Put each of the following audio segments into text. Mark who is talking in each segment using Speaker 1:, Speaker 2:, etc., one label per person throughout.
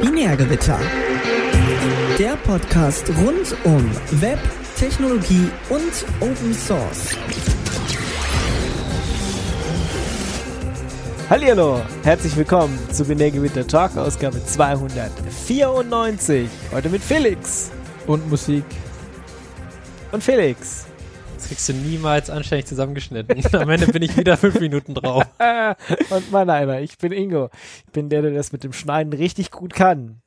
Speaker 1: Binärgewitter. Der Podcast rund um Web, Technologie und Open Source.
Speaker 2: Hallihallo, herzlich willkommen zu Binärgewitter Talk, Ausgabe 294. Heute mit Felix.
Speaker 3: und Musik.
Speaker 2: Und Felix.
Speaker 4: Das kriegst du niemals anständig zusammengeschnitten. Am Ende bin ich wieder fünf Minuten drauf.
Speaker 2: Äh, und mein einer, ich bin Ingo. Ich bin der, der das mit dem Schneiden richtig gut kann.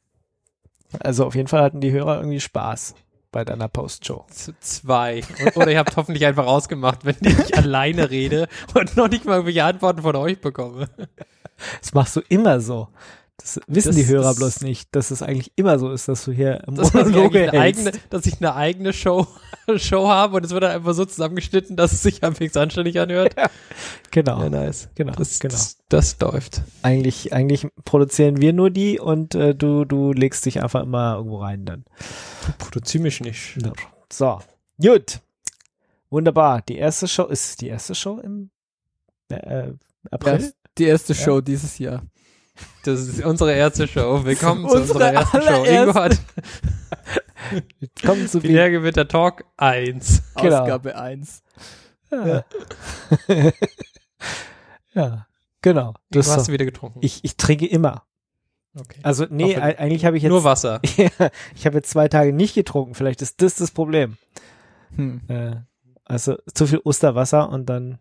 Speaker 2: Also auf jeden Fall hatten die Hörer irgendwie Spaß bei deiner Postshow.
Speaker 4: Zu zwei. Und- Oder ihr habt hoffentlich einfach ausgemacht, wenn ich alleine rede und noch nicht mal irgendwelche Antworten von euch bekomme.
Speaker 2: Das machst du immer so. Das wissen
Speaker 4: Das-
Speaker 2: die Hörer
Speaker 4: das-
Speaker 2: bloß nicht, dass es eigentlich immer so ist, dass du hier
Speaker 4: Das, dass, ich
Speaker 2: Monologe
Speaker 4: eigentlich eine
Speaker 2: hältst.
Speaker 4: eigene, dass ich eine eigene Show, Show habe und es wird dann einfach so zusammengeschnitten, dass es sich halbwegs anständig anhört.
Speaker 2: Genau,
Speaker 4: nice.
Speaker 2: genau,
Speaker 4: Das,
Speaker 2: genau.
Speaker 4: das, das läuft.
Speaker 2: Eigentlich, eigentlich produzieren wir nur die und äh, du, du legst dich einfach immer irgendwo rein dann.
Speaker 4: Produziere mich nicht.
Speaker 2: Ja. So, gut. Wunderbar. Die erste Show ist die erste Show im äh, äh, April.
Speaker 3: Das, die erste Show dieses Jahr.
Speaker 4: Das ist unsere erste Show. Willkommen zu
Speaker 3: Unsere
Speaker 4: unserer ersten Show.
Speaker 3: allererste.
Speaker 4: Ingo hat
Speaker 2: Kommen zu wieder.
Speaker 4: Binärgewitter Talk 1.
Speaker 2: Genau.
Speaker 3: Ausgabe 1.
Speaker 2: Ja. ja, genau.
Speaker 4: Du
Speaker 2: Das ist
Speaker 4: hast
Speaker 2: doch-
Speaker 4: wieder getrunken.
Speaker 2: ich, ich trinke immer.
Speaker 4: Okay.
Speaker 2: Also, nee,
Speaker 4: Hoffe-
Speaker 2: ei- eigentlich habe ich jetzt.
Speaker 4: Nur Wasser.
Speaker 2: ich habe jetzt zwei Tage nicht getrunken. Vielleicht ist das das Problem.
Speaker 3: Hm.
Speaker 2: Äh, also, zu viel Osterwasser und dann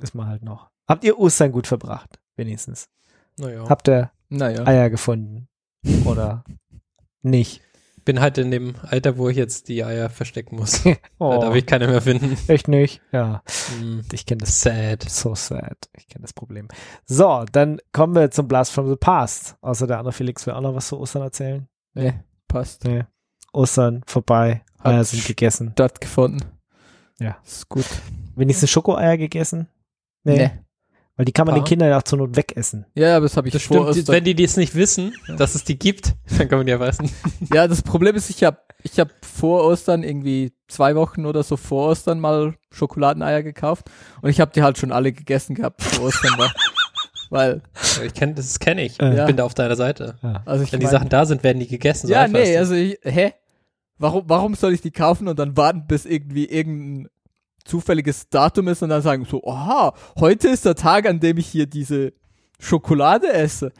Speaker 2: ist man halt noch. Habt ihr Ostern gut verbracht? Wenigstens.
Speaker 4: Naja.
Speaker 2: Habt ihr
Speaker 3: Naja.
Speaker 2: Eier gefunden? Oder nicht?
Speaker 4: bin halt in dem Alter, wo ich jetzt die Eier verstecken muss.
Speaker 2: Oh.
Speaker 4: Da darf ich keine mehr finden.
Speaker 2: Echt nicht? Ja.
Speaker 4: Hm,
Speaker 2: Ich kenne das
Speaker 4: Sad.
Speaker 2: so sad. Ich kenne das Problem. So, dann kommen wir zum Blast from the Past. Außer der andere Felix will auch noch was zu Ostern erzählen.
Speaker 3: Nee, passt.
Speaker 2: Nee. Ostern vorbei.
Speaker 3: Hat
Speaker 2: Eier sind gegessen.
Speaker 3: Stattgefunden.
Speaker 2: Ja.
Speaker 3: Ist gut.
Speaker 2: Wenigstens Schokoeier gegessen? Nee. Weil die kann man
Speaker 4: Paar.
Speaker 2: den Kindern auch zur Not wegessen.
Speaker 3: Ja, aber das habe ich
Speaker 4: Das
Speaker 3: vor
Speaker 4: stimmt,
Speaker 3: Ostern-
Speaker 4: wenn die das nicht wissen, dass es die gibt, dann können wir die ja essen.
Speaker 3: Ja, das Problem ist, ich habe ich hab vor Ostern irgendwie zwei Wochen oder so vor Ostern mal Schokoladeneier gekauft und ich habe die halt schon alle gegessen gehabt, vor Ostern war. Weil,
Speaker 4: Ich kenn, das kenne ich.
Speaker 2: Äh.
Speaker 4: Ich bin da auf deiner Seite.
Speaker 3: also ich
Speaker 4: Wenn die
Speaker 3: mein-
Speaker 4: Sachen da sind, werden die gegessen. so
Speaker 3: Ja,
Speaker 4: einfach ist
Speaker 3: nee,
Speaker 4: das.
Speaker 3: also ich, hä? Warum, warum soll ich die kaufen und dann warten, bis irgendwie irgendein zufälliges Datum ist und dann sagen so, aha, heute ist der Tag, an dem ich hier diese Schokolade esse.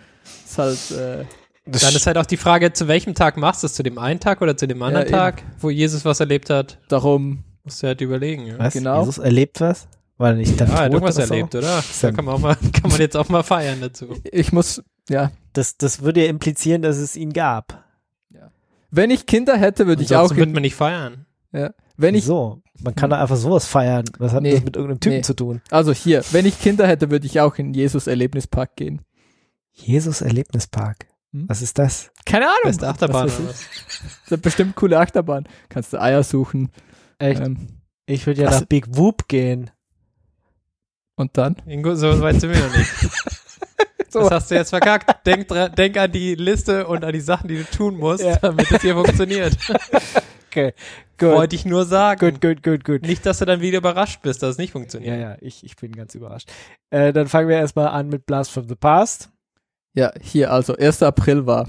Speaker 3: Ist halt, äh,
Speaker 2: also
Speaker 4: dann ist halt auch die Frage, zu welchem Tag machst du es? Zu dem einen Tag oder zu dem anderen
Speaker 3: eben.
Speaker 4: Tag, wo Jesus was erlebt hat?
Speaker 3: darum,
Speaker 4: Musst du halt überlegen. Ja,
Speaker 2: was?
Speaker 3: genau.
Speaker 2: Jesus erlebt was? War er nicht dann
Speaker 4: ja er
Speaker 2: tot
Speaker 4: hat irgendwas
Speaker 2: oder so?
Speaker 4: erlebt, oder? Da
Speaker 2: Sam.
Speaker 4: kann man, auch mal, kann man jetzt auch mal feiern dazu.
Speaker 3: ich muss, ja.
Speaker 2: Das, das würde ja implizieren, dass es ihn gab.
Speaker 3: Wenn ich Kinder hätte, würde ich auch,
Speaker 4: Ansonsten wird
Speaker 3: in,
Speaker 4: man nicht feiern.
Speaker 3: ja, wenn ich,
Speaker 2: so. Man kann da einfach sowas feiern. Was hat
Speaker 3: Nee.
Speaker 2: das mit irgendeinem Typen
Speaker 3: Nee.
Speaker 2: zu tun?
Speaker 3: also hier, wenn ich Kinder hätte, würde ich auch in Jesus Erlebnispark gehen.
Speaker 2: Jesus Erlebnispark.
Speaker 3: Hm?
Speaker 2: Was ist das?
Speaker 3: Keine Ahnung,
Speaker 4: Beste Achterbahn
Speaker 2: was weiß
Speaker 4: oder was?
Speaker 3: das ist bestimmt coole Achterbahn. Kannst du Eier suchen.
Speaker 2: Echt?
Speaker 3: Ähm,
Speaker 2: Ich würde ja
Speaker 3: Was?
Speaker 2: nach Big Whoop gehen.
Speaker 3: und dann?
Speaker 4: Ingo, so weit sind wir noch nicht. Das hast du jetzt verkackt. Denk, dran, denk an die Liste und an die Sachen, die du tun musst,
Speaker 2: Ja.
Speaker 4: damit es hier funktioniert.
Speaker 2: Okay.
Speaker 4: Wollte ich nur sagen.
Speaker 2: Gut, gut, gut, gut.
Speaker 4: Nicht, dass du dann wieder überrascht bist, dass es nicht
Speaker 2: Ja,
Speaker 4: funktioniert.
Speaker 2: ja, ich, ich bin ganz überrascht. Äh, dann fangen wir erstmal an mit Blast from the Past.
Speaker 3: Ja, hier, also 1. April war.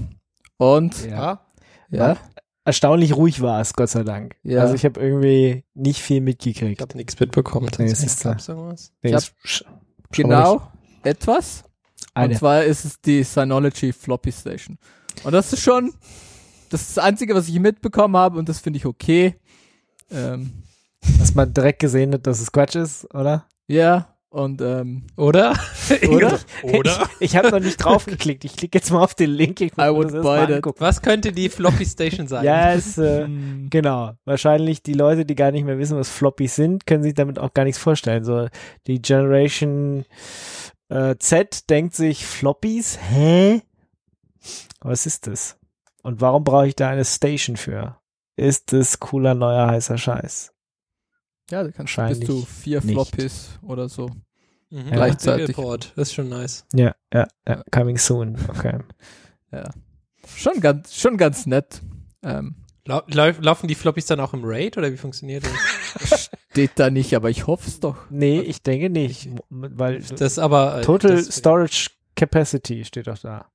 Speaker 3: Und,
Speaker 2: Ja.
Speaker 3: ja.
Speaker 2: Erstaunlich ruhig war es, Gott sei Dank.
Speaker 3: Ja.
Speaker 2: Also ich habe irgendwie nicht viel
Speaker 4: Ich
Speaker 2: mitgekriegt.
Speaker 4: habe nichts mitbekommen.
Speaker 2: Nee, es ist
Speaker 4: Gab's irgendwas?
Speaker 2: Nee,
Speaker 3: ich
Speaker 2: ist sch-
Speaker 3: Genau,
Speaker 2: schauerlich.
Speaker 3: etwas. Und
Speaker 2: Eine.
Speaker 3: zwar ist es die Synology Floppy Station. Und das ist schon das, ist das Einzige, was ich mitbekommen habe und das finde ich okay. Ähm,
Speaker 2: Dass man direkt gesehen hat, dass es Quatsch ist, oder?
Speaker 3: ja, und ähm,
Speaker 4: Oder?
Speaker 2: Oder?
Speaker 4: Oder?
Speaker 2: Ich, ich habe noch nicht drauf geklickt. Ich klicke jetzt mal auf den Link. Ich muss
Speaker 3: I
Speaker 2: mir
Speaker 3: would
Speaker 2: das erst
Speaker 3: buy
Speaker 2: mal
Speaker 3: that.
Speaker 2: angucken.
Speaker 4: Was könnte die Floppy Station sein?
Speaker 2: Ja, es, äh,
Speaker 3: mh,
Speaker 2: Genau. Wahrscheinlich die Leute, die gar nicht mehr wissen, was Floppies sind, können sich damit auch gar nichts vorstellen. So die Generation äh, Z denkt sich Floppies, hä? Was ist das? Und warum brauche ich da eine Station für? Ist das cooler neuer heißer Scheiß?
Speaker 3: ja, du kannst bis
Speaker 2: Wahrscheinlich
Speaker 3: zu vier
Speaker 2: nicht.
Speaker 3: Floppies oder so.
Speaker 4: Mhm.
Speaker 3: Gleichzeitig.
Speaker 4: Single-Port. Das ist schon nice.
Speaker 2: Ja, ja, ja. Coming soon. Okay.
Speaker 3: Schon ganz, schon ganz nett. Ähm,
Speaker 4: Lau lau- laufen die Floppies dann auch im Raid oder wie funktioniert das?
Speaker 3: steht da nicht, aber ich hoffe es doch.
Speaker 2: Nee, ich denke nicht, weil
Speaker 4: Das ist aber. äh,
Speaker 2: Total
Speaker 4: das,
Speaker 2: Storage Capacity steht doch da.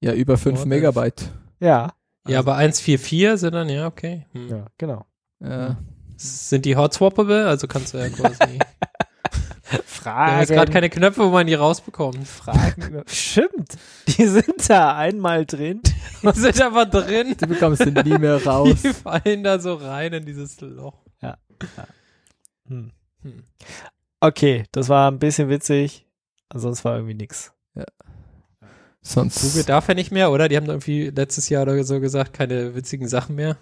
Speaker 3: Ja, über 5
Speaker 4: Oh, das-
Speaker 3: Megabyte.
Speaker 2: Ja,
Speaker 4: Ja, aber 144 sind dann, ja, okay. Hm.
Speaker 2: ja, genau.
Speaker 3: Ja.
Speaker 4: Sind die hotswappable? Also kannst du ja quasi. Wir haben
Speaker 2: Fragen.
Speaker 4: jetzt gerade keine Knöpfe, wo man die rausbekommt.
Speaker 2: Fragen. über- Stimmt. Die sind da einmal drin.
Speaker 4: Die sind aber drin.
Speaker 3: Die bekommst du nie mehr
Speaker 4: Die
Speaker 3: raus.
Speaker 4: fallen da so rein in dieses Loch.
Speaker 2: Hm.
Speaker 4: Hm.
Speaker 2: Okay, das war ein bisschen witzig. Ansonsten war irgendwie nix.
Speaker 4: Google
Speaker 3: Sonst
Speaker 4: darf ja nicht mehr, oder? Die haben da irgendwie letztes Jahr oder so gesagt, keine witzigen Sachen mehr.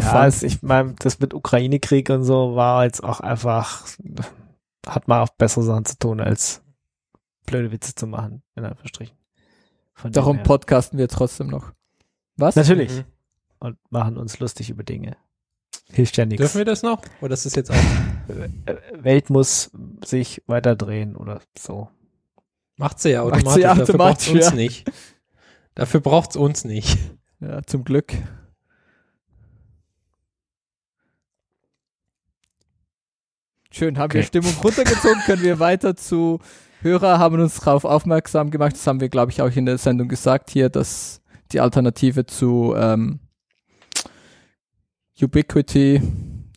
Speaker 2: ja,
Speaker 3: fun.
Speaker 2: es, ich meine, das mit Ukraine-Krieg und so war jetzt auch einfach, hat man auch bessere Sachen zu tun, als blöde Witze zu machen, in Anführungsstrichen. Von dem
Speaker 3: Darum
Speaker 2: her.
Speaker 3: podcasten wir trotzdem noch. Was?
Speaker 2: Natürlich.
Speaker 4: Mhm.
Speaker 2: Und machen uns lustig über Dinge. Hilft ja nichts.
Speaker 4: Dürfen wir das noch? Oder ist das jetzt auch?
Speaker 2: Welt muss sich weiter drehen oder so.
Speaker 4: Macht sie ja
Speaker 3: Macht
Speaker 4: automatisch.
Speaker 3: sie ja
Speaker 4: Dafür braucht es
Speaker 3: automatisch,
Speaker 4: uns
Speaker 3: ja.
Speaker 4: nicht. Dafür braucht es uns nicht.
Speaker 3: Ja, zum Glück. Schön, haben wir
Speaker 2: Okay.
Speaker 3: Stimmung runtergezogen, können wir weiter zu Hörer haben uns darauf aufmerksam gemacht. Das haben wir, glaube ich, auch in der Sendung gesagt hier, dass die Alternative zu ähm, Ubiquity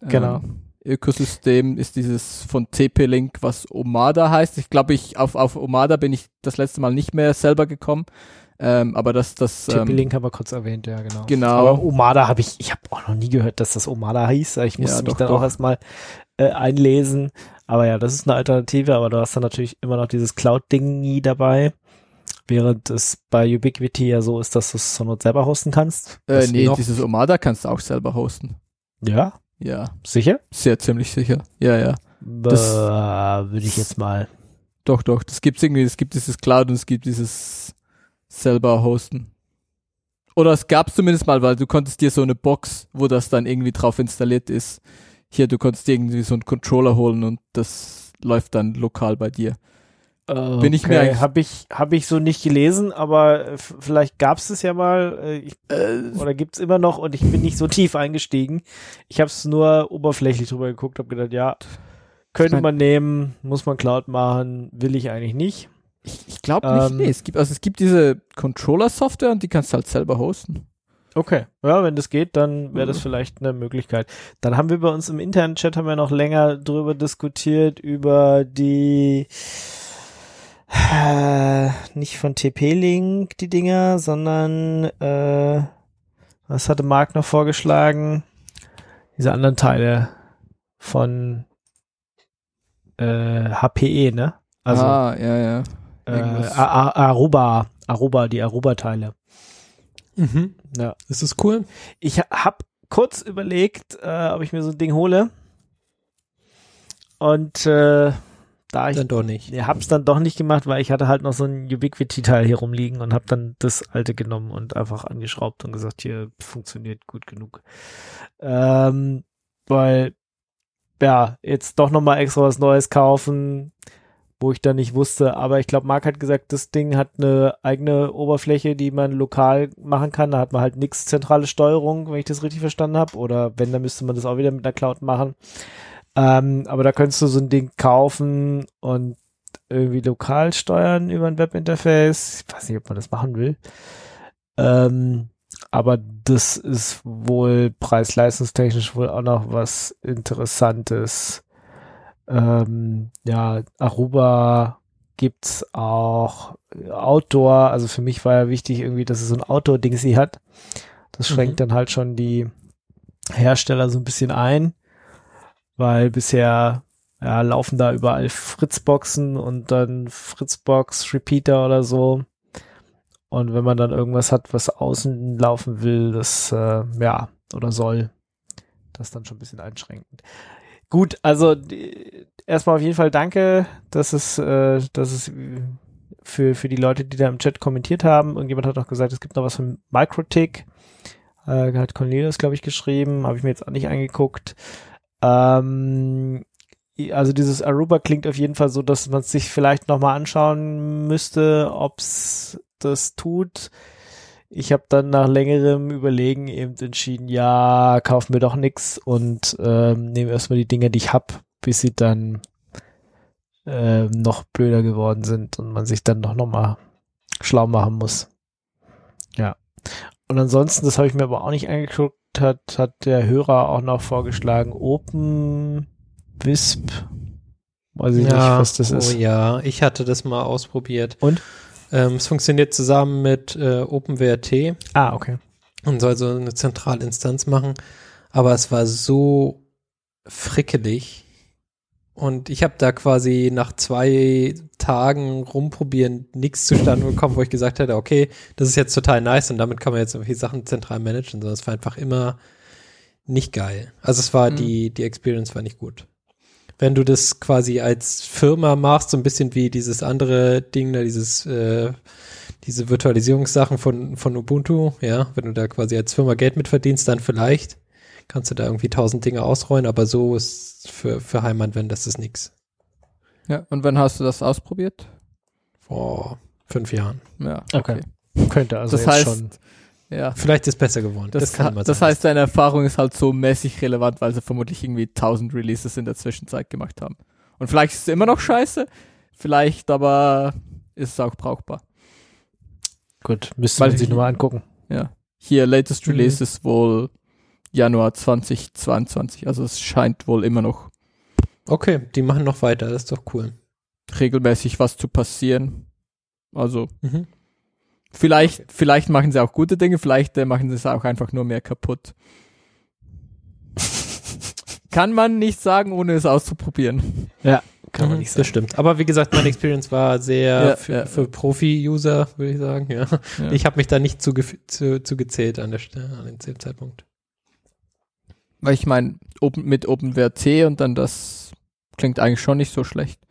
Speaker 2: Genau.
Speaker 3: ähm, Ökosystem ist dieses von TP-Link, was Omada heißt. Ich glaube, ich auf, auf Omada bin ich das letzte Mal nicht mehr selber gekommen. Ähm, aber das, das ähm,
Speaker 2: TP-Link haben wir kurz erwähnt, ja, genau.
Speaker 3: Genau.
Speaker 2: Aber Omada habe ich, ich habe auch noch nie gehört, dass das Omada hieß. Ich musste
Speaker 3: Ja,
Speaker 2: mich
Speaker 3: doch,
Speaker 2: dann
Speaker 3: doch.
Speaker 2: auch erstmal äh, einlesen. Aber ja, das ist eine Alternative, aber du hast dann natürlich immer noch dieses Cloud-Ding nie dabei. Während es bei Ubiquiti ja so ist, dass du es zur Not selber hosten kannst.
Speaker 3: Äh,
Speaker 2: Das-
Speaker 3: nee,
Speaker 4: noch-
Speaker 3: dieses Omada kannst du auch selber hosten.
Speaker 2: Ja,
Speaker 3: Ja,
Speaker 2: sicher?
Speaker 3: sehr ziemlich sicher. Ja, ja. Das-
Speaker 2: Äh, Würde ich jetzt mal.
Speaker 3: Doch, doch. Das gibt's irgendwie. Es gibt dieses Cloud und es gibt dieses selber hosten. Oder es gab's zumindest mal, weil du konntest dir so eine Box, wo das dann irgendwie drauf installiert ist. Hier, du konntest dir irgendwie so einen Controller holen und das läuft dann lokal bei dir. Bin ich mir eigentlich-
Speaker 2: Habe ich, hab ich so nicht gelesen, aber äh, f- vielleicht gab es es ja mal. Äh, ich
Speaker 3: Äh,
Speaker 2: oder gibt es immer noch und ich bin nicht so tief eingestiegen. Ich habe es nur oberflächlich drüber geguckt, habe gedacht, ja, könnte
Speaker 3: Ich
Speaker 2: man
Speaker 3: mein-
Speaker 2: nehmen, muss man Cloud machen, will ich eigentlich nicht.
Speaker 3: ich ich glaube nicht.
Speaker 2: Ähm.
Speaker 3: nee, es gibt, also es gibt diese Controller-Software und die kannst du halt selber hosten.
Speaker 2: Okay. Ja, wenn das geht, dann wäre das
Speaker 3: Mhm.
Speaker 2: vielleicht eine Möglichkeit. Dann haben wir bei uns im internen Chat haben wir noch länger drüber diskutiert über die äh, nicht von TP-Link die Dinger, sondern äh, was hatte Marc noch vorgeschlagen? Diese anderen Teile von äh, HPE, ne? Also
Speaker 3: ah, ja, ja.
Speaker 2: äh,
Speaker 3: irgendwas.
Speaker 2: A- A- Aruba, Aruba, die Aruba-Teile.
Speaker 4: Mhm.
Speaker 2: Ja.
Speaker 4: Ist das cool?
Speaker 2: Ich habe kurz überlegt, äh, ob ich mir so ein Ding hole. Und äh, da ich
Speaker 4: Dann doch nicht.
Speaker 2: habe es dann doch nicht gemacht, weil ich hatte halt noch so ein Ubiquity-Teil hier rumliegen und habe dann das alte genommen und einfach angeschraubt und gesagt, hier funktioniert gut genug. Ähm, weil, ja, jetzt doch nochmal extra was Neues kaufen, wo ich dann nicht wusste. Aber ich glaube, Marc hat gesagt, das Ding hat eine eigene Oberfläche, die man lokal machen kann. Da hat man halt nichts zentrale Steuerung, wenn ich das richtig verstanden habe. Oder wenn, dann müsste man das auch wieder mit einer Cloud machen. Ähm, aber da könntest du so ein Ding kaufen und irgendwie lokal steuern über ein Webinterface. Ich weiß nicht, ob man das machen will. Ähm, aber das ist wohl preis-leistungstechnisch wohl auch noch was Interessantes. Ähm, ja, Aruba gibt's auch Outdoor. Also für mich war ja wichtig irgendwie, dass es so ein Outdoor-Ding sie hat. Das schränkt
Speaker 4: Mhm.
Speaker 2: dann halt schon die Hersteller so ein bisschen ein, weil bisher ja, laufen da überall Fritzboxen und dann Fritzbox Repeater oder so. Und wenn man dann irgendwas hat, was außen laufen will, das äh, ja oder soll, das ist dann schon ein bisschen einschränkend. Gut, also die- erstmal auf jeden Fall danke, dass es, äh, dass es äh, für, für die Leute, die da im Chat kommentiert haben. Irgendjemand hat noch gesagt, es gibt noch was von Microtik. Äh, hat Cornelius, glaube ich, geschrieben. Habe ich mir jetzt auch nicht angeguckt. Ähm, i- also dieses Aruba klingt auf jeden Fall so, dass man es sich vielleicht nochmal anschauen müsste, ob's das tut. Ich habe dann nach längerem Überlegen eben entschieden, ja, kauf mir doch nix und ähm, nehme erstmal die Dinge, die ich hab, bis sie dann ähm, noch blöder geworden sind und man sich dann doch nochmal schlau machen muss. Und ansonsten, das habe ich mir aber auch nicht angeguckt, hat, hat der Hörer auch noch vorgeschlagen, Open Wisp. Weiß ich nicht, was das
Speaker 4: oh
Speaker 2: ist.
Speaker 4: ja, ich hatte das mal ausprobiert.
Speaker 2: Und?
Speaker 4: Ähm, es funktioniert zusammen mit äh, OpenWrt
Speaker 2: Ah, okay.
Speaker 4: und soll so eine zentrale Instanz machen. Aber es war so frickelig. Und ich habe da quasi nach zwei Tagen rumprobieren nichts zustande bekommen, wo ich gesagt hätte, okay, das ist jetzt total nice und damit kann man jetzt irgendwie Sachen zentral managen, sondern es war einfach immer nicht geil. Also es war
Speaker 3: Mhm.
Speaker 4: die, die Experience war nicht gut. Wenn du das quasi als Firma machst, so ein bisschen wie dieses andere Ding da, dieses äh, diese Virtualisierungssachen von, von Ubuntu, ja, wenn du da quasi als Firma Geld mit verdienst, dann vielleicht kannst du da irgendwie tausend Dinge ausrollen, aber so ist für, für Heimanwender das ist nix.
Speaker 3: Ja, und wann hast du das ausprobiert?
Speaker 4: Vor fünf Jahren.
Speaker 3: Ja,
Speaker 2: Okay. Könnte also
Speaker 3: Das
Speaker 2: jetzt
Speaker 3: heißt,
Speaker 2: schon.
Speaker 3: Ja.
Speaker 4: Vielleicht ist besser geworden.
Speaker 3: Das,
Speaker 4: Das, kann
Speaker 3: ha-
Speaker 4: immer
Speaker 3: das
Speaker 4: sein.
Speaker 3: heißt, deine Erfahrung ist halt so mäßig relevant, weil sie vermutlich irgendwie 1000 Releases in der Zwischenzeit gemacht haben. Und vielleicht ist es immer noch scheiße, vielleicht aber ist es auch brauchbar.
Speaker 2: Gut, müsste
Speaker 3: Weil
Speaker 2: man sich
Speaker 3: hier-
Speaker 2: nur mal angucken.
Speaker 3: Hier, latest
Speaker 4: Mhm.
Speaker 3: Release ist wohl Januar 2022, also es scheint wohl immer noch
Speaker 4: Okay, die machen noch weiter, das ist doch cool.
Speaker 3: regelmäßig was zu passieren. Also
Speaker 4: Mhm.
Speaker 3: vielleicht, vielleicht machen sie auch gute Dinge, vielleicht äh, machen sie es auch einfach nur mehr kaputt. Kann man nicht sagen, ohne es auszuprobieren.
Speaker 2: Kann man
Speaker 4: Mhm,
Speaker 2: nicht
Speaker 4: Das
Speaker 2: sagen.
Speaker 4: stimmt. Aber wie gesagt, meine Experience war sehr
Speaker 3: Ja,
Speaker 4: für,
Speaker 3: ja.
Speaker 4: für Profi-User, würde ich sagen. Ja.
Speaker 3: Ja.
Speaker 4: Ich habe mich da nicht zugef- zu, zu gezählt an der Stelle, an dem Zeitpunkt.
Speaker 3: Weil ich meine, Open, mit OpenWrt und dann das klingt eigentlich schon nicht so schlecht.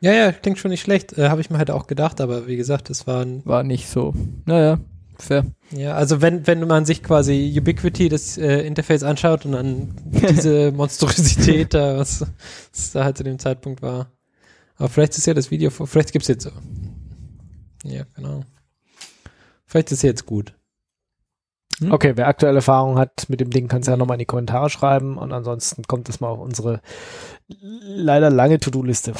Speaker 4: Ja, ja, klingt schon nicht schlecht. Äh, habe ich mir halt auch gedacht, aber wie gesagt, es waren
Speaker 3: War nicht so. Naja, fair.
Speaker 4: Ja, also wenn, wenn man sich quasi Ubiquity das äh, Interface anschaut und dann diese Monstrosität da, was, was da halt zu dem Zeitpunkt war. Aber vielleicht ist ja das Video, vor- vielleicht gibt's jetzt so. Ja, genau. Vielleicht ist ja jetzt gut.
Speaker 2: Okay, wer aktuelle Erfahrung hat mit dem Ding, kann es ja nochmal in die Kommentare schreiben. Und ansonsten kommt das mal auf unsere leider lange To-Do-Liste.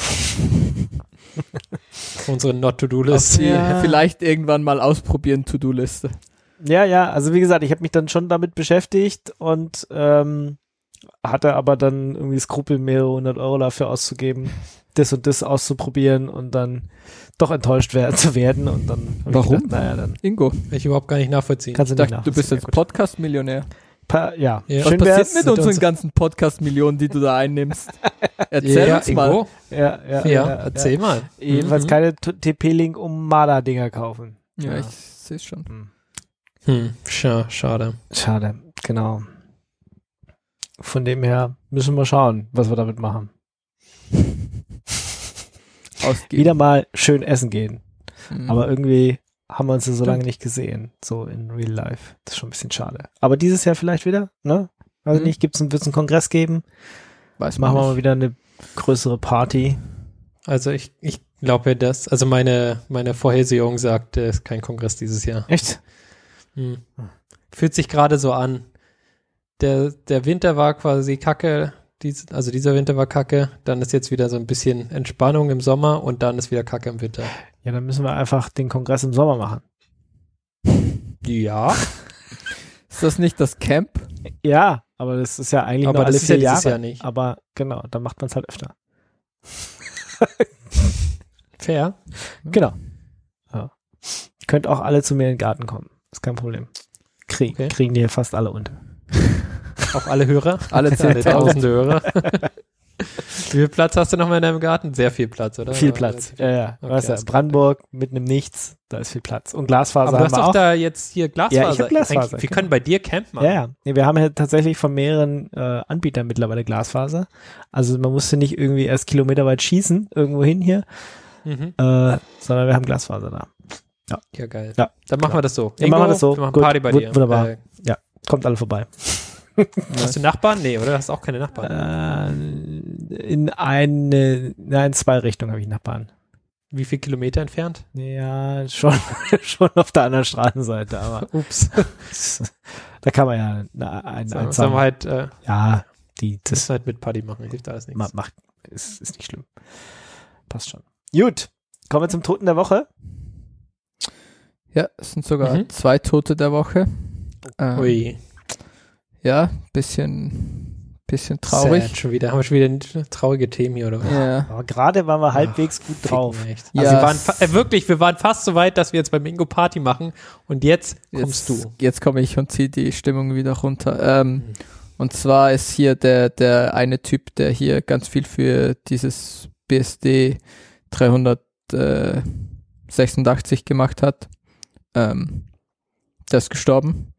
Speaker 4: Unsere Not-to-Do-List.
Speaker 2: Ja.
Speaker 3: Vielleicht irgendwann mal ausprobieren, To-Do-Liste.
Speaker 2: Ja, ja, also wie gesagt, ich habe mich dann schon damit beschäftigt und ähm, hatte aber dann irgendwie Skrupel, mehrere hundert Euro dafür auszugeben, das und das auszuprobieren und dann doch enttäuscht werden, zu werden. Und dann hab
Speaker 3: Warum?
Speaker 2: Ich gedacht, naja, dann
Speaker 3: Ingo,
Speaker 4: Kann Ich überhaupt gar nicht nachvollziehen.
Speaker 2: kannst du
Speaker 3: ich
Speaker 2: nicht
Speaker 3: dachte, du
Speaker 2: nachvollziehen.
Speaker 3: bist
Speaker 2: Ja,
Speaker 3: jetzt
Speaker 2: gut.
Speaker 3: Podcast-Millionär.
Speaker 2: Pa ja.
Speaker 4: Ja.
Speaker 3: Was
Speaker 2: schön
Speaker 3: passiert
Speaker 2: wär's.
Speaker 3: mit
Speaker 4: mit
Speaker 3: unseren
Speaker 4: uns-
Speaker 3: ganzen Podcast-Millionen, die du da einnimmst? Erzähl uns mal.
Speaker 4: Ingo?
Speaker 2: Ja, ja,
Speaker 4: Ja,
Speaker 2: ja, ja,
Speaker 4: erzähl mal.
Speaker 2: Jedenfalls
Speaker 4: Mhm.
Speaker 2: keine T- TP-Link um Mada-Dinger kaufen.
Speaker 3: Ja,
Speaker 2: Ja.
Speaker 3: ich sehe schon.
Speaker 2: Hm.
Speaker 4: Hm, scha schade.
Speaker 2: Schade, genau. Von dem her müssen wir schauen, was wir damit machen.
Speaker 3: Ausgehen.
Speaker 2: Wieder mal schön essen gehen.
Speaker 3: Mhm.
Speaker 2: Aber irgendwie haben wir uns ja so
Speaker 3: Stimmt.
Speaker 2: lange nicht gesehen, so in real life. Das ist schon ein bisschen schade. Aber dieses Jahr vielleicht wieder, ne? Also
Speaker 3: Mhm.
Speaker 2: nicht, gibt's einen, wird's einen Kongress geben.
Speaker 3: weiß man
Speaker 2: Machen wir mal
Speaker 3: nicht.
Speaker 2: wieder eine größere Party.
Speaker 4: Also ich, ich glaube ja das, also meine, meine Vorhersehung sagt, es ist kein Kongress dieses Jahr.
Speaker 2: Echt?
Speaker 4: Hm. Fühlt sich gerade so an. Der, der Winter war quasi kacke, dies, also dieser Winter war kacke, dann ist jetzt wieder so ein bisschen Entspannung im Sommer und dann ist wieder kacke im Winter.
Speaker 2: Ja, dann müssen wir einfach den Kongress im Sommer machen.
Speaker 4: Ja,
Speaker 3: Ist das nicht das Camp?
Speaker 2: Ja, aber das ist ja eigentlich
Speaker 4: aber
Speaker 2: nur alle
Speaker 4: das ist ja
Speaker 2: vier
Speaker 4: dieses
Speaker 2: Jahre.
Speaker 4: Jahr nicht.
Speaker 2: Aber genau, dann macht man es halt öfter.
Speaker 4: Fair.
Speaker 2: Genau. Ja. Könnt auch alle zu mir in den Garten kommen. Ist kein Problem. Krieg,
Speaker 4: Okay.
Speaker 2: Kriegen die hier fast alle unter.
Speaker 4: Auch alle Hörer, alle
Speaker 3: Alle 10.000.
Speaker 4: tausende Hörer. Wie viel Platz hast du noch mal in deinem Garten? Sehr viel Platz, oder?
Speaker 2: Viel
Speaker 4: Oder
Speaker 2: Platz. Äh,
Speaker 4: relativ-
Speaker 2: Ja, ja.
Speaker 4: Okay,
Speaker 2: weißt
Speaker 4: alles
Speaker 2: du,
Speaker 4: klar.
Speaker 2: Brandenburg mit einem Nichts, da ist viel Platz. Und Glasfaser
Speaker 4: Aber du
Speaker 2: haben
Speaker 4: hast
Speaker 2: wir
Speaker 4: doch
Speaker 2: auch.
Speaker 4: da jetzt hier Glasfaser.
Speaker 2: Ja, ich hab Glasfaser,
Speaker 4: Eigentlich, Wir
Speaker 2: genau.
Speaker 4: können bei dir Camp machen.
Speaker 2: Ja, ja. Nee, wir haben ja tatsächlich von mehreren äh, Anbietern mittlerweile Glasfaser. Also man musste nicht irgendwie erst kilometerweit schießen, irgendwo hin hier,
Speaker 4: Mhm.
Speaker 2: äh, sondern wir haben Glasfaser da.
Speaker 4: ja geil.
Speaker 2: Ja, genau.
Speaker 4: dann machen wir das so.
Speaker 2: Dann machen wir das so.
Speaker 4: Wir machen
Speaker 2: Gut,
Speaker 4: Party bei
Speaker 2: wun-
Speaker 4: dir.
Speaker 2: wunderbar.
Speaker 4: Äh,
Speaker 2: Kommt alle vorbei.
Speaker 4: Hast du Nachbarn? Nee, oder? Hast auch keine Nachbarn.
Speaker 2: Äh, in eine, nein, zwei Richtungen habe ich Nachbarn.
Speaker 4: Wie viel Kilometer entfernt?
Speaker 2: Ja, schon, schon auf der anderen Straßenseite, aber
Speaker 4: Ups.
Speaker 2: da kann man ja na, ein,
Speaker 4: Sollen
Speaker 2: ein
Speaker 4: sollen wir halt, äh,
Speaker 2: Ja, die, das
Speaker 4: müssen halt mit Party machen, hilft alles nichts.
Speaker 2: ma- macht, ist, ist nicht schlimm. Passt schon. Gut, kommen wir zum Toten der Woche.
Speaker 3: Ja, es sind sogar
Speaker 4: Mhm.
Speaker 3: zwei Tote der Woche. Ähm,
Speaker 4: Ui,
Speaker 3: Ja, bisschen, bisschen traurig.
Speaker 4: Sad schon wieder. Haben wir schon wieder traurige Themen hier, oder was?
Speaker 3: Ja.
Speaker 2: Aber gerade waren wir halbwegs gut
Speaker 4: Ficken,
Speaker 2: drauf.
Speaker 4: echt.
Speaker 3: Ja,
Speaker 4: Also wir waren
Speaker 3: es-
Speaker 4: fa- äh, wirklich, wir waren fast so weit, dass wir jetzt beim Ingo Party machen und jetzt kommst
Speaker 3: jetzt,
Speaker 4: du. Mhm.
Speaker 3: Jetzt komme ich und ziehe die Stimmung wieder runter. Ähm, Und zwar ist hier der, der eine Typ, der hier ganz viel für dieses BSD 386 äh, gemacht hat. Ähm, der ist gestorben.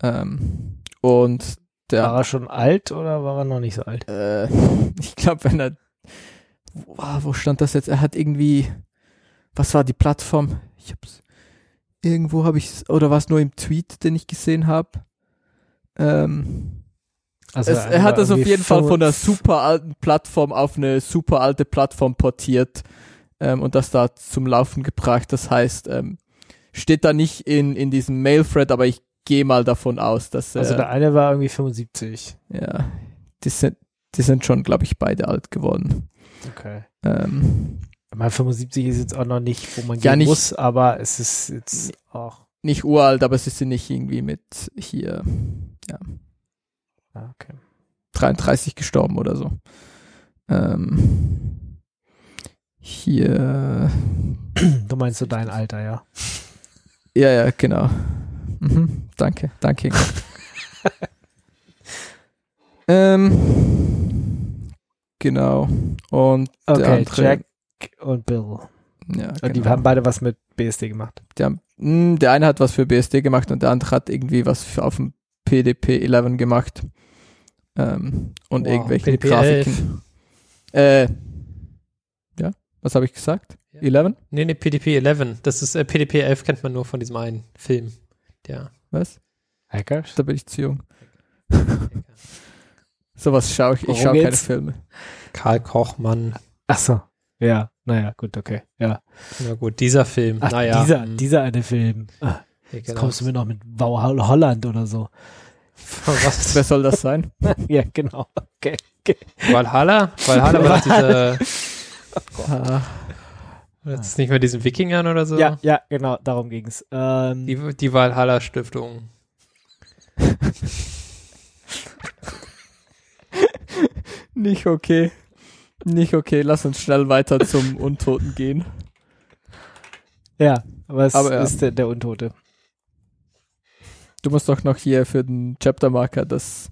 Speaker 3: Ähm, und
Speaker 2: War
Speaker 3: der,
Speaker 2: er schon alt oder war er noch nicht so alt?
Speaker 3: äh, ich glaube, wenn er, wow, wo stand das jetzt? Er hat irgendwie, was war die Plattform? Ich hab's, irgendwo habe ich, oder war es nur im Tweet, den ich gesehen habe? Ähm,
Speaker 2: Also
Speaker 3: es, er hat
Speaker 2: war
Speaker 3: das auf
Speaker 2: irgendwie
Speaker 3: jeden Fall von einer
Speaker 2: 25
Speaker 3: super alten Plattform auf eine super alte Plattform portiert ähm, und das da zum Laufen gebracht. Das heißt, ähm, steht da nicht in, in diesem Mail-Thread, aber ich gehe mal davon aus, dass äh,
Speaker 2: Also der eine war irgendwie 75.
Speaker 3: ja, die sind, die sind schon, glaube ich, beide alt geworden.
Speaker 2: Okay.
Speaker 3: Ähm,
Speaker 2: Ich meine, 75 ist jetzt auch noch nicht, wo man
Speaker 3: Ja,
Speaker 2: gehen
Speaker 3: nicht-
Speaker 2: muss, aber es ist jetzt auch.
Speaker 3: nicht uralt, aber sie sind nicht irgendwie mit hier
Speaker 2: Ja, okay.
Speaker 3: 33 gestorben oder so. Ähm, hier
Speaker 2: Du meinst so dein Alter, ja.
Speaker 3: Ja, ja, genau. Mhm, danke, danke. Ingo. ähm, genau. Und der
Speaker 2: Okay,
Speaker 3: andere,
Speaker 2: Jack und Bill.
Speaker 3: Ja,
Speaker 2: Und Die
Speaker 3: genau.
Speaker 2: haben beide was mit BSD gemacht.
Speaker 3: die haben, mh, der eine hat was für BSD gemacht und der andere hat irgendwie was für, auf dem PDP 11 gemacht. Ähm, und
Speaker 4: Wow,
Speaker 3: irgendwelche
Speaker 4: PDP
Speaker 3: Grafiken. Äh, ja, was habe ich gesagt?
Speaker 4: Ja.
Speaker 3: 11?
Speaker 4: Nee, nee, PDP 11. Das ist, äh, PDP 11 kennt man nur von diesem einen Film. Der.
Speaker 3: Was?
Speaker 2: Hackers?
Speaker 3: Da bin ich zu jung. Sowas schaue ich. Ich
Speaker 2: Warum
Speaker 3: schaue keine
Speaker 2: jetzt?
Speaker 3: Filme.
Speaker 4: Karl Kochmann.
Speaker 2: Ach so. Ja, naja, gut, okay. Ja.
Speaker 4: Na gut, dieser Film.
Speaker 2: Ach,
Speaker 4: naja.
Speaker 2: dieser,
Speaker 4: hm,
Speaker 2: dieser eine Film. Ah,
Speaker 4: ja,
Speaker 2: Jetzt
Speaker 4: genau.
Speaker 2: kommst du mir noch mit Wow Holland oder so.
Speaker 4: Was?
Speaker 3: Wer soll das sein?
Speaker 2: ja, genau.
Speaker 4: Valhalla? Valhalla war doch dieser.
Speaker 3: Ah.
Speaker 4: Jetzt ist nicht mehr diesen Wikingern oder so?
Speaker 2: Ja, ja, genau, darum ging's. Ähm,
Speaker 4: Die, die Valhalla-Stiftung.
Speaker 3: Nicht okay. Nicht okay, lass uns schnell weiter zum Untoten gehen.
Speaker 2: ja, was
Speaker 3: Aber ja.
Speaker 2: ist der, der Untote?
Speaker 3: Du musst doch noch hier für den Chaptermarker das.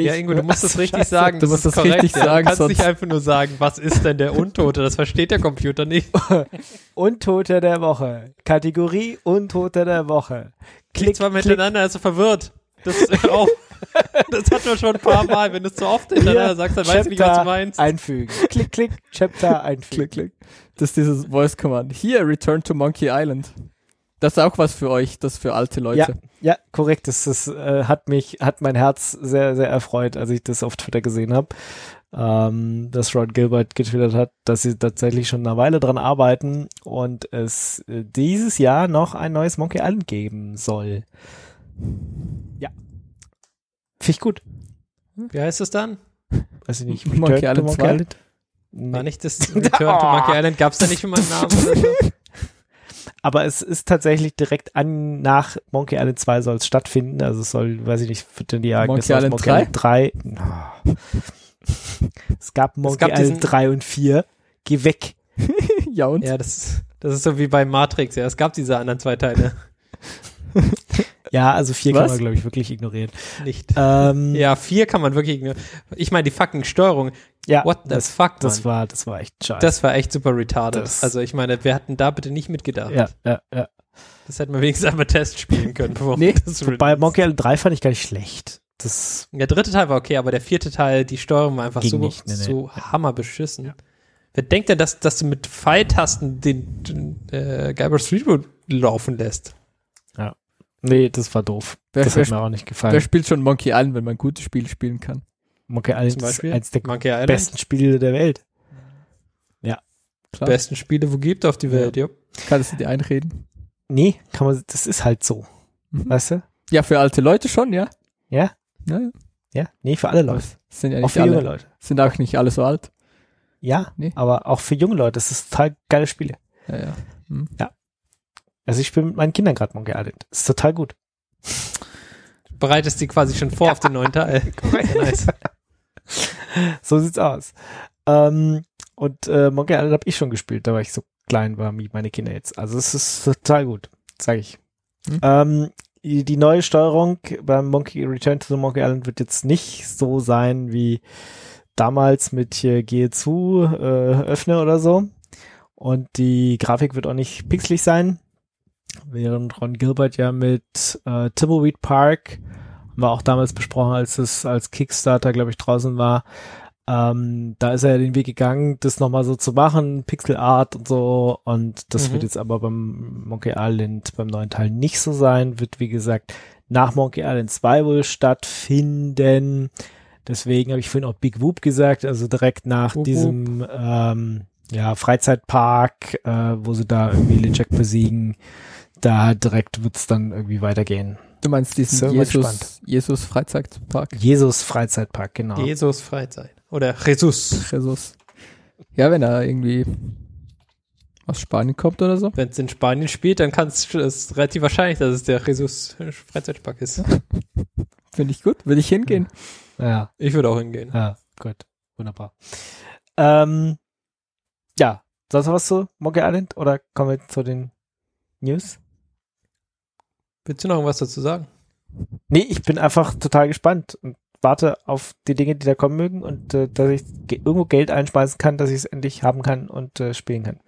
Speaker 4: Ja,
Speaker 2: Ich-
Speaker 4: Ingo, du musst das richtig
Speaker 3: Scheiße,
Speaker 4: sagen.
Speaker 3: du musst
Speaker 4: ist
Speaker 3: das
Speaker 4: korrekt,
Speaker 3: richtig
Speaker 4: ja.
Speaker 3: sagen,
Speaker 4: Du kannst nicht
Speaker 3: sonst-
Speaker 4: einfach nur sagen, was ist denn der Untote? Das versteht der Computer nicht.
Speaker 2: Untoter der Woche. Kategorie Untoter der Woche.
Speaker 4: Klingt
Speaker 2: Klick,
Speaker 4: zwar
Speaker 2: klick.
Speaker 4: miteinander, er ist so also verwirrt. Das, ist auch, das hat man schon ein paar Mal. Wenn du es zu oft hintereinander
Speaker 2: Hier,
Speaker 4: sagst, dann weißt du nicht, was du
Speaker 2: Chapter
Speaker 4: meinst.
Speaker 2: Einfügen. Klick, klick, Chapter einfügen.
Speaker 3: Klick, klick. Das ist dieses Voice Command. Hier, Return to Monkey Island. Das ist auch was für euch, das für alte Leute.
Speaker 2: Ja, ja, korrekt. Das, das äh, hat mich, hat mein Herz sehr, sehr erfreut, als ich das auf Twitter gesehen habe, ähm, dass Rod Gilbert getwittert hat, dass sie tatsächlich schon eine Weile dran arbeiten und es äh, dieses Jahr noch ein neues Monkey Island geben soll. Ja. Finde ich gut.
Speaker 4: Wie heißt es dann?
Speaker 2: Weiß ich nicht.
Speaker 3: Monkey
Speaker 2: Return to
Speaker 3: Island 2?
Speaker 2: Island? Nee.
Speaker 4: War nicht das Return to Monkey Island? Gab es da nicht schon mal einen Namen? Oder so?
Speaker 2: Aber es ist tatsächlich direkt an, nach Monkey Island 2 soll es stattfinden. Also es soll, weiß ich nicht, wird denn die Jagd
Speaker 3: Monkey Island
Speaker 2: 3? 3. Es gab Monkey
Speaker 4: gab diesen-
Speaker 2: Island 3 und 4. Geh weg.
Speaker 3: ja und?
Speaker 4: Ja, das, das ist so wie bei Matrix. Ja, es gab diese anderen zwei Teile
Speaker 2: Ja, also 4 kann
Speaker 3: Was?
Speaker 2: man, glaube ich, wirklich ignorieren.
Speaker 4: nicht.
Speaker 2: Ähm,
Speaker 4: Ja, vier kann man wirklich. ignorieren. Ich meine, die fucking Steuerung.
Speaker 2: ja,
Speaker 4: What the
Speaker 2: das,
Speaker 4: fuck,
Speaker 2: das
Speaker 4: das war,
Speaker 2: war, das war echt scheiße.
Speaker 4: das war echt super retarded.
Speaker 2: Das-
Speaker 4: also ich meine, wir hatten da bitte nicht mitgedacht.
Speaker 2: ja, ja, ja.
Speaker 4: Das hätten wir wenigstens einmal Test spielen können. Bevor
Speaker 3: Nee,
Speaker 4: das
Speaker 2: Bei Monkey Island 3 fand ich gar nicht schlecht. Das,
Speaker 4: Der dritte Teil war okay, aber der vierte Teil, die Steuerung war einfach
Speaker 2: Ging
Speaker 4: so,
Speaker 2: nicht, nee, nee.
Speaker 4: so hammerbeschissen. Wer denkt denn, dass, dass du mit Pfeiltasten den, den äh, Guybrush Threepwood laufen lässt?
Speaker 2: nee, das war doof.
Speaker 3: Wer,
Speaker 2: das
Speaker 3: wer,
Speaker 2: hat mir auch nicht
Speaker 3: wer
Speaker 2: gefallen.
Speaker 3: spielt schon Monkey Island, wenn man gute Spiele spielen kann?
Speaker 2: Monkey Island
Speaker 4: Zum
Speaker 2: ist
Speaker 4: Beispiel
Speaker 2: eines der
Speaker 4: Monkey Island.
Speaker 2: besten Spiele der Welt.
Speaker 3: Klar.
Speaker 4: Besten Spiele, wo gibt auf die Welt, ja.
Speaker 3: Kannst du dir einreden?
Speaker 2: Nee, kann man, das ist halt so.
Speaker 3: Mhm.
Speaker 2: Weißt du?
Speaker 3: Ja, für alte Leute schon, ja.
Speaker 2: Ja?
Speaker 3: Ja, ja.
Speaker 2: Ja, nee, für alle
Speaker 3: Aber
Speaker 2: Leute.
Speaker 3: es Sind ja
Speaker 2: Auch
Speaker 3: nicht
Speaker 2: für junge
Speaker 3: alle,
Speaker 2: Leute.
Speaker 3: sind auch nicht alle so alt.
Speaker 2: Ja,
Speaker 3: Nee.
Speaker 2: aber auch für junge Leute. Das ist total geile Spiele.
Speaker 3: Ja, ja.
Speaker 2: Also ich spiele mit meinen Kindern gerade Monkey Island. Ist total gut.
Speaker 4: Bereitest die quasi schon vor auf den neuen Teil. nice.
Speaker 2: So sieht's aus. Ähm, und äh, Monkey Island habe ich schon gespielt, da war ich so klein war wie meine Kinder jetzt. Also es ist total gut, sage ich.
Speaker 3: Hm.
Speaker 2: Ähm, die die neue Steuerung beim Monkey Return to the Monkey Island wird jetzt nicht so sein wie damals mit hier gehe zu, äh, öffne oder so. Und die Grafik wird auch nicht pixelig sein. Während Ron Gilbert ja mit äh, Timbleweed Park, haben wir auch damals besprochen, als es als Kickstarter, glaube ich, draußen war, ähm, da ist er ja den Weg gegangen, das nochmal so zu machen, Pixel Art und so. Und das
Speaker 4: Mhm.
Speaker 2: wird jetzt aber beim Monkey Island, beim neuen Teil nicht so sein. Wird, wie gesagt, nach Monkey Island 2 wohl stattfinden. Deswegen habe ich vorhin auch Big Whoop gesagt, also direkt nach
Speaker 3: Whoop,
Speaker 2: diesem ähm, ja, Freizeitpark, äh, wo sie da irgendwie LeCheck besiegen. Da direkt wird's dann irgendwie weitergehen.
Speaker 3: Du meinst diesen
Speaker 2: Sind wir
Speaker 3: Jesus,
Speaker 2: gespannt.
Speaker 3: Jesus Freizeitpark?
Speaker 2: Jesus Freizeitpark, genau.
Speaker 4: Jesus Freizeit. Oder Jesus,
Speaker 3: Jesus. Ja, wenn er irgendwie aus Spanien kommt oder so.
Speaker 4: wenn es in Spanien spielt, dann kannst du es ist relativ wahrscheinlich, dass es der Jesus Freizeitpark ist.
Speaker 3: Finde ich gut. Will ich hingehen.
Speaker 2: Ja.
Speaker 4: Ich würde auch hingehen.
Speaker 2: Ja, gut. Wunderbar. Ähm, ja, sonst noch was zu Monkey Island oder kommen wir zu den News?
Speaker 4: Willst du noch irgendwas dazu sagen?
Speaker 2: Nee, ich bin einfach total gespannt und warte auf die Dinge, die da kommen mögen und äh, dass ich ge irgendwo Geld einschmeißen kann, dass ich es endlich haben kann und äh, spielen kann.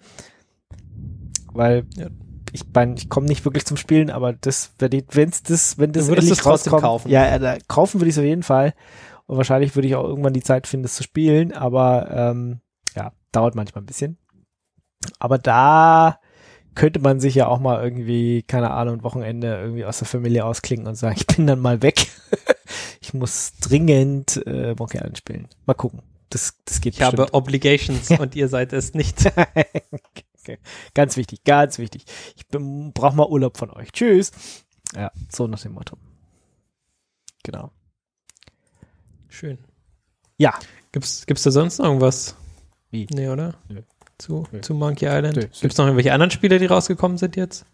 Speaker 2: Weil
Speaker 4: Ja.
Speaker 2: ich mein, ich komme nicht wirklich zum Spielen, aber das, wenn ich- wenn's das, wenn das
Speaker 4: Du würdest
Speaker 2: endlich
Speaker 4: es trotzdem
Speaker 2: rauskommt-
Speaker 4: kaufen.
Speaker 2: Ja, ja, da, kaufen würde ich es auf jeden Fall. Und wahrscheinlich würde ich auch irgendwann die Zeit finden, es zu spielen, aber ähm, ja, dauert manchmal ein bisschen. Aber da könnte man sich ja auch mal irgendwie, keine Ahnung, Wochenende irgendwie aus der Familie ausklingen und sagen, ich bin dann mal weg. ich muss dringend äh, Monkey Island spielen. Mal gucken. Das, das geht
Speaker 4: Ich
Speaker 2: bestimmt.
Speaker 4: habe Obligations und ihr seid es nicht.
Speaker 2: Okay. Ganz wichtig, ganz wichtig. Ich brauche mal Urlaub von euch. Tschüss. Ja, so nach dem Motto. Genau.
Speaker 4: Schön.
Speaker 2: Ja.
Speaker 4: Gibt's, gibt's da sonst noch irgendwas?
Speaker 2: Wie?
Speaker 4: Nee, oder?
Speaker 2: Nö.
Speaker 4: Zu,
Speaker 2: Nö.
Speaker 4: zu Monkey Island?
Speaker 2: Nö.
Speaker 4: Gibt's noch irgendwelche anderen Spiele, die rausgekommen sind jetzt?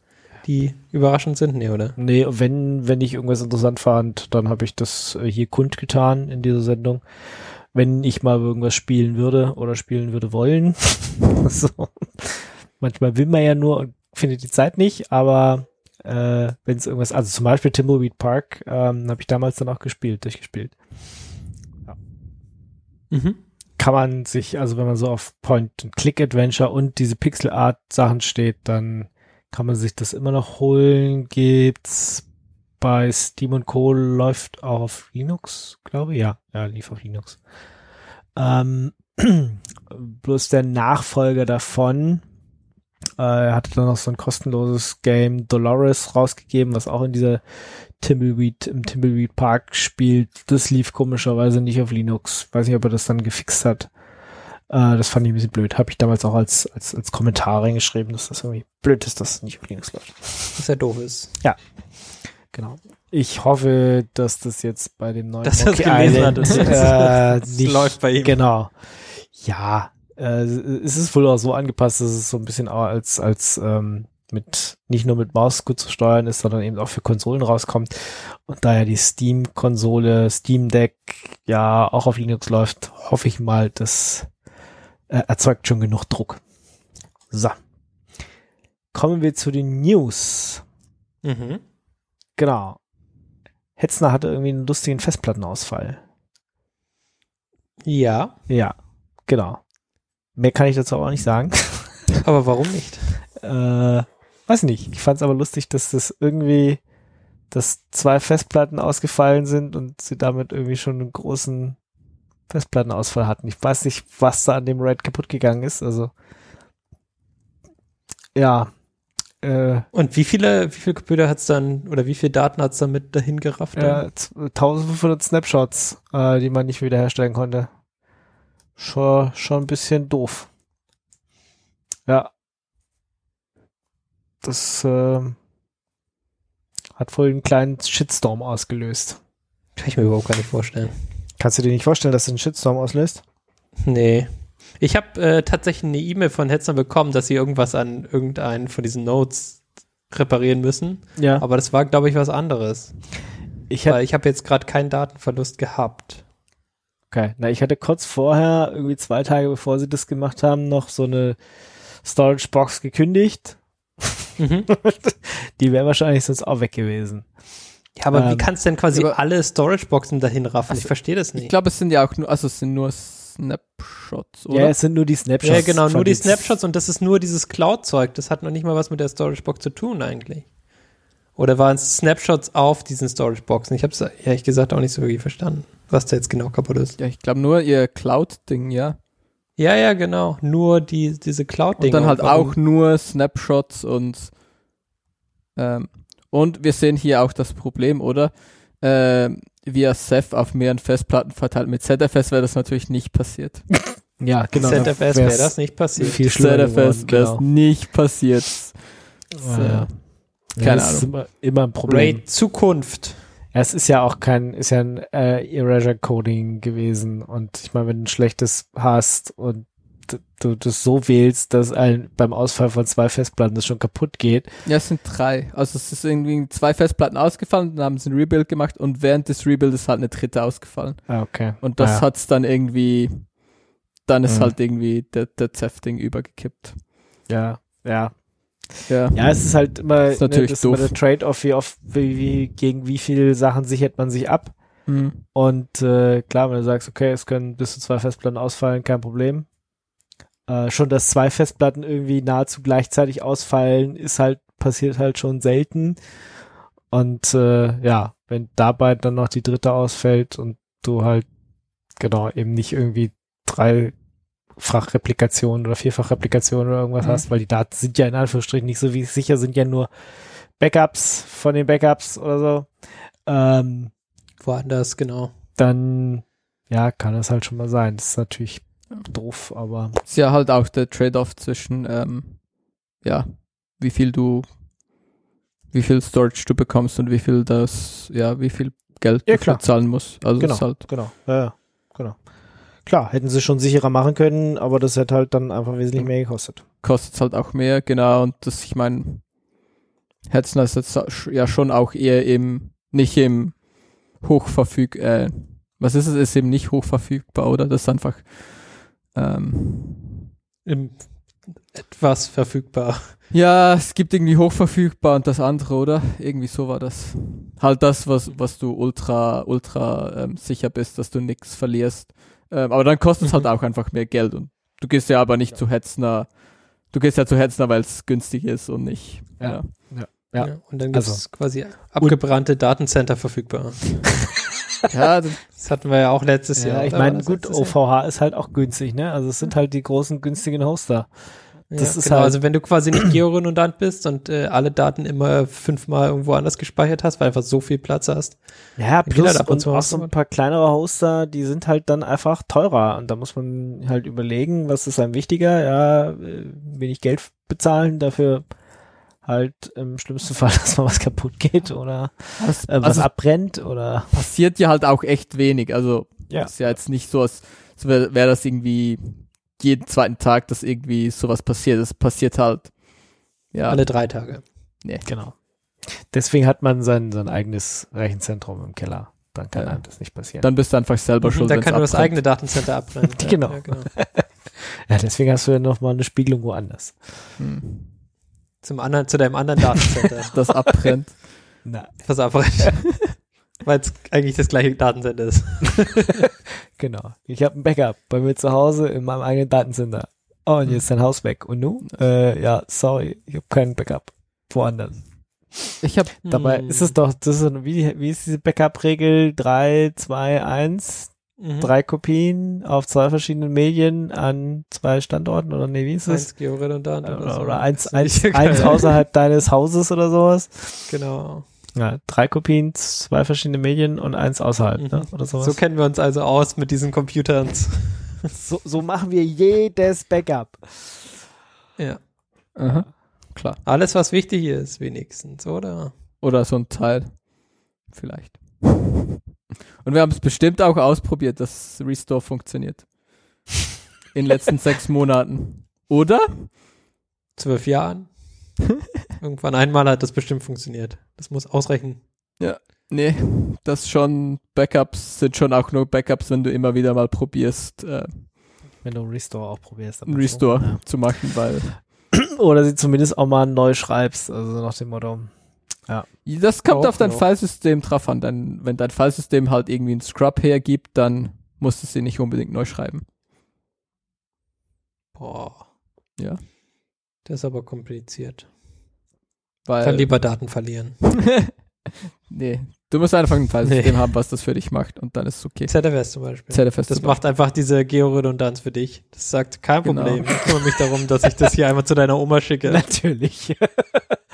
Speaker 4: Die überraschend sind? Nee, oder?
Speaker 2: Nee, und wenn, wenn ich irgendwas interessant fand, dann habe ich das äh, hier kundgetan in dieser Sendung. Wenn ich mal irgendwas spielen würde oder spielen würde wollen. so. Manchmal will man ja nur und findet die Zeit nicht, aber äh, wenn es irgendwas, also zum Beispiel Timbleweed Park, ähm, habe ich damals dann auch gespielt, durchgespielt.
Speaker 4: Mhm.
Speaker 2: kann man sich, also wenn man so auf Point-and-Click-Adventure und diese Pixel-Art-Sachen steht, dann kann man sich das immer noch holen. Gibt's bei Steam und Co. läuft auch auf Linux, glaube ich. Ja, ja, lief auf Linux. Ähm, bloß der Nachfolger davon äh, hatte dann noch so ein kostenloses Game Dolores rausgegeben, was auch in dieser Timbleweed, im Timbleweed Park spielt. Das lief komischerweise nicht auf Linux. Weiß nicht, ob er das dann gefixt hat. Äh, das fand ich ein bisschen blöd. Habe ich damals auch als, als, als Kommentar reingeschrieben, dass das irgendwie blöd ist, dass es nicht auf Linux läuft.
Speaker 4: Was ja doof ist.
Speaker 2: Genau. Ich hoffe, dass das jetzt bei dem neuen
Speaker 4: Dass er es
Speaker 2: Monkey
Speaker 4: gelesen
Speaker 2: Island,
Speaker 4: hat und jetzt-
Speaker 2: äh, nicht,
Speaker 4: läuft bei ihm.
Speaker 2: Genau. Ja, äh, es ist wohl auch so angepasst, dass es so ein bisschen auch als, als ähm, mit nicht nur mit Maus gut zu steuern ist, sondern eben auch für Konsolen rauskommt. Und da ja die Steam-Konsole, Steam Deck ja auch auf Linux läuft, hoffe ich mal, das äh, erzeugt schon genug Druck. So. Kommen wir zu den News.
Speaker 4: Mhm.
Speaker 2: Genau. Hetzner hatte irgendwie einen lustigen Festplattenausfall.
Speaker 4: Ja,
Speaker 2: Ja, genau. Mehr kann ich dazu auch nicht sagen.
Speaker 4: aber warum nicht?
Speaker 2: äh, weiß nicht. Ich fand es aber lustig, dass das irgendwie, dass zwei Festplatten ausgefallen sind und sie damit irgendwie schon einen großen Festplattenausfall hatten. Ich weiß nicht, was da an dem Raid kaputt gegangen ist. Also ja, äh,
Speaker 4: Und wie viele, wie viele Computer hat's dann, oder wie viele Daten hat's dann mit dahin gerafft?
Speaker 2: Ja, Äh, z- 1500 Snapshots, äh, die man nicht wiederherstellen konnte. Schon, schon ein bisschen doof. Ja. Das ähm, hat wohl einen kleinen Shitstorm ausgelöst.
Speaker 4: Kann ich mir überhaupt gar nicht vorstellen.
Speaker 2: Kannst du dir nicht vorstellen, dass das einen Shitstorm auslöst?
Speaker 4: Nee. Ich habe äh, tatsächlich eine E-Mail von Hetzner bekommen, dass sie irgendwas an irgendeinen von diesen Nodes reparieren müssen.
Speaker 2: Ja.
Speaker 4: Aber das war, glaube ich, was anderes.
Speaker 2: ich hab,
Speaker 4: weil ich habe jetzt gerade keinen Datenverlust gehabt.
Speaker 2: okay. Na, ich hatte kurz vorher, irgendwie zwei Tage bevor sie das gemacht haben, noch so eine Storage Box gekündigt. Mhm. Die wäre wahrscheinlich sonst auch weg gewesen.
Speaker 4: Ja, aber wie
Speaker 2: Ähm,
Speaker 4: kannst du denn quasi
Speaker 3: aber-
Speaker 4: alle Storage-Boxen dahin raffen? ich
Speaker 3: Also,
Speaker 4: verstehe das
Speaker 3: Ich
Speaker 4: nicht.
Speaker 3: glaube, es sind ja auch nur, also es sind nur Snapshots,
Speaker 2: Ja,
Speaker 3: oder?
Speaker 2: es sind nur die Snapshots.
Speaker 4: ja, genau,
Speaker 2: von
Speaker 4: nur die
Speaker 2: dies-
Speaker 4: Snapshots und das ist nur dieses Cloud-Zeug. Das hat noch nicht mal was mit der Storage-Box zu tun eigentlich. Oder waren es Snapshots auf diesen Storage-Boxen? Ich habe es ehrlich gesagt auch nicht so wirklich verstanden, was da jetzt genau kaputt ist.
Speaker 3: Ja, ich glaube nur ihr Cloud-Ding, ja.
Speaker 4: Ja, ja, genau. Nur die, diese
Speaker 3: Und
Speaker 4: Cloud-Dinger.
Speaker 3: dann halt
Speaker 4: warum-
Speaker 3: auch nur Snapshots und ähm, und wir sehen hier auch das Problem, oder? Ähm, via Ceph auf mehreren Festplatten verteilt. Mit ZFS wäre das natürlich nicht passiert.
Speaker 2: Ja, genau. da
Speaker 4: ZFS wäre
Speaker 2: wär's
Speaker 4: das nicht passiert.
Speaker 2: Viel schlimmer geworden,
Speaker 3: ZFS wäre es
Speaker 2: genau.
Speaker 3: nicht passiert.
Speaker 2: Ja.
Speaker 3: Keine
Speaker 2: das Ist immer, immer ein Problem.
Speaker 4: Raid Zukunft.
Speaker 2: Ja, es ist ja auch kein, ist ja ein äh, Erasure Coding gewesen. Und ich meine, wenn du ein schlechtes hast und d- du das so wählst, dass ein, beim Ausfall von zwei Festplatten das schon kaputt geht.
Speaker 3: Ja, es sind drei. Also es ist irgendwie zwei Festplatten ausgefallen, dann haben sie ein Rebuild gemacht und während des Rebuilds ist halt eine dritte ausgefallen.
Speaker 2: Ah, okay.
Speaker 3: Und das
Speaker 2: ja.
Speaker 3: hat's dann irgendwie, dann ist
Speaker 2: Mhm.
Speaker 3: halt irgendwie der, der Zeph-Ding übergekippt.
Speaker 2: Ja, ja.
Speaker 3: Ja.
Speaker 2: Ja, es ist halt immer,
Speaker 3: Ist natürlich
Speaker 2: das ist immer
Speaker 3: doof.
Speaker 2: der Trade-off, wie oft, wie, wie, gegen wie viele Sachen sichert man sich ab.
Speaker 3: Mhm.
Speaker 2: Und äh, klar, wenn du sagst, okay, es können bis zu zwei Festplatten ausfallen, kein Problem. Äh, schon, dass zwei Festplatten irgendwie nahezu gleichzeitig ausfallen, ist halt, passiert halt schon selten. Und äh, ja, wenn dabei dann noch die dritte ausfällt und du halt, genau, eben nicht irgendwie dreifach Replikationen oder vierfach Replikationen oder irgendwas
Speaker 3: Mhm.
Speaker 2: hast, weil die Daten sind ja in Anführungsstrichen nicht so wie sicher, sind ja nur Backups von den Backups oder so. Ähm,
Speaker 4: Woanders, genau.
Speaker 2: dann ja, kann das halt schon mal sein. Das ist natürlich doof, aber
Speaker 3: Ist ja halt auch der Trade-off zwischen, ähm, ja, wie viel du, wie viel Storage du bekommst und wie viel das, ja, wie viel Geld
Speaker 2: Ja,
Speaker 3: du
Speaker 2: klar.
Speaker 3: dafür zahlen musst. Also
Speaker 2: Genau.
Speaker 3: ist halt,
Speaker 2: genau. Ja, ja, genau. Klar, hätten sie schon sicherer machen können, aber das hätte halt dann einfach wesentlich mehr gekostet.
Speaker 3: kostet halt auch mehr, genau, und das, ich meine, hätten das jetzt sch- ja schon auch eher im, nicht im Hochverfüg, äh, was ist es, ist eben nicht hochverfügbar, oder? Das ist einfach, ähm,
Speaker 4: Im etwas verfügbar.
Speaker 3: Ja, es gibt irgendwie hochverfügbar und das andere, oder? Irgendwie so war das. Halt das, was, was du ultra, ultra ähm, sicher bist, dass du nichts verlierst. Ähm, aber dann kostet es halt
Speaker 4: Mhm.
Speaker 3: auch einfach mehr Geld. Und du gehst ja aber nicht zu Hetzner. Du gehst ja zu Hetzner, weil es günstig ist und nicht.
Speaker 2: Ja.
Speaker 3: Ja.
Speaker 2: Ja.
Speaker 4: und dann gibt es
Speaker 2: Also.
Speaker 4: quasi abgebrannte Datencenter verfügbar.
Speaker 3: Ja, das,
Speaker 4: Das hatten wir ja auch letztes
Speaker 2: ja,
Speaker 4: Jahr.
Speaker 2: ich
Speaker 4: oder war
Speaker 2: meine,
Speaker 4: das
Speaker 2: gut,
Speaker 4: letztes Jahr?
Speaker 2: OVH ist halt auch günstig, ne? Also es sind halt die großen günstigen Hoster. das
Speaker 4: ja,
Speaker 2: ist
Speaker 4: genau,
Speaker 2: halt-
Speaker 4: also wenn du quasi nicht georedundant bist und äh, alle Daten immer fünfmal irgendwo anders gespeichert hast, weil einfach so viel Platz hast.
Speaker 2: Ja,
Speaker 4: Dann geht
Speaker 2: plus
Speaker 4: halt ab und
Speaker 2: und
Speaker 4: zu
Speaker 2: auch
Speaker 4: was
Speaker 2: so ein
Speaker 4: damit.
Speaker 2: paar kleinere Hoster, die sind halt dann einfach teurer und da muss man halt überlegen, was ist einem wichtiger, ja, äh, wenig Geld bezahlen, dafür halt im schlimmsten Fall, dass mal was kaputt geht oder
Speaker 3: das
Speaker 2: äh, was
Speaker 3: also
Speaker 2: abbrennt oder
Speaker 3: passiert ja halt auch echt wenig. Also
Speaker 2: Ja.
Speaker 3: ist ja jetzt nicht so, als wäre wär das irgendwie jeden zweiten Tag, dass irgendwie sowas passiert. Es passiert halt. Ja,
Speaker 4: Alle drei Tage.
Speaker 2: genau. Deswegen hat man sein, sein eigenes Rechenzentrum im Keller. Dann kann
Speaker 3: Ja.
Speaker 2: einem das nicht passieren.
Speaker 3: dann bist du einfach selber schuld.
Speaker 4: Mhm, da
Speaker 3: wenn's
Speaker 4: kann nur das
Speaker 3: abbrennt.
Speaker 4: eigene Datencenter abbrennen. Ja,
Speaker 2: Genau.
Speaker 4: Ja, genau.
Speaker 2: ja, deswegen hast du ja nochmal eine Spiegelung woanders.
Speaker 3: Hm.
Speaker 4: Zum anderen, zu deinem anderen Datencenter,
Speaker 3: das abbrennt.
Speaker 2: Na,
Speaker 4: was abbrennt. Weil es eigentlich das gleiche Datencenter ist.
Speaker 2: genau. Ich habe ein Backup bei mir zu Hause in meinem eigenen Datencenter. Oh, und jetzt ist dein Haus weg. Und nu? Äh, ja, sorry, ich habe keinen Backup. Woanders.
Speaker 3: Ich habe
Speaker 2: Dabei
Speaker 4: Hm.
Speaker 2: ist es doch, das ist, wie, wie ist diese Backup-Regel? 3, 2, 1,
Speaker 4: Mhm.
Speaker 2: drei Kopien auf zwei verschiedenen Medien an zwei Standorten oder nee, wie ist es?
Speaker 4: Eins georedundant
Speaker 2: Oder,
Speaker 4: so.
Speaker 2: oder eins,
Speaker 4: Ist nicht-
Speaker 2: eins, eins außerhalb deines Hauses oder sowas.
Speaker 4: Genau.
Speaker 2: Ja, drei Kopien, zwei verschiedene Medien und eins außerhalb
Speaker 4: Mhm.
Speaker 2: ne? oder sowas.
Speaker 4: So kennen wir uns also aus mit diesen Computern.
Speaker 2: So, so machen wir jedes Backup.
Speaker 4: Ja.
Speaker 3: klar.
Speaker 4: Alles, was wichtig ist, wenigstens, oder?
Speaker 3: Oder so ein Teil. Vielleicht. Und wir haben es bestimmt auch ausprobiert, dass Restore funktioniert. In den letzten sechs Monaten. Oder?
Speaker 4: Zwölf Jahren. Irgendwann einmal hat das bestimmt funktioniert. Das muss ausreichen.
Speaker 3: Nee, das schon, Backups sind schon auch nur Backups, wenn du immer wieder mal probierst, äh,
Speaker 2: Wenn du Restore auch probierst. dann
Speaker 3: einen
Speaker 2: machst du-
Speaker 3: Restore zu machen, weil
Speaker 2: Oder sie zumindest auch mal neu schreibst, also nach dem Motto.
Speaker 3: das kommt
Speaker 4: Auch
Speaker 3: auf dein
Speaker 4: noch.
Speaker 3: Fallsystem drauf an. Dein, wenn dein Fallsystem halt irgendwie einen Scrub hergibt, dann musst du sie nicht unbedingt neu schreiben.
Speaker 4: Boah.
Speaker 3: Ja.
Speaker 4: Das ist aber kompliziert.
Speaker 3: Weil,
Speaker 4: Kann lieber Daten verlieren.
Speaker 3: nee, du musst einfach ein Fallsystem haben, was das für dich macht und dann ist es okay.
Speaker 4: ZFS zum Beispiel.
Speaker 3: ZFS
Speaker 4: Das
Speaker 3: zum
Speaker 4: macht einfach diese Georedundanz für dich. Das sagt, kein
Speaker 3: Genau.
Speaker 4: Problem. Ich kümmere mich darum, dass ich das hier einmal zu deiner Oma schicke.
Speaker 2: Natürlich.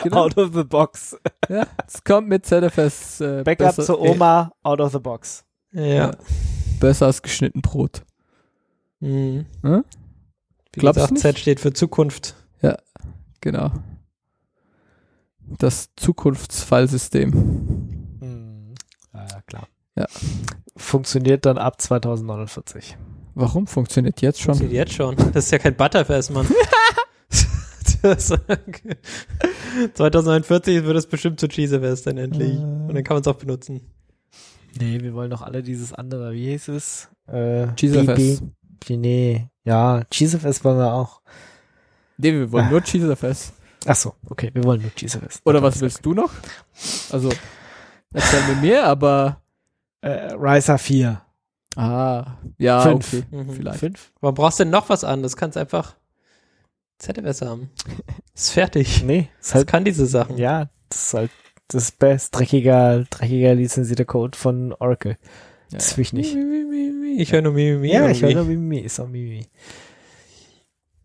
Speaker 3: Genau.
Speaker 2: Out of the box.
Speaker 3: Ja, es kommt mit ZFS äh,
Speaker 2: Backup
Speaker 3: besser,
Speaker 2: zur Oma, out of the box.
Speaker 4: Ja.
Speaker 3: besser als geschnitten Brot.
Speaker 4: Mhm.
Speaker 3: Hm?
Speaker 4: Wie
Speaker 3: Glaubst du
Speaker 4: gesagt,
Speaker 3: nicht?
Speaker 4: Z steht für Zukunft.
Speaker 3: Genau. Das Zukunftsfallsystem.
Speaker 2: Hm. Ja, klar.
Speaker 3: Ja.
Speaker 2: Funktioniert dann ab 2049.
Speaker 3: Warum funktioniert jetzt schon?
Speaker 4: Sieht jetzt schon. Das ist ja kein Butterfass, Mann. das, 2049 wird es bestimmt zu Cheesefest dann endlich.
Speaker 3: Äh.
Speaker 4: Und dann kann man es auch benutzen.
Speaker 2: Nee, wir wollen doch alle dieses andere, wie hieß es? Äh,
Speaker 3: Cheeserfest.
Speaker 2: BB. Nee, ja, Cheesefest wollen wir auch.
Speaker 3: Nee, wir wollen nur Cheeserfest.
Speaker 2: Ach so, okay, wir wollen nur Cheesefest.
Speaker 3: Oder was willst du noch? Also, erzähl mir mehr, aber.
Speaker 2: Äh, Riser 4.
Speaker 3: Ah, ja,
Speaker 2: Fünf.
Speaker 3: okay.
Speaker 4: Mhm.
Speaker 3: Vielleicht.
Speaker 2: Fünf?
Speaker 4: Warum brauchst du denn noch was anderes? Kannst einfach ZFS haben. Ist fertig.
Speaker 2: Nee, ist
Speaker 4: Das
Speaker 2: halt,
Speaker 4: kann diese Sachen.
Speaker 2: ja, das ist halt das Best, dreckiger, dreckiger lizenzierter Code von Oracle.
Speaker 3: Ja.
Speaker 2: Das will ich nicht.
Speaker 4: Mi, mi, mi, mi. Ich höre nur Mimimi.
Speaker 2: Ja, ich höre nur Mimimi, ist auch Mimimi.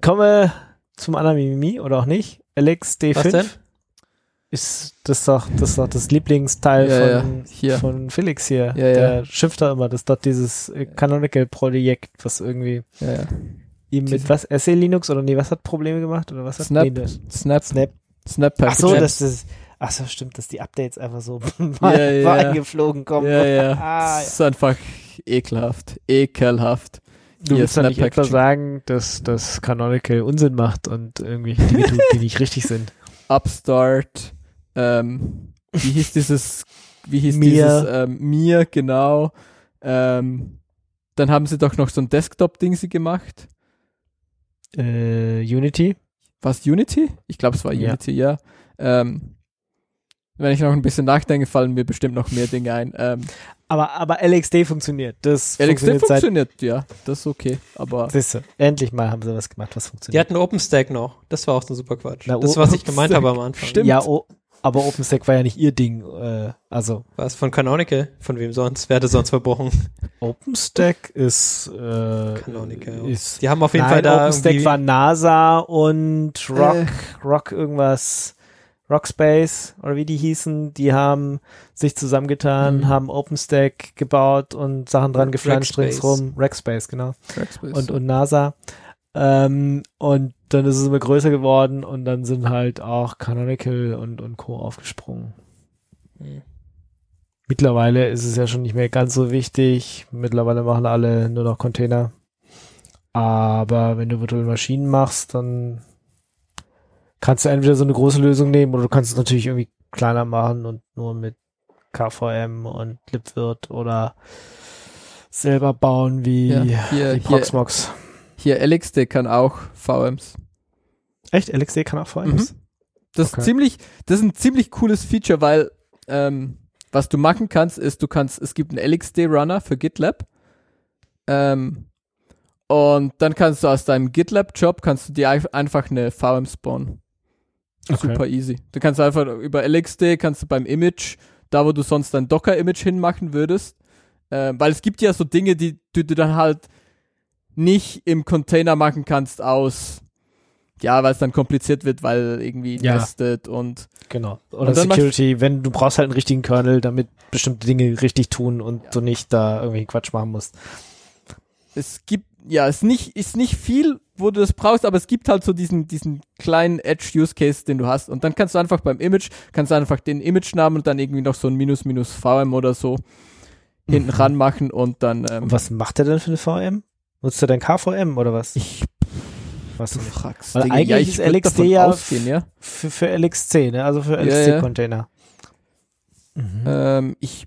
Speaker 2: Komme zum anderen Mimimi oder auch nicht. Alex D5
Speaker 4: Was denn?
Speaker 2: ist das ist doch das, ist doch das Lieblingsteil
Speaker 3: Ja,
Speaker 2: von,
Speaker 3: ja, hier.
Speaker 2: von Felix hier.
Speaker 3: Ja, ja.
Speaker 2: Der schimpft da immer, das ist doch dieses äh, Canonical-Projekt, was irgendwie
Speaker 3: Ja, ja.
Speaker 2: ihm mit
Speaker 3: Diese-
Speaker 2: was, SE Linux oder nee, was hat Probleme gemacht oder was hat
Speaker 3: Snap.
Speaker 2: Nee, das-
Speaker 3: Snap.
Speaker 2: Snap.
Speaker 3: Snap
Speaker 2: Ach so,
Speaker 3: Package.
Speaker 2: dass das, ach so, stimmt, dass die Updates einfach so
Speaker 3: Ja, ja, ja.
Speaker 2: reingeflogen kommen.
Speaker 3: Ja, ja.
Speaker 2: Ah,
Speaker 3: Das ist einfach ekelhaft. Ekelhaft.
Speaker 2: Du
Speaker 3: Hier,
Speaker 2: willst dann nicht etwa
Speaker 3: Snap-Packaging.
Speaker 2: sagen, dass das Canonical Unsinn macht und irgendwelche Dinge tut, die nicht richtig sind.
Speaker 3: Upstart. Ähm, wie hieß dieses? Wie hieß
Speaker 2: Mir.
Speaker 3: dieses? Ähm, mir, genau. Ähm, dann haben sie doch noch so ein Desktop-Ding sie gemacht.
Speaker 2: Äh, Unity?
Speaker 3: War es Unity? Ich glaube, es war
Speaker 2: Ja.
Speaker 3: Unity, ja. Ähm, wenn ich noch ein bisschen nachdenke, fallen mir bestimmt noch mehr Dinge ein. Ähm,
Speaker 2: Aber, aber LXD funktioniert. Das
Speaker 3: LXD
Speaker 2: funktioniert seit...
Speaker 3: funktioniert, ja. Das ist okay. Aber
Speaker 2: Siehste, endlich mal haben sie was gemacht, was
Speaker 4: Die
Speaker 2: funktioniert.
Speaker 4: hatten OpenStack noch. Das war auch so super Quatsch.
Speaker 2: Na,
Speaker 4: das, was ich
Speaker 3: OpenStack.
Speaker 4: gemeint habe am Anfang.
Speaker 3: Stimmt.
Speaker 2: Ja, o, aber OpenStack war ja nicht ihr Ding. Äh, also
Speaker 4: War es von Canonical? Von wem sonst? Wer hatte sonst verbrochen?
Speaker 2: OpenStack ist... Äh,
Speaker 4: Canonical.
Speaker 2: Ist,
Speaker 4: Die haben auf jeden
Speaker 2: Nein,
Speaker 4: Fall da
Speaker 2: OpenStack
Speaker 4: irgendwie Äh.
Speaker 2: war NASA und Rock,
Speaker 3: äh,
Speaker 2: Rock irgendwas, Rockspace oder wie die hießen, die haben sich zusammengetan,
Speaker 3: Mhm.
Speaker 2: haben OpenStack gebaut und Sachen dran geflanscht
Speaker 4: Rackspace.
Speaker 2: ringsrum. Rackspace, genau.
Speaker 3: Rackspace.
Speaker 2: Und, und NASA. Ähm, und dann ist es immer größer geworden und dann sind halt auch Canonical und, und Co. aufgesprungen.
Speaker 4: Mhm.
Speaker 2: Mittlerweile ist es ja schon nicht mehr ganz so wichtig. Mittlerweile machen alle nur noch Container. Aber wenn du virtuelle Maschinen machst, dann kannst du entweder so eine große Lösung nehmen oder du kannst es natürlich irgendwie kleiner machen und nur mit KVM und LibWirt oder selber bauen wie,
Speaker 3: Ja, hier-
Speaker 2: wie
Speaker 3: Äh, hier-
Speaker 2: Proxmox.
Speaker 3: Hier, LXD kann auch VMs.
Speaker 2: Echt? LXD kann auch
Speaker 3: Mhm.
Speaker 2: VMs?
Speaker 3: Das
Speaker 2: Okay.
Speaker 3: ist ziemlich, das ist ein ziemlich cooles Feature, weil ähm, was du machen kannst, ist, du kannst, es gibt einen LXD-Runner für GitLab. Ähm, und dann kannst du aus deinem GitLab-Job kannst du dir ein- einfach eine VM spawnen.
Speaker 2: Okay.
Speaker 3: Super easy. Du kannst einfach über LXD kannst du beim Image, da wo du sonst dein Docker-Image hinmachen würdest, äh, weil es gibt ja so Dinge, die, die du dann halt nicht im Container machen kannst aus, ja, weil es dann kompliziert wird, weil irgendwie
Speaker 2: Ja.
Speaker 3: nested und
Speaker 2: Genau. Oder
Speaker 3: Und dann
Speaker 2: Security, wenn du brauchst halt einen richtigen Kernel, damit bestimmte Dinge richtig tun und
Speaker 3: Ja.
Speaker 2: du nicht da irgendwie Quatsch machen musst.
Speaker 3: es gibt, ja, es ist nicht, ist nicht viel, wo du das brauchst, aber es gibt halt so diesen, diesen kleinen Edge-Use-Case, den du hast. Und dann kannst du einfach beim Image, kannst du einfach den Image-Namen und dann irgendwie noch so ein Minus, Minus VM oder so hinten
Speaker 2: Mhm.
Speaker 3: ran machen und dann, ähm,
Speaker 2: Und was macht er denn für eine VM? Nutzt er denn KVM oder was?
Speaker 3: Ich
Speaker 2: was du nicht.
Speaker 3: fragst.
Speaker 2: Weil
Speaker 3: Dinge.
Speaker 2: eigentlich
Speaker 3: ja, ich
Speaker 2: ist Mhm.
Speaker 3: würd
Speaker 2: LXD
Speaker 3: davon
Speaker 2: ja-
Speaker 3: Ausgehen, ja?
Speaker 2: Für, für LXC, ne? Also für
Speaker 3: Ja, ja.
Speaker 2: LXC-Container. Mhm.
Speaker 3: Ähm, ich.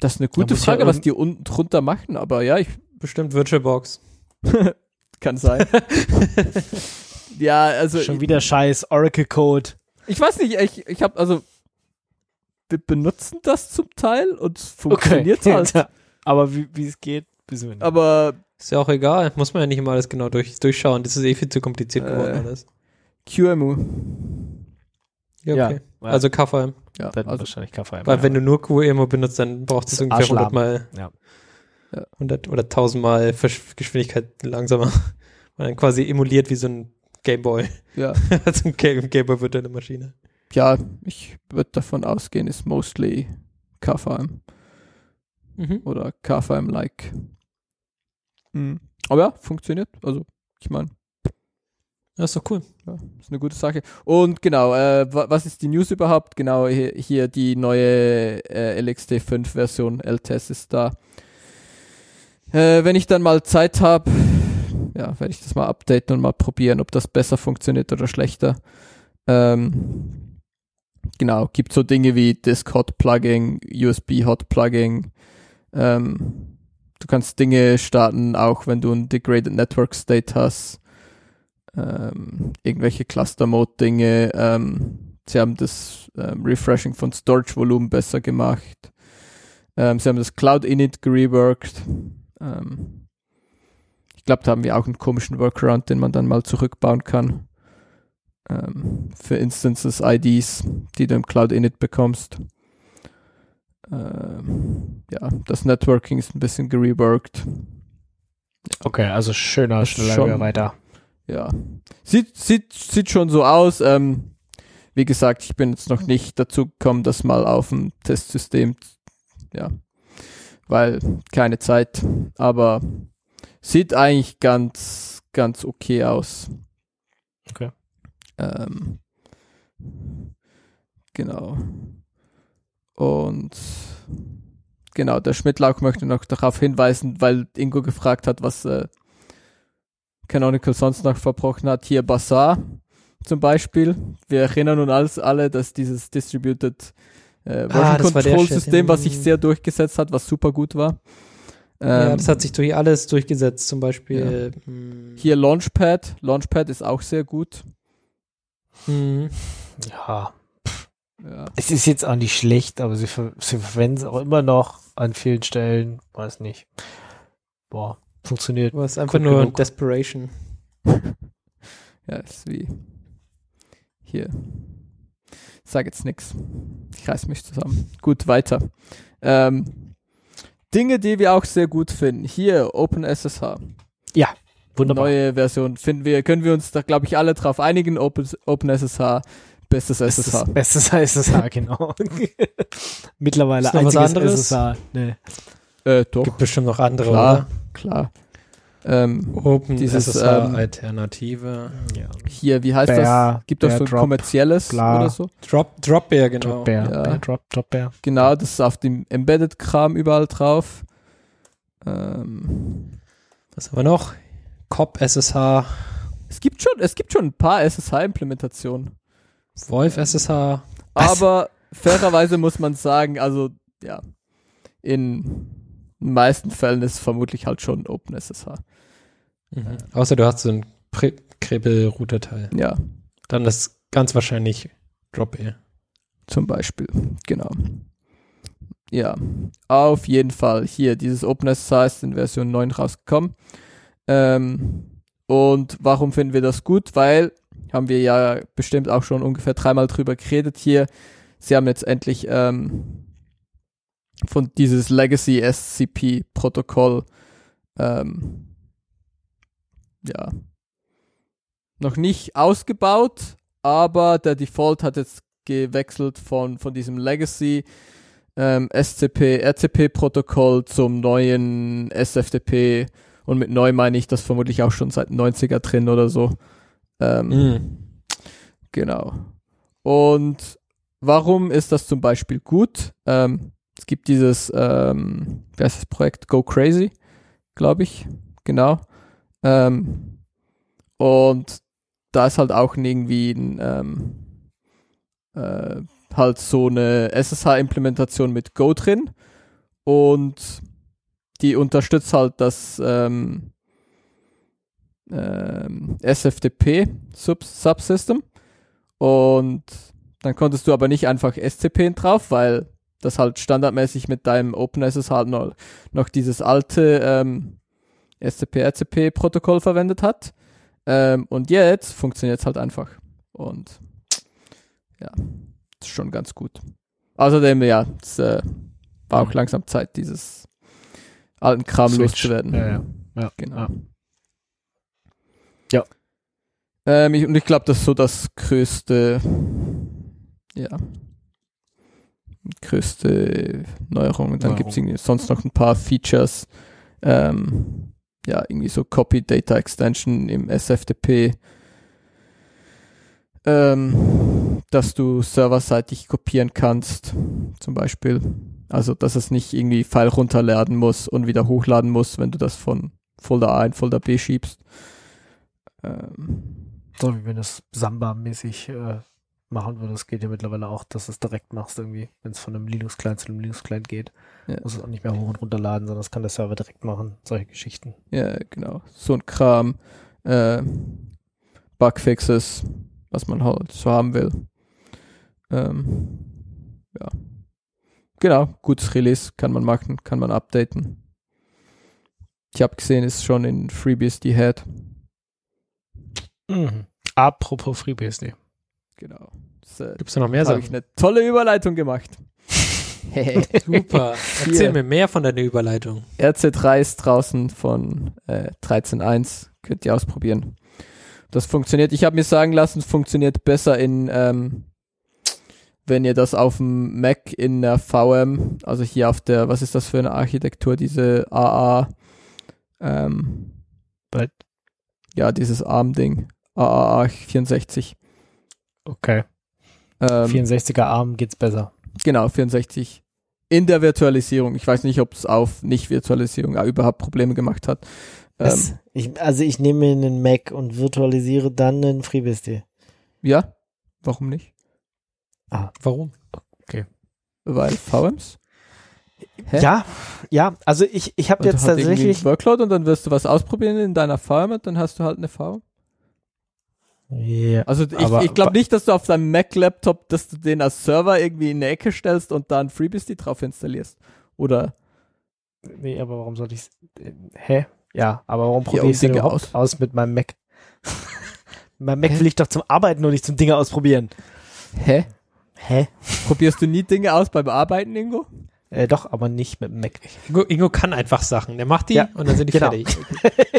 Speaker 3: Das ist eine gute
Speaker 2: muss ja
Speaker 3: Frage, was
Speaker 2: irgend-
Speaker 3: die unten drunter machen, aber ja, ich
Speaker 4: Bestimmt VirtualBox.
Speaker 3: kann sein. ja, also
Speaker 2: Schon wieder scheiß Oracle-Code.
Speaker 3: Ich weiß nicht, ich, ich habe also wir benutzen das zum Teil und es funktioniert halt.
Speaker 2: Ja, Aber wie wie es geht, wissen wir nicht.
Speaker 3: Aber
Speaker 4: Ist ja auch egal. Muss man ja nicht immer alles genau durch, durchschauen. Das ist eh viel zu kompliziert geworden
Speaker 3: Äh.
Speaker 4: alles.
Speaker 3: QEMU.
Speaker 4: Ja, okay.
Speaker 2: Ja,
Speaker 4: Also KVM.
Speaker 3: Ja,
Speaker 2: dann
Speaker 3: also,
Speaker 2: wahrscheinlich Kaffee.
Speaker 4: Weil wenn du nur QEMU benutzt, dann brauchst du es ungefähr
Speaker 2: Arschlamm.
Speaker 4: 100 Mal
Speaker 2: Ja.
Speaker 4: ja, 100 oder 1000 Mal Versch- Geschwindigkeit langsamer. Und dann quasi emuliert wie so ein Gameboy.
Speaker 3: ja.
Speaker 4: so ein Game, Gameboy virtuelle Maschine.
Speaker 3: ja, ich würde davon ausgehen, ist mostly KVM
Speaker 4: Mhm.
Speaker 3: oder KVM-like. Mhm. Aber ja, funktioniert. Also, ich meine,
Speaker 4: Das ist doch cool.
Speaker 3: ja, ist eine gute Sache. Und genau, äh, wa- was ist die News überhaupt? Genau, hier, hier die neue äh, LXT5-Version, LTS ist da. Äh, wenn ich dann mal Zeit habe, ja, werde ich das mal updaten und mal probieren, ob das besser funktioniert oder schlechter. Ähm, genau, gibt so Dinge wie Disk-Hot-Plugging, USB-Hot-Plugging. Ähm, du kannst Dinge starten, auch wenn du ein Degraded Network State hast. Ähm, irgendwelche Cluster-Mode-Dinge. Ähm, sie haben das ähm, Refreshing von Storage-Volumen besser gemacht. Ähm, sie haben das Cloud-Init gereworked. Ähm, ich glaube, da haben wir auch einen komischen Workaround, den man dann mal zurückbauen kann. Ähm, für Instances IDs, die du im Cloud-Init bekommst. Ähm, ja, das Networking ist ein bisschen gereworked.
Speaker 2: Okay, also schöner,
Speaker 3: Das
Speaker 2: schneller,
Speaker 3: schon-
Speaker 2: höher, weiter.
Speaker 3: Ja. Sieht, sieht, sieht schon so aus. Ähm, wie gesagt, ich bin jetzt noch nicht dazu gekommen, das mal auf dem Testsystem. z- Ja. Weil keine Zeit. Aber sieht eigentlich ganz, ganz okay aus.
Speaker 2: Okay.
Speaker 3: Ähm, genau. Und genau, der Schmidtlauch möchte noch darauf hinweisen, weil Ingo gefragt hat, was äh, Canonical sonst noch verbrochen hat. Hier Bazaar zum Beispiel. Wir erinnern uns alles alle, dass dieses Distributed äh, Version
Speaker 4: Ah, das war der
Speaker 3: Control
Speaker 4: Shit,
Speaker 3: System, was sich
Speaker 4: hm.
Speaker 3: sehr durchgesetzt hat, was super gut war.
Speaker 4: ja,
Speaker 3: Ähm,
Speaker 4: das hat sich durch alles durchgesetzt. Zum Beispiel. hm, mh,
Speaker 3: hier Launchpad. Launchpad ist auch sehr gut.
Speaker 4: mh.
Speaker 2: Ja.
Speaker 3: Ja.
Speaker 2: Es ist jetzt auch nicht schlecht, aber sie, ver sie verwenden es auch immer noch an vielen Stellen. Weiß nicht. Boah, funktioniert.
Speaker 4: Du hast einfach
Speaker 2: Gut
Speaker 4: nur
Speaker 2: genug.
Speaker 4: Desperation.
Speaker 3: Ja, ist wie hier. Sag jetzt nix. Ich reiß mich zusammen. Gut, weiter. Ähm, Dinge, die wir auch sehr gut finden. Hier, OpenSSH.
Speaker 2: Wunderbar.
Speaker 3: Neue Version finden wir, können wir uns da, glaube ich, alle drauf einigen. Open, OpenSSH, bestes SSH.
Speaker 2: Bestes- Bestes SSH, genau. Mittlerweile
Speaker 4: Ist noch was
Speaker 2: einziges
Speaker 4: anderes?
Speaker 2: SSH. Nee.
Speaker 3: Äh, doch,
Speaker 4: Gibt bestimmt noch andere,
Speaker 3: klar, klar. Ähm,
Speaker 2: Oh.
Speaker 4: oder? Open
Speaker 3: Dieses,
Speaker 4: SSH
Speaker 3: ähm,
Speaker 4: Alternative.
Speaker 2: Ja.
Speaker 3: hier, wie heißt
Speaker 2: Bear,
Speaker 3: das? Gibt doch
Speaker 2: Bear
Speaker 3: so ein
Speaker 2: Drop,
Speaker 3: kommerzielles
Speaker 2: bla.
Speaker 3: oder so.
Speaker 4: Drop, Dropbear, genau.
Speaker 2: Drop Bear.
Speaker 3: Ja.
Speaker 2: Bear, Drop, Drop Bear.
Speaker 3: Genau, das ist auf dem Embedded-Kram überall drauf. Ähm,
Speaker 4: Was haben wir noch? COP SSH,
Speaker 3: Es gibt schon, es gibt schon ein paar SSH-Implementationen.
Speaker 4: Wolf SSH. Was?
Speaker 3: Aber fairerweise muss man sagen, also ja, in den meisten Fällen ist vermutlich halt schon OpenSSH.
Speaker 4: Mhm. Außer du hast so einen Pre- Krebel-Router-Teil.
Speaker 3: Ja,
Speaker 4: Dann ist ganz wahrscheinlich Dropbear.
Speaker 3: zum Beispiel. Genau. Ja, auf jeden Fall. Hier, dieses OpenSSH ist in Version 9 rausgekommen. Ähm, und warum finden wir das gut? Weil, haben wir ja bestimmt auch schon ungefähr dreimal drüber geredet hier, sie haben jetzt endlich ähm, von dieses Legacy SCP Protokoll ähm, ja noch nicht ausgebaut, aber der Default hat jetzt gewechselt von, von diesem Legacy ähm, SCP RCP Protokoll zum neuen SFTP und mit neu meine ich das vermutlich auch schon seit 90er drin oder so. Ähm,
Speaker 4: Mhm.
Speaker 3: Genau. Und warum ist das zum Beispiel gut? Ähm, es gibt dieses, ähm, wie heißt das Projekt? Go Crazy, glaube ich. Genau. Ähm, Und da ist halt auch irgendwie ein, ähm, äh, halt so eine SSH-Implementation mit Go drin. Und die unterstützt halt das ähm, ähm, SFTP-Subsystem. Und dann konntest du aber nicht einfach SCP drauf, weil das halt standardmäßig mit deinem OpenSSH halt noch, noch dieses alte ähm, SCP-RCP-Protokoll verwendet hat. Ähm, und jetzt funktioniert es halt einfach. Und ja, ist schon ganz gut. Außerdem, ja, es äh, war auch langsam Zeit, dieses alten Kram
Speaker 2: Switch.
Speaker 3: loszuwerden.
Speaker 2: Ja, ja. ja.
Speaker 3: Genau.
Speaker 2: Ja.
Speaker 3: Ähm, ich, und ich glaube, das ist so das größte, ja, größte Neuerung. Und dann
Speaker 2: Neuerung.
Speaker 3: gibt es irgendwie sonst noch ein paar Features, ähm, ja, irgendwie so Copy Data Extension im SFTP, ähm, dass du serverseitig kopieren kannst, zum Beispiel. Also, dass es nicht irgendwie File runterladen muss und wieder hochladen muss, wenn du das von Folder A in Folder B schiebst. Ähm,
Speaker 2: So wie wenn du es Samba-mäßig äh, machen würdest, das geht ja mittlerweile auch, dass du es direkt machst irgendwie, wenn es von einem Linux-Client zu einem Linux-Client geht.
Speaker 3: Ja.
Speaker 2: Muss es auch nicht mehr hoch und runterladen, sondern das kann der Server direkt machen, solche Geschichten.
Speaker 3: Ja, genau. So ein Kram. Äh, Bugfixes, was man halt so haben will. Ähm, ja. Genau, gutes Release, kann man machen, kann man updaten. Ich habe gesehen, ist schon in FreeBSD Head.
Speaker 4: Mhm.
Speaker 2: Apropos FreeBSD.
Speaker 3: Genau. Das, äh,
Speaker 4: Gibt es da noch mehr
Speaker 3: habe
Speaker 4: Sachen?
Speaker 3: ich eine tolle Überleitung gemacht.
Speaker 4: Super. Erzähl
Speaker 3: Hier.
Speaker 4: mir mehr von deiner Überleitung.
Speaker 3: RC3 ist draußen von äh, 13.1. Könnt ihr ausprobieren. Das funktioniert. Ich habe mir sagen lassen, es funktioniert besser in, ähm, wenn ihr das auf dem Mac in der VM, also hier auf der, was ist das für eine Architektur, diese AA, ähm,
Speaker 2: But,
Speaker 3: ja, dieses ARM-Ding, AA64.
Speaker 2: okay.
Speaker 3: Ähm,
Speaker 2: 64er ARM geht's besser.
Speaker 3: Genau, 64. In der Virtualisierung. Ich weiß nicht, ob es auf Nicht-Virtualisierung äh, überhaupt Probleme gemacht hat. Ähm,
Speaker 5: Was? Ich, also ich nehme mir einen Mac und virtualisiere dann einen FreeBSD.
Speaker 3: ja, warum nicht?
Speaker 4: Warum?
Speaker 3: Weil VMs? Hä?
Speaker 2: Ja, ja, also ich, ich habe
Speaker 3: Und
Speaker 2: jetzt
Speaker 3: hat irgendwie
Speaker 2: tatsächlich
Speaker 3: einen Workload und dann wirst du was ausprobieren in deiner VM und dann hast du halt eine VM.
Speaker 2: Ja.
Speaker 3: Also ich,
Speaker 2: Aber-
Speaker 3: ich glaube nicht, dass du auf deinem Mac-Laptop, dass du den als Server irgendwie in eine Ecke stellst und dann FreeBSD drauf installierst. Oder
Speaker 2: Nee, aber warum sollte ich Hä? Ja, aber warum
Speaker 3: Ja,
Speaker 2: probiere
Speaker 3: um
Speaker 2: ich es denn
Speaker 3: Dinge
Speaker 2: überhaupt aus. mit meinem Mac? mein Mac will ich doch zum Arbeiten und nicht zum Dinge ausprobieren.
Speaker 3: Hä?
Speaker 2: Hä?
Speaker 3: Probierst du nie Dinge aus beim Arbeiten, Ingo?
Speaker 2: Äh, doch, aber nicht mit dem Mac.
Speaker 4: Ingo, Ingo kann einfach Sachen. Der macht die
Speaker 2: Ja,
Speaker 4: und dann sind die
Speaker 2: genau.
Speaker 4: fertig.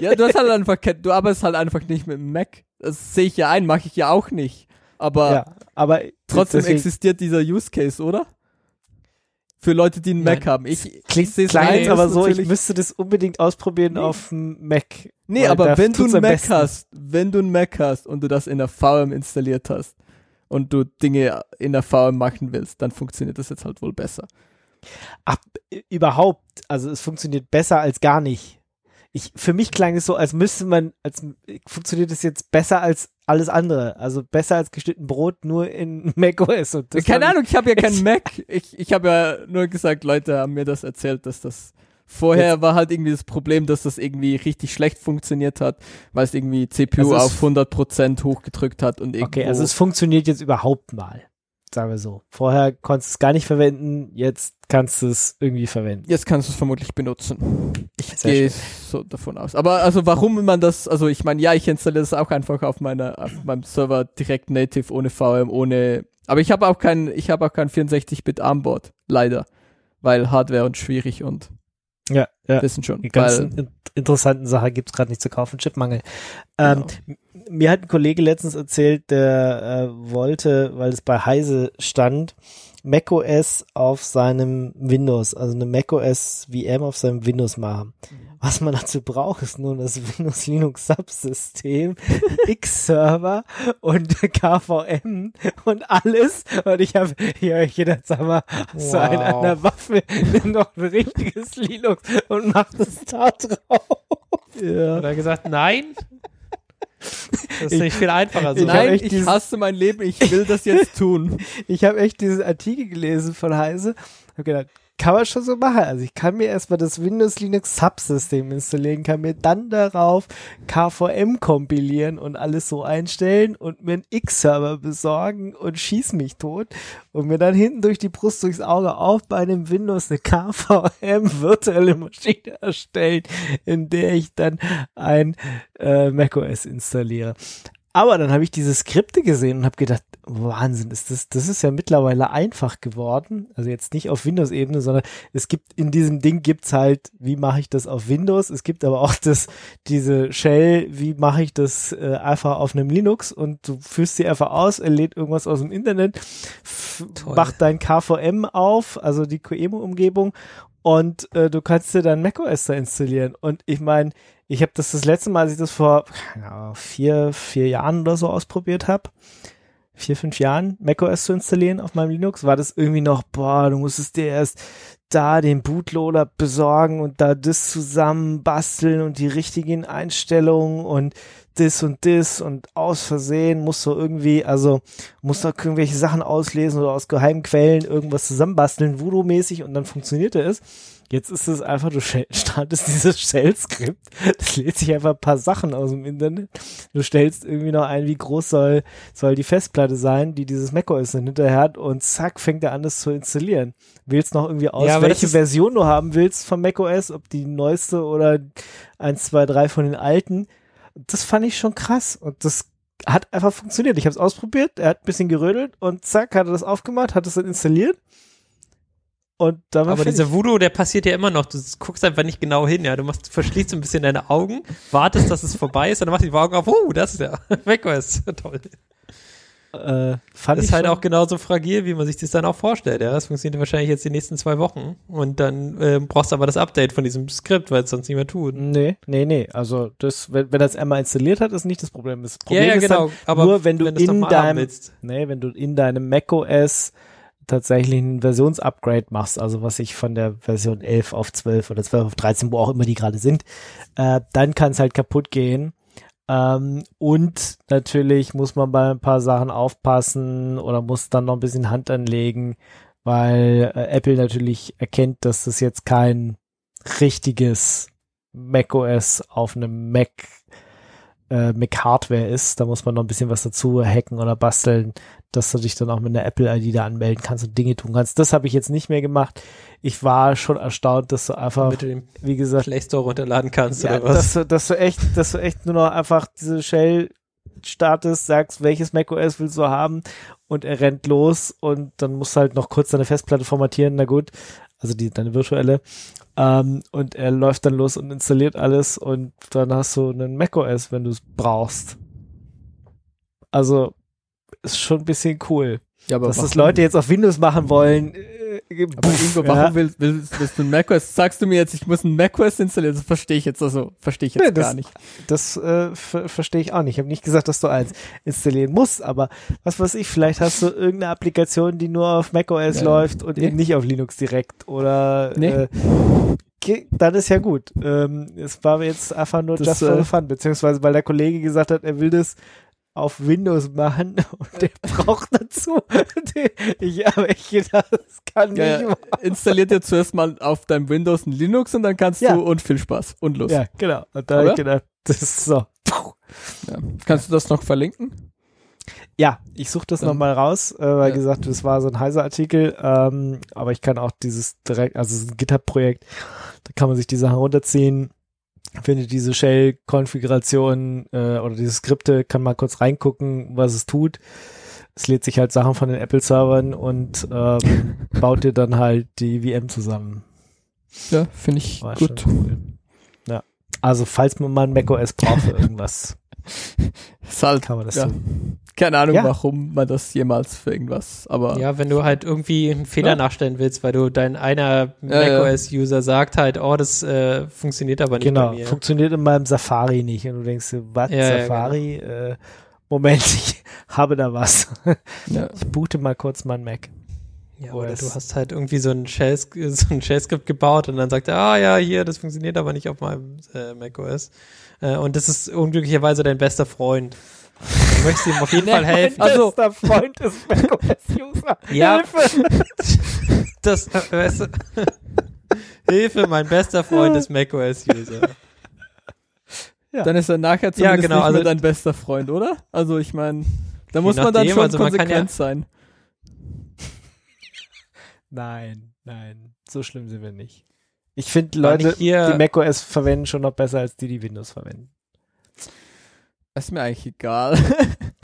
Speaker 3: Ja, du hast halt einfach kein, du arbeitest halt einfach nicht mit dem Mac. Das sehe ich ja ein, mache ich ja auch nicht. Aber
Speaker 2: Ja, aber
Speaker 3: Trotzdem
Speaker 2: deswegen-
Speaker 3: existiert dieser Use Case, oder? Für Leute, die einen
Speaker 4: Nein.
Speaker 3: Mac haben. Ich,
Speaker 2: klingt
Speaker 3: seh's
Speaker 2: klein,
Speaker 3: rein,
Speaker 2: aber
Speaker 3: ist
Speaker 2: so, ich
Speaker 3: natürlich-
Speaker 2: müsste das unbedingt ausprobieren
Speaker 3: Nee.
Speaker 2: auf dem Mac.
Speaker 3: nee,
Speaker 2: weil
Speaker 3: aber
Speaker 2: da
Speaker 3: wenn du
Speaker 2: tut's
Speaker 3: einen
Speaker 2: am
Speaker 3: Mac
Speaker 2: besten.
Speaker 3: hast, wenn du einen Mac hast und du das in der VM installiert hast und du Dinge in der VM machen willst, dann funktioniert das jetzt halt wohl besser.
Speaker 2: Ü- Überhaupt, also es funktioniert besser als gar nicht. Ich, für mich klang es so, als müsste man, als m- funktioniert es jetzt besser als alles andere. Also besser als geschnitten Brot, nur in macOS. Und das fand
Speaker 3: Keine
Speaker 2: ich-
Speaker 3: Ahnung, ich habe ja keinen
Speaker 2: Ich-
Speaker 3: Mac. Ich, ich habe ja nur gesagt, Leute haben mir das erzählt, dass das vorher war halt irgendwie das Problem, dass das irgendwie richtig schlecht funktioniert hat, weil es irgendwie CPU
Speaker 2: Also es-
Speaker 3: auf 100% hochgedrückt hat und irgendwo
Speaker 2: Okay, also es funktioniert jetzt überhaupt mal. Sagen wir so. Vorher konntest du es gar nicht verwenden, jetzt kannst du es irgendwie verwenden.
Speaker 3: Jetzt kannst du es vermutlich benutzen. Ich
Speaker 2: Sehr
Speaker 3: gehe so davon aus. Aber also warum man das, also ich meine, ja, ich installiere das auch einfach auf meiner, auf meinem Server direkt native, ohne VM, ohne. Aber ich habe auch kein, ich habe auch kein 64-Bit Armboard, leider. Weil Hardware und schwierig und
Speaker 2: Ja, ja.
Speaker 3: wissen schon.
Speaker 2: Die ganzen
Speaker 3: Weil,
Speaker 2: in interessanten Sachen gibt es gerade nicht zu kaufen, Chipmangel.
Speaker 3: Genau.
Speaker 2: Ähm, Mir hat ein Kollege letztens erzählt, der äh, wollte, weil es bei Heise stand, macOS auf seinem Windows, also eine macOS VM auf seinem Windows machen.
Speaker 3: Mhm.
Speaker 2: Was man dazu braucht, ist nun das Windows Linux Subsystem, X-Server und KVM und alles. Und ich habe hier jeder Sommer so an
Speaker 4: Wow.
Speaker 2: einer Waffe nimm doch ein richtiges Linux und mach das da drauf.
Speaker 3: ja.
Speaker 4: Hat er gesagt, nein? Das ist nicht viel einfacher so.
Speaker 2: Ich hab
Speaker 3: Nein,
Speaker 2: echt
Speaker 3: ich,
Speaker 2: dieses-
Speaker 3: hasse mein Leben, ich will das jetzt tun.
Speaker 2: Ich habe echt diesen Artikel gelesen von Heise. Hab gedacht, kann man schon so machen. Also ich kann mir erstmal das Windows Linux Subsystem installieren, kann mir dann darauf KVM kompilieren und alles so einstellen und mir einen X-Server besorgen und schieß mich tot und mir dann hinten durch die Brust durchs Auge auf bei dem Windows eine KVM virtuelle Maschine erstellen, in der ich dann ein äh, macOS installiere. Aber dann habe ich diese Skripte gesehen und habe gedacht, Wahnsinn, ist das, das ist ja mittlerweile einfach geworden. Also jetzt nicht auf Windows-Ebene, sondern es gibt in diesem Ding gibt's halt, wie mache ich das auf Windows? Es gibt aber auch das, diese Shell, wie mache ich das äh, einfach auf einem Linux? Und du führst sie einfach aus, er lädt irgendwas aus dem Internet, f-
Speaker 4: Toll.
Speaker 2: macht dein KVM auf, also die QEMU-Umgebung und äh, du kannst dir dann macOS da installieren. Und ich meine, ich habe das das letzte Mal, als ich das vor keine Ahnung, vier, vier Jahren oder so ausprobiert habe, vier, fünf Jahren macOS zu installieren auf meinem Linux, war das irgendwie noch, boah, du musstest dir erst da den Bootloader besorgen und da das zusammenbasteln und die richtigen Einstellungen und das und das und aus Versehen musst du irgendwie, also musst du irgendwelche Sachen auslesen oder aus geheimen Quellen irgendwas zusammenbasteln, Voodoo-mäßig und dann funktionierte es. Jetzt ist es einfach, du schel- startest dieses Shell-Skript, das lädt sich einfach ein paar Sachen aus dem Internet. Du stellst irgendwie noch ein, wie groß soll, soll die Festplatte sein, die dieses macOS dann hinterher hat und zack, fängt er an, das zu installieren. Wählst noch irgendwie aus,
Speaker 4: Ja, aber das
Speaker 2: welche
Speaker 4: ist-
Speaker 2: Version du haben willst von macOS, ob die neueste oder 1, 2, 3 von den alten. Das fand ich schon krass und das hat einfach funktioniert. Ich habe es ausprobiert, er hat ein bisschen gerödelt und zack, hat er das aufgemacht, hat es dann installiert und dann war
Speaker 4: Aber
Speaker 2: fertig.
Speaker 4: dieser Voodoo, der passiert ja immer noch. Du guckst einfach nicht genau hin, ja. Du machst, verschließt so ein bisschen deine Augen, wartest, dass es vorbei ist, und dann machst du die Augen auf. Oh, das ist ja macOS. Toll.
Speaker 2: äh, fand
Speaker 4: Das
Speaker 2: ich
Speaker 4: ist halt
Speaker 2: schon-
Speaker 4: auch genauso fragil, wie man sich das dann auch vorstellt. Ja, das funktioniert wahrscheinlich jetzt die nächsten zwei Wochen. Und dann äh, brauchst du aber das Update von diesem Skript, weil es sonst nicht mehr tut.
Speaker 2: Nee, nee, nee. Also das, wenn, wenn das einmal installiert hat, ist nicht das Problem. Das Problem ist
Speaker 4: genau.
Speaker 2: dann,
Speaker 4: aber
Speaker 2: genau. nur wenn du
Speaker 4: das
Speaker 2: in
Speaker 4: nochmal haben
Speaker 2: deinem-
Speaker 4: willst.
Speaker 2: nee, wenn du in deinem macOS tatsächlich ein Versionsupgrade machst, also was ich von der Version 11 auf 12 oder 12 auf 13, wo auch immer die gerade sind, äh, dann kann es halt kaputt gehen. Ähm, und natürlich muss man bei ein paar Sachen aufpassen oder muss dann noch ein bisschen Hand anlegen, weil äh, Apple natürlich erkennt, dass das jetzt kein richtiges macOS auf einem Mac äh, Mac Hardware ist. Da muss man noch ein bisschen was dazu hacken oder basteln, dass du dich dann auch mit einer Apple ID da anmelden kannst und Dinge tun kannst. Das habe ich jetzt nicht mehr gemacht. Ich war schon erstaunt, dass du einfach,
Speaker 4: damit du den
Speaker 2: wie gesagt,
Speaker 4: Play Store runterladen kannst
Speaker 2: ja,
Speaker 4: oder was.
Speaker 2: Dass du, dass du echt, dass du echt nur noch einfach diese Shell startest, sagst, welches macOS willst du haben und er rennt los und dann musst du halt noch kurz deine Festplatte formatieren, na gut, also die, deine virtuelle. Ähm, und er läuft dann los und installiert alles und dann hast du einen macOS, wenn du es brauchst. Also ist schon ein bisschen cool.
Speaker 3: Ja, aber
Speaker 2: Dass das Leute jetzt auf Windows machen wollen. Äh,
Speaker 3: Aber
Speaker 2: puff,
Speaker 3: Ingo, warum willst, willst, willst du ein macOS? Sagst du mir jetzt, ich muss ein macOS installieren? Das verstehe ich jetzt also, verstehe ich jetzt
Speaker 2: Nee, das-
Speaker 3: gar nicht.
Speaker 2: Das äh, ver- verstehe ich auch nicht. Ich habe nicht gesagt, dass du eins installieren musst, aber was weiß ich, vielleicht hast du irgendeine Applikation, die nur auf macOS
Speaker 3: Ja.
Speaker 2: läuft und
Speaker 3: Nee.
Speaker 2: eben nicht auf Linux direkt oder
Speaker 3: Nee.
Speaker 2: äh, ge- dann ist ja gut. Ähm, es war mir jetzt einfach nur
Speaker 3: Das,
Speaker 2: just for
Speaker 3: äh,
Speaker 2: the fun, beziehungsweise weil der Kollege gesagt hat, er will das auf Windows machen und der braucht dazu. ich habe echt gedacht, das kann
Speaker 3: Ja,
Speaker 2: nicht
Speaker 3: ja, installier dir zuerst mal auf deinem Windows ein Linux und dann kannst
Speaker 2: Ja.
Speaker 3: du und viel Spaß und Lust.
Speaker 2: Ja, genau. Und da habe ich
Speaker 3: Oder?
Speaker 2: gedacht, das ist so. Puh.
Speaker 3: Ja. Kannst du das noch verlinken?
Speaker 2: Ja, ich suche das
Speaker 3: Dann-
Speaker 2: nochmal raus, äh, weil
Speaker 3: Ja.
Speaker 2: gesagt, das war so ein heiser Artikel, ähm, aber ich kann auch dieses direkt, also es ist ein GitHub-Projekt, da kann man sich die Sachen runterziehen, findet diese Shell-Konfiguration äh, oder diese Skripte, kann mal kurz reingucken, was es tut. Es lädt sich halt Sachen von den Apple-Servern und ähm, baut dir dann halt die VM zusammen.
Speaker 3: Ja, finde ich
Speaker 2: War
Speaker 3: gut.
Speaker 2: schon cool. Ja. Also falls man mal ein macOS braucht für irgendwas,
Speaker 3: Salt.
Speaker 2: kann man das
Speaker 3: Ja.
Speaker 2: tun.
Speaker 3: Keine Ahnung,
Speaker 2: Ja.
Speaker 3: warum man das jemals für irgendwas, aber
Speaker 4: Ja, wenn du halt irgendwie einen Fehler
Speaker 3: Ja.
Speaker 4: nachstellen willst, weil du dein einer
Speaker 3: Ja, ja.
Speaker 4: macOS-User sagt halt, oh, das äh, funktioniert aber nicht
Speaker 2: Genau,
Speaker 4: bei mir.
Speaker 2: funktioniert in meinem Safari nicht. Und du denkst, dir, was,
Speaker 4: Ja, ja,
Speaker 2: Safari? Äh, Moment, ich habe da was.
Speaker 3: Ja.
Speaker 2: Ich boote mal kurz meinen Mac.
Speaker 4: Ja,
Speaker 2: Wo
Speaker 4: oder
Speaker 2: es-
Speaker 4: du hast halt irgendwie so ein Shell, so ein Shell-Skript gebaut und dann sagt er, ah ja, hier, das funktioniert aber nicht auf meinem äh, macOS. Äh, und das ist unglücklicherweise dein bester Freund. Du möchtest ihm auf jeden Fall helfen.
Speaker 2: Also, der Freund ist macOS-User.
Speaker 4: Ja.
Speaker 2: Hilfe!
Speaker 4: Das, äh, weißt du, Hilfe, mein bester Freund ist macOS-User.
Speaker 3: Dann ist er nachher zumindest
Speaker 4: genau,
Speaker 3: nicht
Speaker 4: also-
Speaker 3: mehr dein bester Freund, oder? Also ich meine, da muss man dann
Speaker 4: nachdem,
Speaker 3: schon
Speaker 4: also man kann
Speaker 3: konsequent sein.
Speaker 2: Nein, nein, so schlimm sind wir nicht. Ich finde
Speaker 4: Weil
Speaker 2: Leute,
Speaker 4: ich hier-
Speaker 2: die macOS verwenden, schon noch besser als die, die Windows verwenden.
Speaker 3: Ist mir eigentlich egal.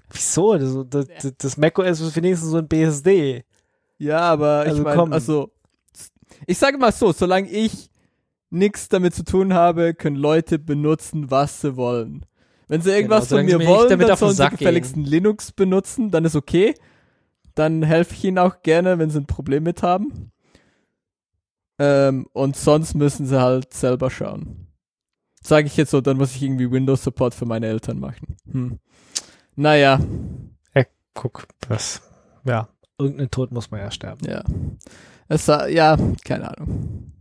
Speaker 2: Wieso? Das, das, das- das macOS ist wenigstens so ein BSD.
Speaker 3: ja, aber
Speaker 2: Also
Speaker 3: ich
Speaker 2: komm.
Speaker 3: meine, also ich sage mal so, solange ich nichts damit zu tun habe, können Leute benutzen, was sie wollen. Wenn sie irgendwas von
Speaker 4: Genau, solange sie
Speaker 3: mir
Speaker 4: mir nicht
Speaker 3: wollen,
Speaker 4: damit
Speaker 3: dann
Speaker 4: auf den
Speaker 3: sollen sie
Speaker 4: Sack gehen.
Speaker 3: gefälligsten Linux benutzen, dann ist okay. Dann helfe ich ihnen auch gerne, wenn sie ein Problem mit haben. Ähm, und sonst müssen sie halt selber schauen. Sage ich jetzt so, dann muss ich irgendwie Windows-Support für meine Eltern machen. Hm. Naja,
Speaker 2: Guck, das. Ja, irgendein Tod muss man ja sterben.
Speaker 3: ja. Es sa- ja, keine Ahnung.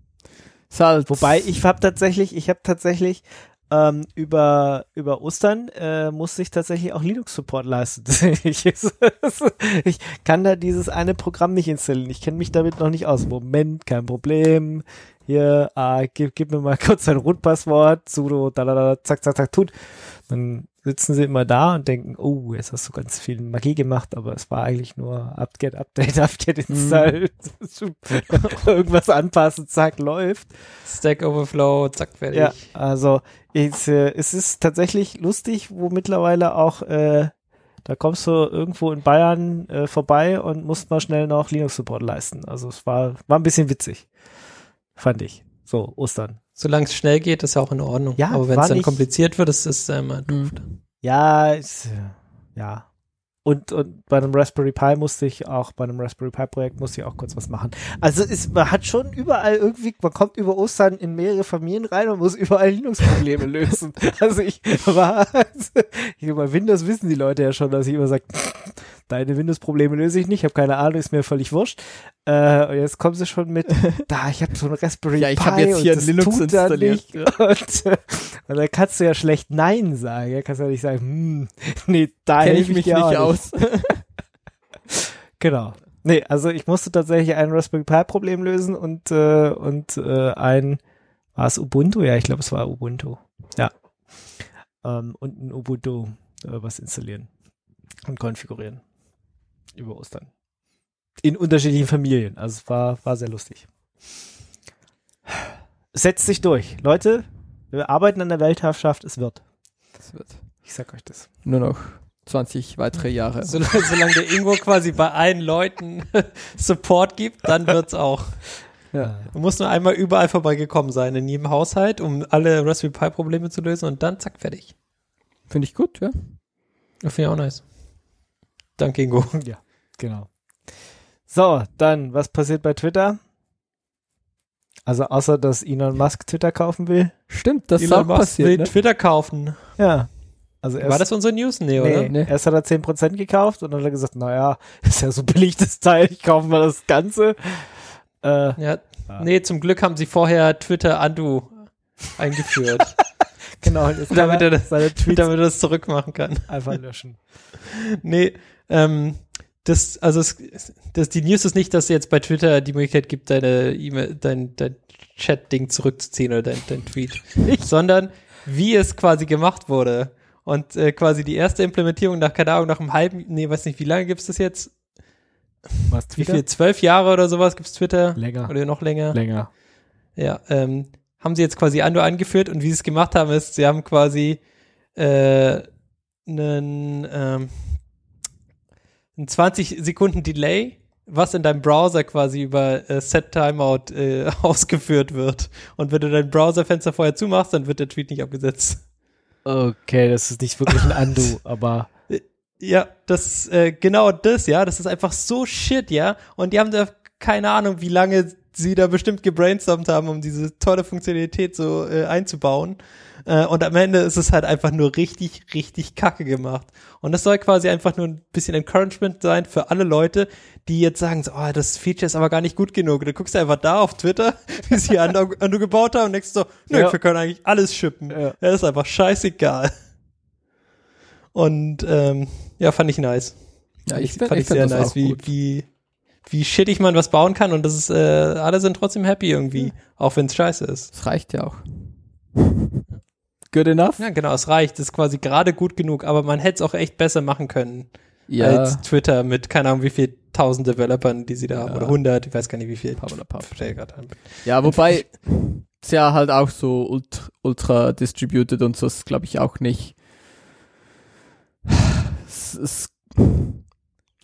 Speaker 3: Ist halt
Speaker 2: Wobei ich habe tatsächlich, ich habe tatsächlich ähm, über über Ostern äh, musste ich tatsächlich auch Linux Support leisten. ich, ich kann da dieses eine Programm nicht installieren. Ich kenne mich damit noch nicht aus. Moment, kein Problem. Hier, ah, gib, gib mir mal kurz dein Root-Passwort, sudo, da, da, da, zack, zack, zack, tut. Dann sitzen sie immer da und denken, oh, jetzt hast du ganz viel Magie gemacht, aber es war eigentlich nur Upget, Update, Upget, Install, irgendwas anpassen, zack, läuft.
Speaker 4: Stack Overflow, zack, fertig.
Speaker 2: Ja, also es, äh, es ist tatsächlich lustig, wo mittlerweile auch, äh, da kommst du irgendwo in Bayern äh, vorbei und musst mal schnell noch Linux-Support leisten. Also es war, war ein bisschen witzig, fand ich. So, Ostern.
Speaker 4: Solange es schnell geht, ist ja auch in Ordnung.
Speaker 2: Ja,
Speaker 4: Aber wenn
Speaker 2: war
Speaker 4: es dann
Speaker 2: nicht- Mhm.
Speaker 4: kompliziert wird, ist ähm, es immer doof. dann.
Speaker 2: Ja, es, äh, ja. Und, und bei einem Raspberry Pi musste ich auch, bei einem Raspberry Pi-Projekt musste ich auch kurz was machen. Also es, man hat schon überall irgendwie, man kommt über Ostern in mehrere Familien rein und muss überall Linux-Probleme lösen. Also ich war, ich, bei Windows wissen die Leute ja schon, dass ich immer sage, deine Windows-Probleme löse ich nicht, habe keine Ahnung, ist mir völlig wurscht. Äh, und jetzt kommen sie schon mit, da, ich habe so ein Raspberry
Speaker 3: Ja,
Speaker 2: Pi
Speaker 3: ich habe jetzt
Speaker 2: und
Speaker 3: hier
Speaker 2: das
Speaker 3: ein Linux
Speaker 2: tut da nicht.
Speaker 3: installiert.
Speaker 2: Und, äh, und dann kannst du ja schlecht Nein sagen. Ja? Kannst ja nicht sagen, hm, nee, da
Speaker 3: kenne ich
Speaker 2: helfe
Speaker 3: mich
Speaker 2: dir
Speaker 3: nicht
Speaker 2: auch
Speaker 3: aus.
Speaker 2: Genau. Nee, also ich musste tatsächlich ein Raspberry Pi Problem lösen und, äh, und äh, ein, war es Ubuntu? Ja, ich glaube, es war Ubuntu. Ja. Ähm, und ein Ubuntu äh, was installieren und konfigurieren. Über Ostern. In unterschiedlichen Familien. Also es war, war sehr lustig. Setzt sich durch. Leute, wir arbeiten an der Weltherrschaft, es wird.
Speaker 3: Das wird
Speaker 2: Ich sag euch das.
Speaker 3: nur noch 20 weitere Jahre.
Speaker 4: Solange, solange der Ingo quasi bei allen Leuten Support gibt, dann wird's auch.
Speaker 2: Äh,
Speaker 3: Ja.
Speaker 4: Du musst nur einmal überall vorbeigekommen sein, in jedem Haushalt, um alle Raspberry Pi Probleme zu lösen und dann zack, fertig.
Speaker 3: Finde ich gut, ja.
Speaker 4: Das finde ich auch nice. Danke, Ingo.
Speaker 2: Genau. So, dann, was passiert bei Twitter? Also außer, dass Elon Musk Twitter kaufen will.
Speaker 3: Stimmt, das ist
Speaker 4: Elon
Speaker 3: auch
Speaker 4: Musk will
Speaker 3: passiert. Ne?
Speaker 4: Twitter kaufen.
Speaker 2: Ja. Also erst,
Speaker 4: War das unsere News?
Speaker 2: nee,
Speaker 4: Nee, oder?
Speaker 3: Nee.
Speaker 2: erst hat er 10% gekauft und dann hat er gesagt, naja, ist ja so billig das Teil, ich kaufe mal das Ganze. Äh,
Speaker 4: Ja, nee, zum Glück haben sie vorher Twitter Undo eingeführt,
Speaker 2: genau, und jetzt kann
Speaker 4: Damit er das-
Speaker 2: seine Tweets
Speaker 4: damit er das zurückmachen kann.
Speaker 2: einfach löschen.
Speaker 4: Nee, ähm, das, also es, das, die News ist nicht, dass es jetzt bei Twitter die Möglichkeit gibt, deine E-Mail, dein, dein Chat-Ding zurückzuziehen oder dein, dein Tweet. Sondern wie es quasi gemacht wurde. Und äh, quasi die erste Implementierung nach, keine Ahnung, nach einem halben, nee, weiß nicht, wie lange gibt's das jetzt?
Speaker 2: Was
Speaker 4: Wie viel? Zwölf Jahre oder sowas gibt's Twitter?
Speaker 2: Länger.
Speaker 4: Oder noch länger?
Speaker 2: Länger.
Speaker 4: Ja, ähm, haben sie jetzt quasi Ando angeführt und wie sie es gemacht haben, ist, sie haben quasi äh, einen, ähm, einen 20 Sekunden Delay, was in deinem Browser quasi über äh, Set Timeout äh, ausgeführt wird. Und wenn du dein Browserfenster vorher zumachst, dann wird der Tweet nicht abgesetzt.
Speaker 2: Okay, das ist nicht wirklich ein Undo, aber
Speaker 4: Ja, das äh, genau das, ja, das ist einfach so shit, ja. Und die haben da keine Ahnung, wie lange sie da bestimmt gebrainstormt haben, um diese tolle Funktionalität so äh, einzubauen. Äh, und am Ende ist es halt einfach nur richtig, richtig kacke gemacht. Und das soll quasi einfach nur ein bisschen Encouragement sein für alle Leute, die jetzt sagen, so, oh, das Feature ist aber gar nicht gut genug. Und dann guckst du einfach da auf Twitter, wie sie Ando, Ando gebaut haben und denkst so, nö,
Speaker 2: Ja.
Speaker 4: wir können eigentlich alles shippen.
Speaker 2: Ja.
Speaker 4: Das ist einfach scheißegal. Und ähm, ja, fand ich nice.
Speaker 3: Ja, ich find-
Speaker 4: fand ich
Speaker 3: ich find
Speaker 4: sehr
Speaker 3: das
Speaker 4: nice,
Speaker 3: auch
Speaker 4: wie,
Speaker 3: gut.
Speaker 4: wie, wie shittig man was bauen kann und das ist, äh, alle sind trotzdem happy irgendwie, auch wenn es scheiße ist.
Speaker 3: Das reicht ja auch. Good enough?
Speaker 4: Ja, genau, es reicht. Es ist quasi gerade gut genug, aber man hätte es auch echt besser machen können als Twitter mit keine Ahnung wie viel tausend Developern, die sie da haben
Speaker 3: Ja.
Speaker 4: oder hundert, ich weiß gar nicht wie viel.
Speaker 3: Pub oder Pub.
Speaker 4: Stell grad an.
Speaker 3: Ja, wobei ist ja halt auch so ultra, ultra distributed und so ist, glaube ich, auch nicht. Es ist,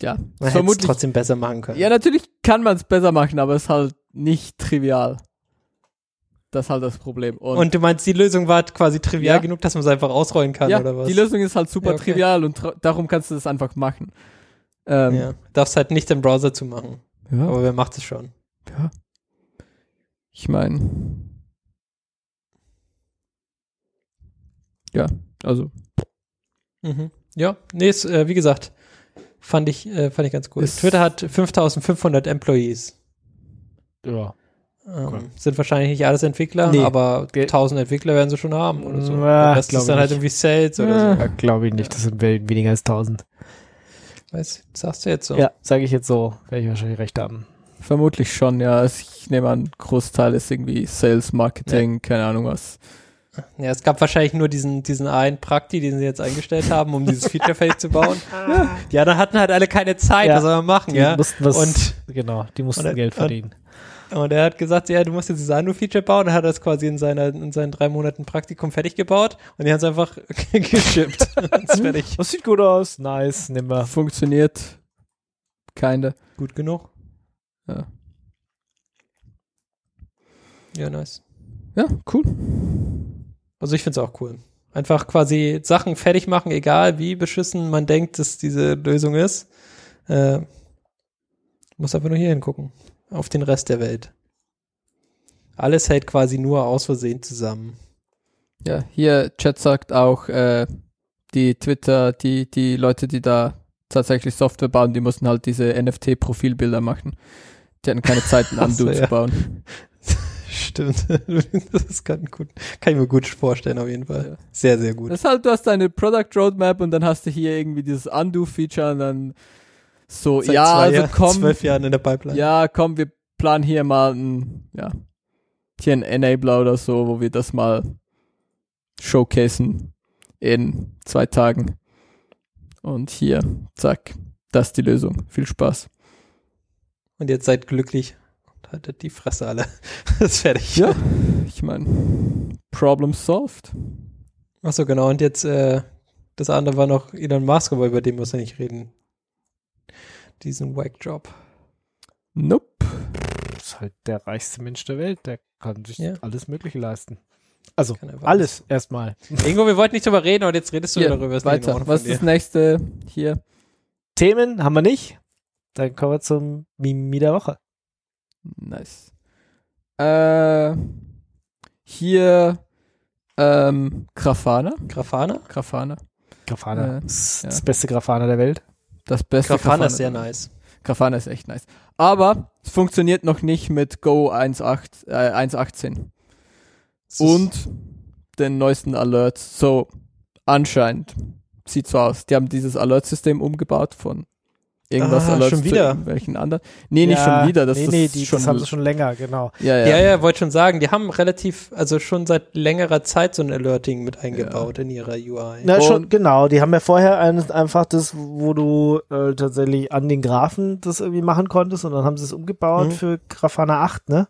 Speaker 3: ja,
Speaker 4: Man hätte es
Speaker 3: vermutlich.
Speaker 4: trotzdem besser machen können.
Speaker 3: Ja, natürlich kann man es besser machen, aber es ist halt nicht trivial. Das ist halt das Problem. Und,
Speaker 4: und du meinst, die Lösung war quasi trivial
Speaker 3: Ja.
Speaker 4: genug, dass man es einfach ausrollen kann
Speaker 3: ja,
Speaker 4: oder was?
Speaker 3: die Lösung ist halt super
Speaker 4: Ja, okay.
Speaker 3: trivial und tr- darum kannst du das einfach machen. Ähm,
Speaker 4: Ja. Darfst halt nicht im Browser zu machen,
Speaker 3: ja.
Speaker 4: aber wer macht es schon?
Speaker 3: Ich meine. Ja, also
Speaker 4: Mhm. Ja, nee, ist, äh, wie gesagt, fand ich, äh, fand ich ganz cool.
Speaker 3: Ist-
Speaker 4: Twitter hat 5500 Employees.
Speaker 2: Ja.
Speaker 4: Ähm,
Speaker 2: Okay.
Speaker 4: Sind wahrscheinlich nicht alles Entwickler,
Speaker 2: Nee.
Speaker 4: aber
Speaker 2: Ge-
Speaker 4: 1000 Entwickler werden sie schon haben oder so.
Speaker 2: Na,
Speaker 4: Der Rest
Speaker 2: glaub
Speaker 4: ist dann
Speaker 2: ich
Speaker 4: halt
Speaker 2: nicht.
Speaker 4: irgendwie Sales oder so.
Speaker 2: Glaube ich nicht, das sind we- weniger als 1000.
Speaker 4: Weißt, du, sagst du jetzt so.
Speaker 2: Ja, sage ich jetzt so, werde ich wahrscheinlich recht haben.
Speaker 3: vermutlich schon, ja. Also Ich nehme an, Großteil ist irgendwie Sales, Marketing, keine Ahnung was.
Speaker 4: Ja, es gab wahrscheinlich nur diesen, diesen einen Prakti, den sie jetzt eingestellt haben, um dieses Feature-Face zu bauen. Ja, da hatten halt alle keine Zeit,
Speaker 2: Ja.
Speaker 4: was soll man machen,
Speaker 2: Die
Speaker 4: ja?
Speaker 2: mussten was,
Speaker 4: Und-
Speaker 2: genau, die mussten
Speaker 4: und-
Speaker 2: Geld
Speaker 4: und-
Speaker 2: verdienen.
Speaker 4: Und er hat gesagt, ja, du musst jetzt dieses Anu-Feature bauen. Er hat das quasi in, seiner, in seinen drei Monaten Praktikum fertig gebaut und die haben es einfach geschippt. ist fertig.
Speaker 2: Das sieht gut aus, nice, nimm mal.
Speaker 3: Funktioniert. Keine.
Speaker 4: Gut genug.
Speaker 3: Ja.
Speaker 4: Ja, nice.
Speaker 3: Ja, cool.
Speaker 4: Also ich finde es auch cool. Einfach quasi Sachen fertig machen, egal wie beschissen man denkt, dass diese Lösung ist. Äh, muss einfach nur hier hingucken. Auf den Rest der Welt. Alles hält quasi nur aus Versehen zusammen.
Speaker 3: Ja, hier Chat sagt auch, äh, die Twitter, die, die Leute, die da tatsächlich Software bauen, die mussten halt diese NFT-Profilbilder machen. Die hatten keine Zeit, ein
Speaker 4: Ach so,
Speaker 3: Undo
Speaker 4: ja.
Speaker 3: zu bauen.
Speaker 4: Stimmt. Das kann, gut, kann ich mir gut vorstellen, auf jeden Fall.
Speaker 3: Ja.
Speaker 4: Sehr, sehr gut.
Speaker 3: Das ist halt, du hast deine Product Roadmap und dann hast du hier irgendwie dieses Undo-Feature und dann so,
Speaker 4: Seit
Speaker 3: ja,
Speaker 4: zwei
Speaker 3: also
Speaker 4: Jahren-
Speaker 3: komm,
Speaker 4: zwölf Jahren in der Pipeline.
Speaker 3: ja, komm, wir planen hier mal ein, ja, hier ein Enabler oder so, wo wir das mal showcasen in zwei Tagen. Und hier, zack, das ist die Lösung. Viel Spaß.
Speaker 4: Und jetzt seid glücklich und haltet die Fresse alle. ist fertig.
Speaker 3: Ja, ich meine, Problem solved.
Speaker 4: Achso, genau. Und jetzt, äh, das andere war noch Elon Musk, aber über den muss er nicht reden. Diesen Whack-Job.
Speaker 3: Nope.
Speaker 2: Das ist halt der reichste Mensch der Welt, der kann sich
Speaker 4: Ja.
Speaker 2: alles Mögliche leisten. Also,
Speaker 4: Kann einfach
Speaker 2: alles erstmal.
Speaker 4: Ingo, wir wollten nicht drüber reden, und jetzt redest du
Speaker 3: Hier,
Speaker 4: darüber. Ist nicht in
Speaker 3: Weiter.
Speaker 4: Ordnung
Speaker 3: Was
Speaker 4: von
Speaker 3: ist das
Speaker 4: dir.
Speaker 3: nächste hier?
Speaker 2: Themen haben wir nicht. Dann kommen wir zum Mimi der Woche.
Speaker 3: Nice. Äh, hier ähm, Grafana.
Speaker 4: Grafana?
Speaker 3: Grafana.
Speaker 2: Grafana.
Speaker 3: Äh,
Speaker 2: das,
Speaker 3: ja.
Speaker 2: das beste Grafana der Welt.
Speaker 3: Das beste
Speaker 4: Grafana ist sehr nice.
Speaker 3: Grafana ist echt nice. Aber es funktioniert noch nicht mit Go 1.8, äh, 1.18
Speaker 4: Es
Speaker 3: und den neuesten Alerts. So, anscheinend sieht so aus. Die haben dieses Alert-System umgebaut von irgendwas
Speaker 4: Ah,
Speaker 3: Alerts
Speaker 4: schon wieder.
Speaker 3: zu irgendwelchen anderen. Nee, nicht
Speaker 2: Ja,
Speaker 3: schon wieder. Das
Speaker 2: nee,
Speaker 3: ist
Speaker 2: nee, die,
Speaker 3: schon,
Speaker 2: das haben sie schon länger, genau.
Speaker 3: Ja,
Speaker 4: ist,
Speaker 3: ja.
Speaker 4: ja, ja, wollte schon sagen, die haben relativ, also schon seit längerer Zeit so ein Alerting mit eingebaut in ihrer UI.
Speaker 2: Na,
Speaker 3: Und-
Speaker 2: schon, genau, die haben ja vorher ein, einfach das, wo du äh, tatsächlich an den Graphen das irgendwie machen konntest und dann haben sie es umgebaut
Speaker 4: Mhm.
Speaker 2: für Grafana 8, ne?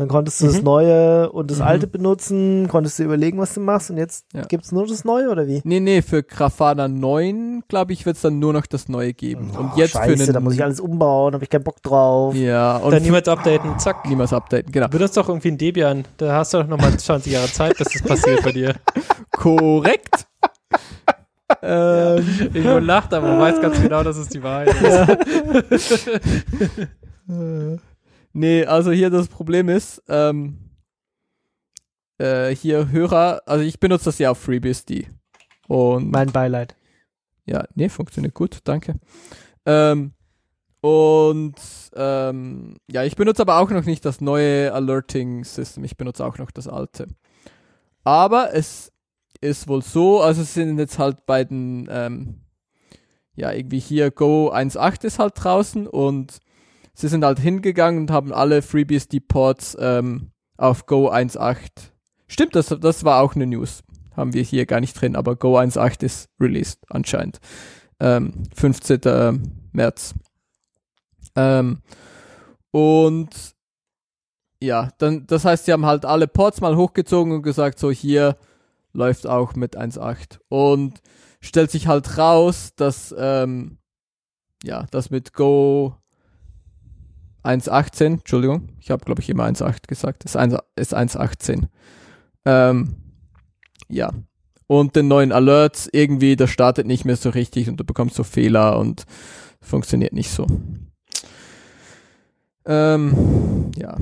Speaker 2: Dann konntest du das
Speaker 4: Mhm.
Speaker 2: Neue und das
Speaker 4: Mhm.
Speaker 2: Alte benutzen, konntest du überlegen, was du machst und jetzt
Speaker 3: Ja.
Speaker 2: gibt's nur das Neue oder wie?
Speaker 3: Nee, nee, für Grafana 9, glaube ich, wird es dann nur noch das Neue geben. und jetzt
Speaker 2: Oh, Scheiße,
Speaker 3: für einen,
Speaker 2: da muss ich alles umbauen, habe ich keinen Bock drauf.
Speaker 3: Ja, und
Speaker 4: Dann niemals updaten, zack.
Speaker 3: niemals updaten, genau.
Speaker 4: Benutzt doch irgendwie einen Debian. Da hast du doch nochmal 20 Jahre Zeit, bis das passiert bei dir.
Speaker 3: Korrekt. ähm,
Speaker 4: Ingo lacht, aber weiß ganz genau, dass es die Wahrheit ist.
Speaker 3: Hm. äh, nee, also hier das Problem ist, ähm, äh, hier Hörer, also ich benutze das ja auf FreeBSD. Und
Speaker 2: Mein Beileid.
Speaker 3: ja, nee, funktioniert gut, danke. Ähm, und ähm, ja, ich benutze aber auch noch nicht das neue Alerting System. Ich benutze auch noch das alte. Aber es ist wohl so, also es sind jetzt halt bei den, ähm, ja, irgendwie hier Go 1.8 ist halt draußen und sie sind halt hingegangen und haben alle FreeBSD-Ports ähm, auf Go 1.8. Stimmt, das, das war auch eine News. Haben wir hier gar nicht drin, aber Go 1.8 ist released anscheinend. Ähm, 15. März. Ähm, und ja, dann, das heißt, sie haben halt alle Ports mal hochgezogen und gesagt, so hier läuft auch mit 1.8. Und stellt sich halt raus, dass ähm, ja, das mit Go 1.18, Entschuldigung, ich habe glaube ich immer 1.8 gesagt, ist 1 ist 1.18. Ähm, ja. Und den neuen Alerts, irgendwie, das startet nicht mehr so richtig und du bekommst so Fehler und funktioniert nicht so. Ähm, ja,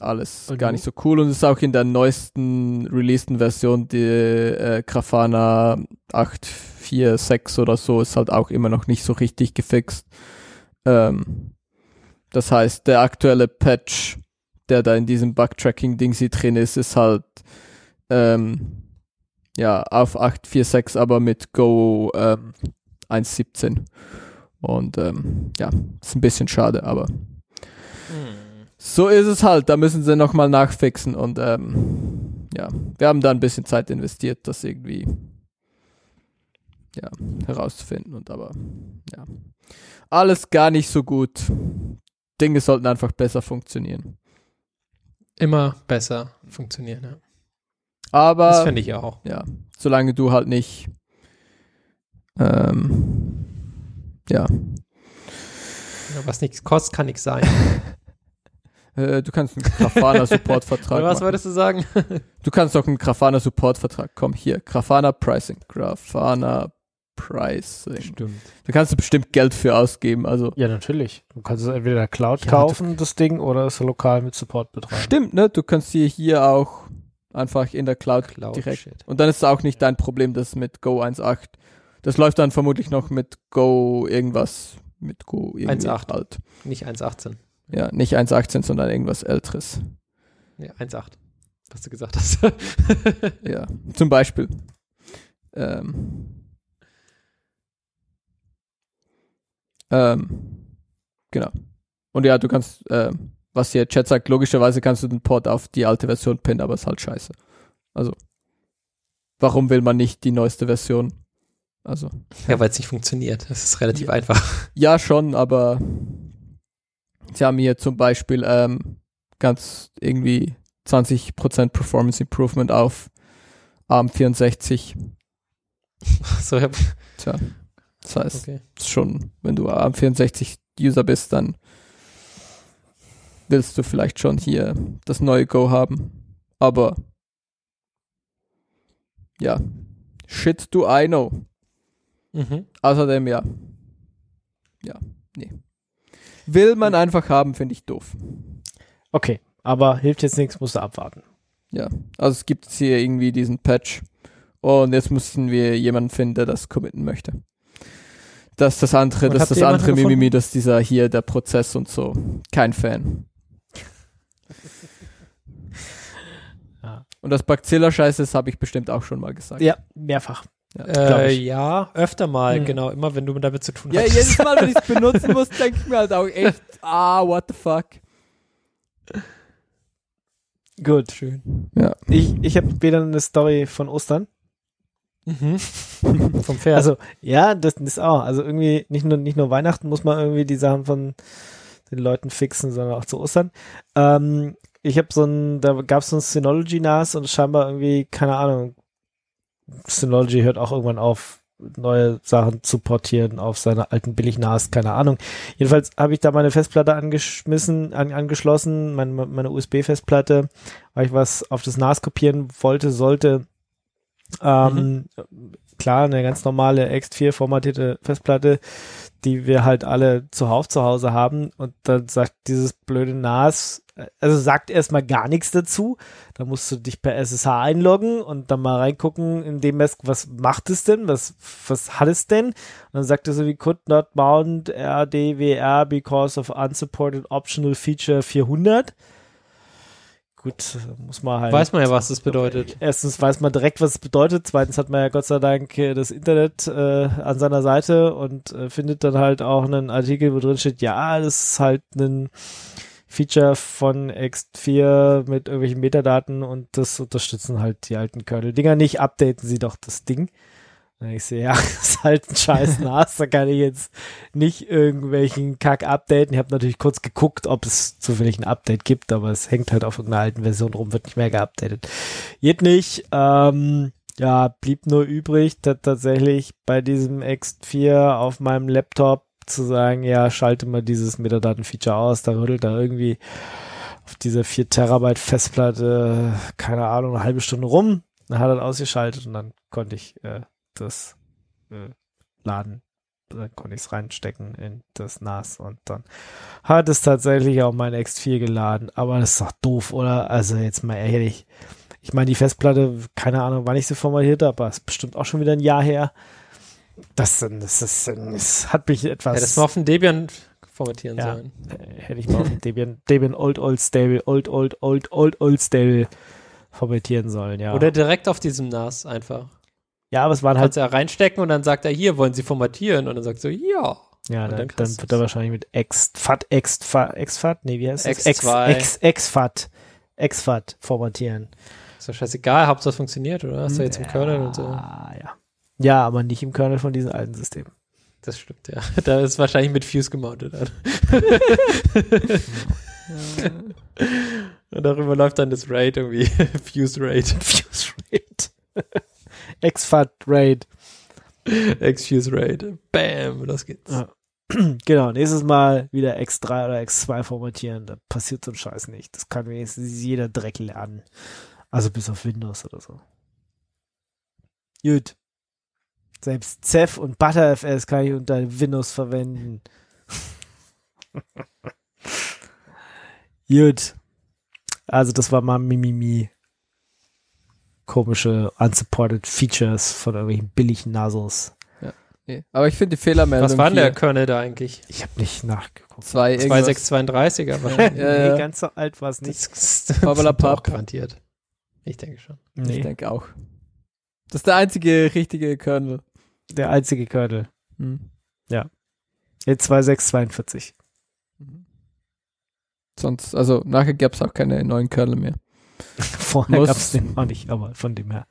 Speaker 3: alles
Speaker 2: Und
Speaker 3: gar
Speaker 2: wo-
Speaker 3: nicht so cool und ist auch in der neuesten, releaseden Version, die äh, Grafana 8.4.6 oder so, ist halt auch immer noch nicht so richtig gefixt. Ähm, das heißt, der aktuelle Patch, der da in diesem Bug-Tracking-Ding sie drin ist, ist halt ähm, ja auf 8.4.6, aber mit Go ähm, 1.17. Und ähm, ja, ist ein bisschen schade, aber
Speaker 4: Hm.
Speaker 3: so ist es halt. Da müssen sie nochmal nachfixen und ähm, ja, wir haben da ein bisschen Zeit investiert, das irgendwie ja, herauszufinden und aber ja. Alles gar nicht so gut. Dinge sollten einfach besser funktionieren.
Speaker 4: Immer besser funktionieren. Ja. Das
Speaker 3: Aber
Speaker 4: finde ich auch.
Speaker 3: ja, solange du halt nicht ähm, ja,
Speaker 4: Ja, Was nichts kostet, kann nichts sein.
Speaker 3: äh, du kannst einen Grafana Support Vertrag
Speaker 4: Oder was
Speaker 3: machen.
Speaker 4: wolltest du sagen?
Speaker 3: Du kannst auch einen Grafana Support Vertrag. Komm hier, Grafana Pricing, Grafana Pricing.
Speaker 2: Stimmt.
Speaker 3: Da kannst du bestimmt Geld für ausgeben, also
Speaker 2: Ja, natürlich. Du kannst es entweder in der Cloud
Speaker 3: Ja, du-
Speaker 2: kaufen, das Ding, oder es lokal mit Support betreiben.
Speaker 3: Stimmt, ne? Du kannst dir hier auch einfach in der Cloud
Speaker 4: Cloud
Speaker 3: direkt.
Speaker 4: Shit.
Speaker 3: Und dann ist es auch nicht dein Problem, das mit Go 1.8. Das läuft dann vermutlich noch mit Go irgendwas. Mit Go irgendwie
Speaker 4: 1.8.
Speaker 3: alt.
Speaker 4: Nicht 1,18.
Speaker 3: Ja, nicht 1.18, sondern irgendwas älteres.
Speaker 4: Nee, 1,8. Was du gesagt hast.
Speaker 3: Ja, zum Beispiel. Ähm. Ähm. Genau. Und ja, du kannst, ähm, was hier Chat sagt, logischerweise kannst du den Port auf die alte Version pinnen, aber ist halt scheiße. Also, warum will man nicht die neueste Version? Also,
Speaker 4: ja, weil es nicht funktioniert. Das ist relativ einfach.
Speaker 3: ja, schon, aber sie haben hier zum Beispiel ähm, ganz irgendwie 20% Performance Improvement auf ARM64
Speaker 4: So, ja,
Speaker 3: Tja, das heißt
Speaker 4: okay.
Speaker 3: schon, wenn du AM64-User bist, dann willst du vielleicht schon hier das neue Go haben. Aber ja, shit do I know.
Speaker 4: Mhm.
Speaker 3: Außerdem ja. Ja, nee. Will man einfach haben, finde ich doof.
Speaker 2: Okay, aber hilft jetzt nichts, musst du abwarten.
Speaker 3: Also es gibt jetzt hier irgendwie diesen Patch und jetzt müssen wir jemanden finden, der das committen möchte. Dass das andere,
Speaker 4: Und
Speaker 3: dass
Speaker 4: habt
Speaker 3: das
Speaker 4: ihr jemanden
Speaker 3: andere
Speaker 4: gefunden?
Speaker 3: Mimimi, dass dieser hier der Prozess und so. Kein Fan.
Speaker 2: Ja.
Speaker 3: Und das Baczilla-Scheiß, das habe ich bestimmt auch schon mal gesagt.
Speaker 2: Ja, mehrfach. Glaub
Speaker 4: Äh,
Speaker 2: ich.
Speaker 4: ja, öfter mal,
Speaker 2: Mhm.
Speaker 4: genau. Immer, wenn du damit zu tun
Speaker 3: Ja,
Speaker 4: hast.
Speaker 3: jedes Mal, wenn ich es benutzen muss, denke ich mir halt auch echt, ah, what the fuck.
Speaker 2: Gut. Schön.
Speaker 3: Ja.
Speaker 2: Ich, ich habe wieder eine Story von Ostern.
Speaker 4: Mhm. Vom Pferd.
Speaker 2: Also, ja, das ist auch. Also irgendwie, nicht nur, nicht nur Weihnachten muss man irgendwie die Sachen von den Leuten fixen, sondern auch zu Ostern. Ähm, ich habe so ein, da gab es so ein Synology-NAS und scheinbar irgendwie, keine Ahnung, Synology hört auch irgendwann auf, neue Sachen zu portieren auf seine alten Billig-NAS, keine Ahnung. Jedenfalls habe ich da meine Festplatte angeschmissen, an, angeschlossen, mein, meine USB-Festplatte, weil ich was auf das NAS kopieren wollte, sollte. Ähm, Klar, eine ganz normale Ext4 formatierte Festplatte, die wir halt alle zuhauf zu Hause haben. Und dann sagt dieses blöde NAS, also sagt erstmal gar nichts dazu. Da musst du dich per SSH einloggen und dann mal reingucken in dem Mask, was macht es denn? Was, was hat es denn? Und dann sagt er so wie could not mount RDWR because of unsupported optional feature 400. Gut, muss man halt.
Speaker 4: Weiß man ja, was das bedeutet.
Speaker 2: Erstens weiß man direkt, was es bedeutet. Zweitens hat man ja Gott sei Dank äh, das Internet äh, an seiner Seite und äh, findet dann halt auch einen Artikel, wo drin steht, ja, das ist halt ein Feature von X4 mit irgendwelchen Metadaten und das unterstützen halt die alten Kernel-Dinger nicht. Updaten sie doch das Ding. Und ich sehe, ja, das ist halt ein scheiß NAS, da kann ich jetzt nicht irgendwelchen Kack updaten. Ich habe natürlich kurz geguckt, ob es zufällig ein Update gibt, aber es hängt halt auf irgendeiner alten Version rum, wird nicht mehr geupdatet. Geht nicht, ähm, ja, blieb nur übrig, ta- tatsächlich bei diesem X4 auf meinem Laptop zu sagen, ja, schalte mal dieses Metadaten-Feature aus, da rüttelt da irgendwie auf dieser 4 Terabyte Festplatte, keine Ahnung, eine halbe Stunde rum, dann hat er das ausgeschaltet und dann konnte ich äh, das äh, laden. Dann konnte ich es reinstecken in das NAS und dann hat es tatsächlich auch mein X4 geladen. Aber das ist doch doof, oder? Also jetzt mal ehrlich. Ich meine, die Festplatte, keine Ahnung, wann ich sie formatiert habe, aber ist bestimmt auch schon wieder ein Jahr her. Das, denn, das, ist, das hat mich etwas.
Speaker 4: Ja, das mal auf dem Debian formatieren
Speaker 2: Ja.
Speaker 4: sollen.
Speaker 2: Äh, hätte ich mal auf dem Debian, Debian Old Old Stable, Old Old Old Old Old Stable formatieren sollen, ja. Halt-
Speaker 4: Oder direkt auf diesem NAS einfach.
Speaker 2: ja, aber es waren halt,
Speaker 4: Kannst ja reinstecken und dann sagt er, hier, wollen Sie formatieren? Und dann sagt so,
Speaker 2: ja,
Speaker 4: ja. und
Speaker 2: dann,
Speaker 4: dann
Speaker 2: dann
Speaker 4: kannst
Speaker 2: wird
Speaker 4: du's.
Speaker 2: er wahrscheinlich mit Ex, Fat, Ex, Fat, Ex, Fat, nee, wie heißt das?
Speaker 4: Ex2.
Speaker 2: Ex, Ex, Fat, Ex, Fat formatieren.
Speaker 4: Ist doch scheißegal, hauptsache es funktioniert, oder?
Speaker 2: Hm,
Speaker 4: Hast du jetzt im Kernel und so.
Speaker 2: Ah, ja. Ja, aber nicht im Kernel von diesem alten System.
Speaker 4: Das stimmt, ja. Da ist wahrscheinlich mit Fuse gemountet. an. und darüber läuft dann das Raid irgendwie. Fuse Raid.
Speaker 2: Fuse Raid. Ex, Fat Raid.
Speaker 4: Ex-Fuse Raid. Bam, los geht's.
Speaker 3: Ah,
Speaker 2: Ja. Genau, nächstes Mal wieder X3 oder X2 formatieren. Da passiert so ein Scheiß nicht. Das kann wenigstens jeder Dreck lernen. Also bis auf Windows oder so. Gut. Selbst Ceph und ButterFS kann ich unter Windows verwenden. Gut. Also das war mal Mimimi. Komische unsupported Features von irgendwelchen billigen Nasos.
Speaker 3: Nee. Aber ich finde die Fehlermeldung.
Speaker 4: Was war denn
Speaker 3: hier
Speaker 4: der Kernel da eigentlich?
Speaker 2: Ich habe nicht nachgeguckt.
Speaker 3: Zwei, irgendwas-
Speaker 4: 2632er wahrscheinlich.
Speaker 3: Ja, ja.
Speaker 2: Nee, ganz so alt war es nicht.
Speaker 4: Das
Speaker 3: Pabalapap.
Speaker 4: auch garantiert. Ich denke schon.
Speaker 3: Ich denke auch. Das ist der einzige richtige Kernel.
Speaker 2: der einzige Kernel.
Speaker 3: Hm.
Speaker 2: In 2642.
Speaker 3: Sonst, also nachher gab es auch keine neuen Kernel mehr.
Speaker 2: Vorher
Speaker 3: Muss.
Speaker 2: gab es den auch nicht, aber von dem her.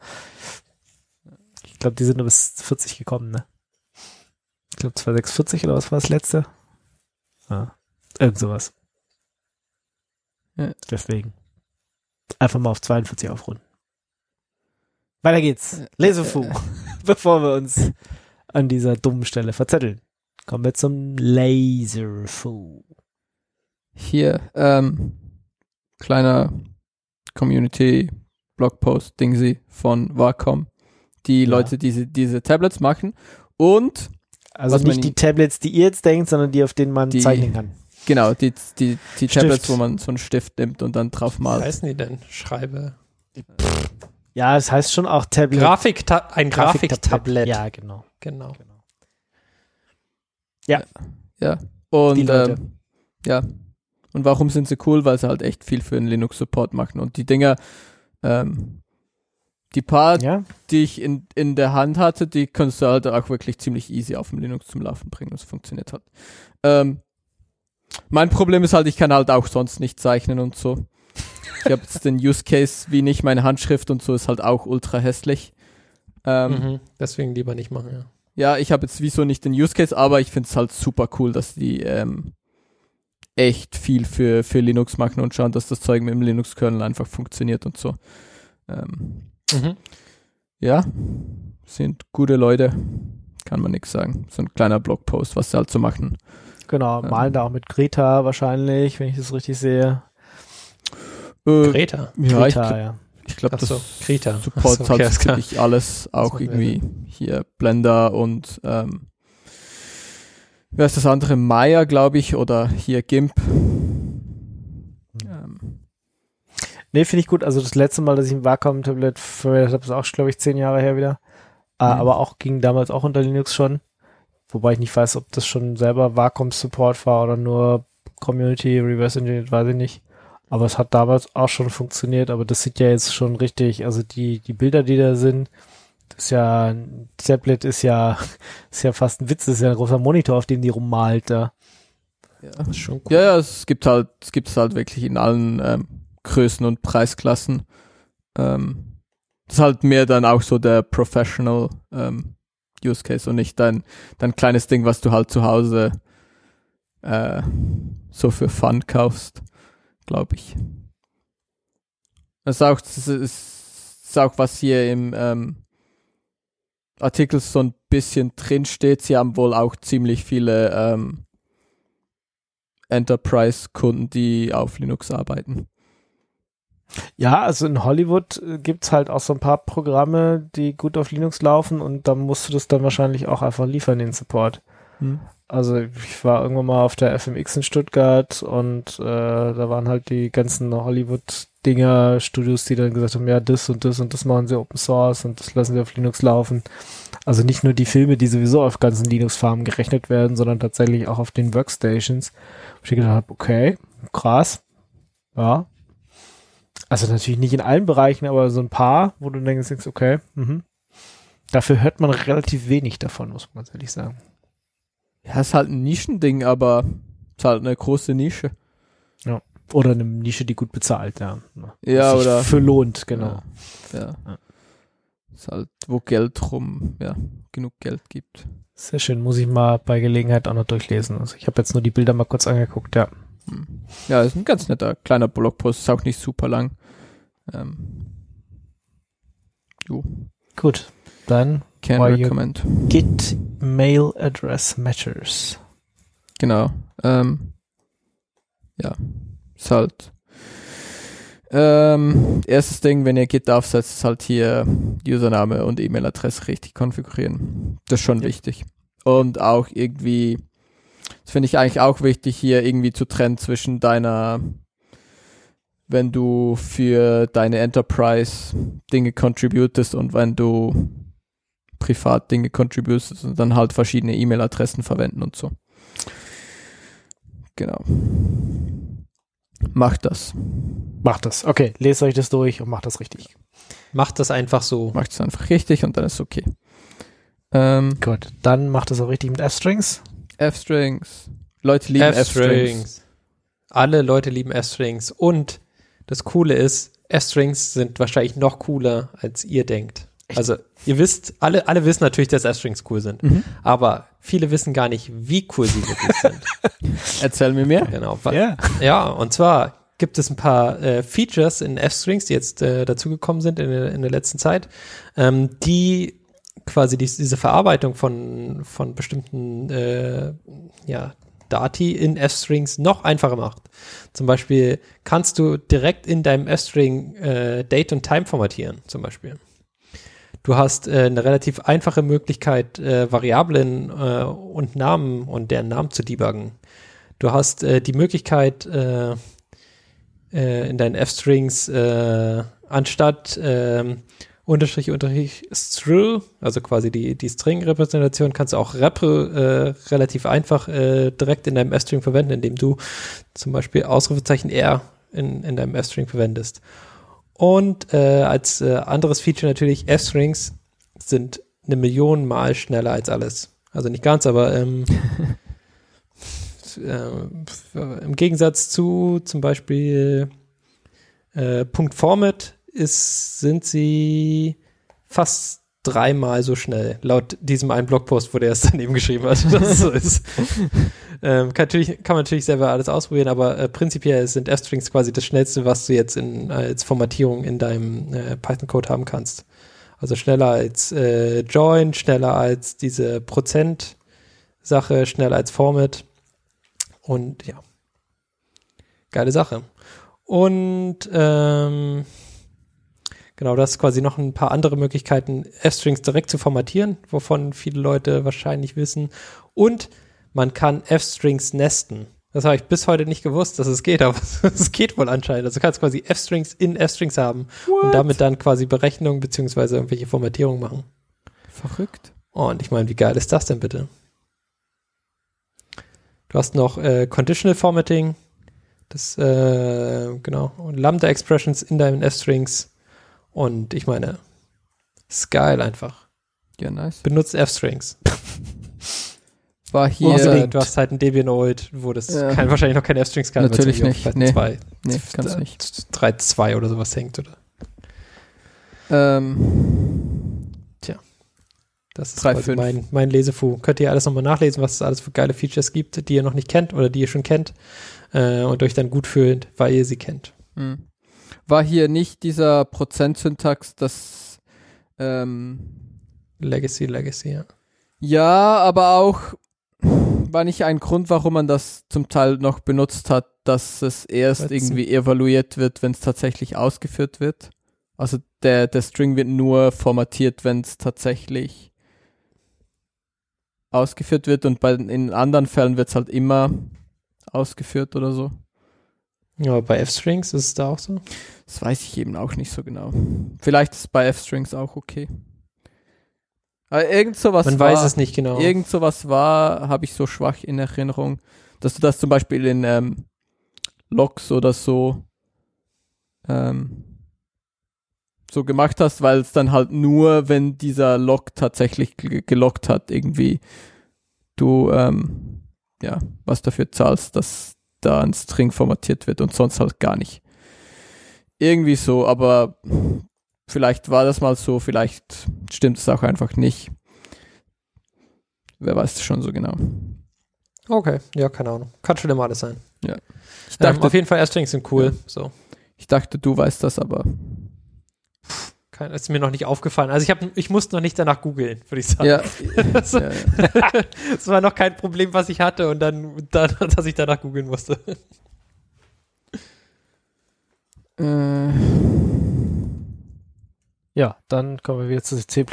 Speaker 2: Ich glaube, die sind nur bis 40 gekommen, ne? Ich glaube, 2640 oder was war das letzte? Ah, irgend sowas.
Speaker 3: Ja.
Speaker 2: Deswegen. Einfach mal auf 42 aufrunden. Weiter geht's. Lesefu.
Speaker 3: Äh,
Speaker 2: Bevor wir uns an dieser dummen Stelle verzetteln. Kommen wir zum Laserfu.
Speaker 3: Hier, ähm, kleiner Community Blogpost Dingsy von Wacom. Die
Speaker 2: Ja.
Speaker 3: Leute, die sie- diese Tablets machen. Und
Speaker 2: Also
Speaker 3: Was man
Speaker 2: nicht die
Speaker 3: ihm-
Speaker 2: Tablets, die ihr jetzt denkt, sondern die, auf denen man
Speaker 3: Die-
Speaker 2: zeichnen kann.
Speaker 3: genau, die, die, die
Speaker 2: Stift.
Speaker 3: Tablets, wo man so einen Stift nimmt und dann drauf
Speaker 4: Was
Speaker 3: malt.
Speaker 4: heißen die denn? Schreibe.
Speaker 2: Ja, das heißt schon auch Tablet.
Speaker 4: Grafik ein Grafiktablett.
Speaker 2: Ja, genau.
Speaker 4: Genau.
Speaker 3: Und
Speaker 2: Die Leute.
Speaker 3: Ähm, ja. Und warum sind sie cool? Weil sie halt echt viel für den Linux-Support machen. Und die Dinger, ähm, die paar,
Speaker 2: Ja,
Speaker 3: die ich in, in der Hand hatte, die kannst du halt auch wirklich ziemlich easy auf dem Linux zum Laufen bringen. Das funktioniert halt. Ähm, mein Problem ist halt, ich kann halt auch sonst nicht zeichnen und so. Ich habe jetzt den Use Case wie nicht, meine Handschrift und so ist halt auch ultra hässlich. Ähm,
Speaker 4: Mhm. Deswegen lieber nicht machen, ja.
Speaker 3: ja, ich habe jetzt wieso nicht den Use Case, aber ich find's halt super cool, dass die ähm, echt viel für, für Linux machen und schauen, dass das Zeug mit dem Linux-Kernel einfach funktioniert und so. Ähm,
Speaker 4: Mhm.
Speaker 3: ja, sind gute Leute. Kann man nix sagen. So ein kleiner Blogpost, was sie halt so machen.
Speaker 2: genau.
Speaker 3: Ja.
Speaker 2: Malen da auch mit Greta wahrscheinlich, wenn ich das richtig sehe.
Speaker 3: Äh,
Speaker 4: Greta.
Speaker 3: ja, ich,
Speaker 2: Greta,
Speaker 3: gl-
Speaker 2: ja.
Speaker 3: ich glaube,
Speaker 4: Ach so,
Speaker 3: das
Speaker 4: Krita.
Speaker 3: support
Speaker 4: Ach so, okay,
Speaker 3: halt
Speaker 4: alles klar.
Speaker 3: ziemlich alles, auch
Speaker 4: macht
Speaker 3: irgendwie hier Blender und ähm,
Speaker 4: Hm.
Speaker 3: wer ist das andere? Maya, glaube ich, oder hier GIMP. Ähm,
Speaker 2: Nee, finde ich gut. Also das letzte Mal, dass ich ein Wacom-Tablet verwendet habe, ist auch, glaube ich, zehn Jahre her wieder. Äh, Aber auch ging damals auch unter Linux schon. Wobei ich nicht weiß, ob das schon selber Wacom-Support war oder nur Community Reverse Engineered, weiß ich nicht. Aber es hat damals auch schon funktioniert, aber das sieht ja jetzt schon richtig, also die, die Bilder, die da sind, das ist ja, ein Tablet ist ja, ist ja fast ein Witz, das ist ja ein großer Monitor, auf dem die rummalt da.
Speaker 4: Das ist schon cool.
Speaker 3: Ja, ja, es gibt halt, es gibt es halt wirklich in allen ähm, Größen und Preisklassen. Ähm, das ist halt mehr dann auch so der Professional ähm, Use Case und nicht dein, dein kleines Ding, was du halt zu Hause äh, so für Fun kaufst, glaube ich. Das ist auch, das ist, ist auch was hier im ähm, Artikel so ein bisschen drin steht. Sie haben wohl auch ziemlich viele ähm, Enterprise-Kunden, die auf Linux arbeiten.
Speaker 2: Ja, also in Hollywood äh, gibt's halt auch so ein paar Programme, die gut auf Linux laufen und dann musst du das dann wahrscheinlich auch einfach liefern, den Support. Also ich war irgendwann mal auf der FMX in Stuttgart und äh, da waren halt die ganzen Hollywood-Dinger, Studios, die dann gesagt haben, ja, das und das und das machen sie Open Source und das lassen sie auf Linux laufen. Also nicht nur die Filme, die sowieso auf ganzen Linux-Farmen gerechnet werden, sondern tatsächlich auch auf den Workstations. Wo ich gedacht habe, okay, krass. Ja. Also natürlich nicht in allen Bereichen, aber so ein paar, wo du denkst, denkst, okay, mhm. Dafür hört man relativ wenig davon, muss man ganz ehrlich sagen.
Speaker 3: Ja, ist halt ein Nischending, aber ist halt eine große Nische.
Speaker 2: Oder eine Nische, die gut bezahlt, ja. Was
Speaker 3: Ja,
Speaker 2: sich
Speaker 3: oder-
Speaker 2: Für lohnt, genau.
Speaker 3: Ja.
Speaker 2: Ja.
Speaker 3: Ist halt, wo Geld rum, ja, genug Geld gibt.
Speaker 2: Sehr schön, muss ich mal bei Gelegenheit auch noch durchlesen. Also ich habe jetzt nur die Bilder mal kurz angeguckt, ja.
Speaker 3: Hm. Ja, ist ein ganz netter kleiner Blogpost, ist auch nicht super lang. Ähm, jo,
Speaker 2: Gut, dann
Speaker 3: can
Speaker 2: Why you-
Speaker 3: recommend.
Speaker 2: Git Mail Address Matters.
Speaker 3: Genau. Ähm, ja, ist halt. Ähm, erstes Ding, wenn ihr Git aufsetzt, ist halt hier Username und E-Mail-Adresse richtig konfigurieren. Das ist schon wichtig. Und auch irgendwie, das finde ich eigentlich auch wichtig, hier irgendwie zu trennen zwischen deiner, wenn du für deine Enterprise Dinge contributest und wenn du privat Dinge contributest und dann halt verschiedene E-Mail-Adressen verwenden und so. Genau. Macht das.
Speaker 2: Macht das. Okay, lest euch das durch und macht das richtig.
Speaker 4: Macht das einfach so.
Speaker 3: Macht es einfach richtig und dann ist okay. Ähm,
Speaker 2: Gut, dann macht das auch richtig mit F-Strings.
Speaker 3: F-Strings. Leute lieben F-Strings.
Speaker 4: Alle Leute lieben F-Strings. Und das Coole ist, F-Strings sind wahrscheinlich noch cooler, als ihr denkt. Also, ihr wisst, alle, alle wissen natürlich, dass F-Strings cool sind.
Speaker 3: Mhm.
Speaker 4: Aber viele wissen gar nicht, wie cool sie wirklich sind.
Speaker 3: Erzähl mir mehr.
Speaker 4: Genau. Wa- Ja, und zwar gibt es ein paar äh, Features in F-Strings, die jetzt äh, dazugekommen sind in, der- in der letzten Zeit, ähm, die quasi dies, diese Verarbeitung von, von bestimmten äh, ja, Dati in F-Strings noch einfacher macht. Zum Beispiel kannst du direkt in deinem F-String äh, Date und Time formatieren, zum Beispiel. Du hast äh, eine relativ einfache Möglichkeit, äh, Variablen äh, und Namen und deren Namen zu debuggen. Du hast äh, die Möglichkeit, äh, äh, in deinen F-Strings äh, anstatt ähm, Unterstrich, Unterstrich, Str, also quasi die, die String-Repräsentation, kannst du auch Rep äh, relativ einfach äh, direkt in deinem F-String verwenden, indem du zum Beispiel Ausrufezeichen R in, in deinem F-String verwendest. Und äh, als äh, anderes Feature natürlich, F-Strings sind eine Million Mal schneller als alles. Also nicht ganz, aber ähm, äh, im Gegensatz zu zum Beispiel äh, Punkt Format ist, sind sie fast dreimal so schnell, laut diesem einen Blogpost, wo der es daneben geschrieben hat, dass es so ist. ähm, kann, natürlich, kann man natürlich selber alles ausprobieren, aber äh, prinzipiell sind F-Strings quasi das Schnellste, was du jetzt in, als Formatierung in deinem äh, Python-Code haben kannst. Also schneller als äh, Join, schneller als diese Prozent-Sache, schneller als Format. Und ja, geile Sache. Und ähm, genau, das ist quasi noch ein paar andere Möglichkeiten, F-Strings direkt zu formatieren, wovon viele Leute wahrscheinlich wissen. Und man kann F-Strings nesten. Das habe ich bis heute nicht gewusst, dass es geht, aber es geht wohl anscheinend. Also du kannst quasi F-Strings in F-Strings haben und damit dann quasi Berechnungen beziehungsweise irgendwelche Formatierungen machen.
Speaker 3: Verrückt.
Speaker 4: Oh, Und ich meine, wie geil ist das denn bitte? Du hast noch äh, Conditional Formatting, das, äh, genau, und Lambda Expressions in deinen F-Strings. Und ich meine, ist geil einfach.
Speaker 3: Ja, nice.
Speaker 4: Benutzt F-Strings.
Speaker 3: War hier.
Speaker 4: Außerdem, du hast halt ein Debian Old, wo das
Speaker 3: Ja.
Speaker 4: kein, wahrscheinlich noch kein F-Strings kann. weil's
Speaker 3: Natürlich
Speaker 4: irgendwie auf
Speaker 3: nicht, nee.
Speaker 4: 2,
Speaker 3: nee, kannst nicht.
Speaker 4: 3.2 oder sowas hängt, oder?
Speaker 3: Ähm,
Speaker 4: Das ist
Speaker 3: 3,
Speaker 4: quasi
Speaker 3: 5.
Speaker 4: mein, mein Lesefu. Könnt ihr alles nochmal nachlesen, was es alles für geile Features gibt, die ihr noch nicht kennt oder die ihr schon kennt äh, und euch dann gut fühlt, weil ihr sie kennt.
Speaker 3: hm. War hier nicht dieser Prozentsyntax, das ähm,
Speaker 4: Legacy, Legacy, ja.
Speaker 3: ja, aber auch war nicht ein Grund, warum man das zum Teil noch benutzt hat, dass es erst
Speaker 4: Weil's-
Speaker 3: irgendwie evaluiert wird, wenn es tatsächlich ausgeführt wird. Also der, der String wird nur formatiert, wenn es tatsächlich ausgeführt wird und bei, den- in anderen Fällen wird es halt immer ausgeführt oder so.
Speaker 4: Ja, bei F-Strings ist es da auch so.
Speaker 3: Das weiß ich eben auch nicht so genau. Vielleicht ist bei F-Strings auch okay. Aber irgend sowas
Speaker 4: Man
Speaker 3: war,
Speaker 4: weiß es nicht genau.
Speaker 3: irgend sowas war, habe ich so schwach in Erinnerung, dass du das zum Beispiel in ähm, Logs oder so ähm, so gemacht hast, weil es dann halt nur, wenn dieser Log tatsächlich ge- gelockt hat, irgendwie du ähm, ja was dafür zahlst, dass da ein String formatiert wird und sonst halt gar nicht. Irgendwie so, aber vielleicht war das mal so, vielleicht stimmt es auch einfach nicht. Wer weiß das schon so genau.
Speaker 4: Okay, ja, keine Ahnung. Kann schon immer alles sein.
Speaker 3: Ich
Speaker 4: Ähm,
Speaker 3: dachte,
Speaker 4: auf jeden Fall F-Strings sind cool.
Speaker 3: Ja.
Speaker 4: So.
Speaker 3: ich dachte, du weißt das, aber
Speaker 4: Kein, ist mir noch nicht aufgefallen. Also ich, hab, ich musste noch nicht danach googeln, würde ich sagen.
Speaker 3: ja,
Speaker 4: das,
Speaker 3: ja, ja.
Speaker 4: das war noch kein Problem, was ich hatte und dann, dann dass ich danach googeln musste.
Speaker 3: Äh,
Speaker 2: Ja, dann kommen wir wieder zu C.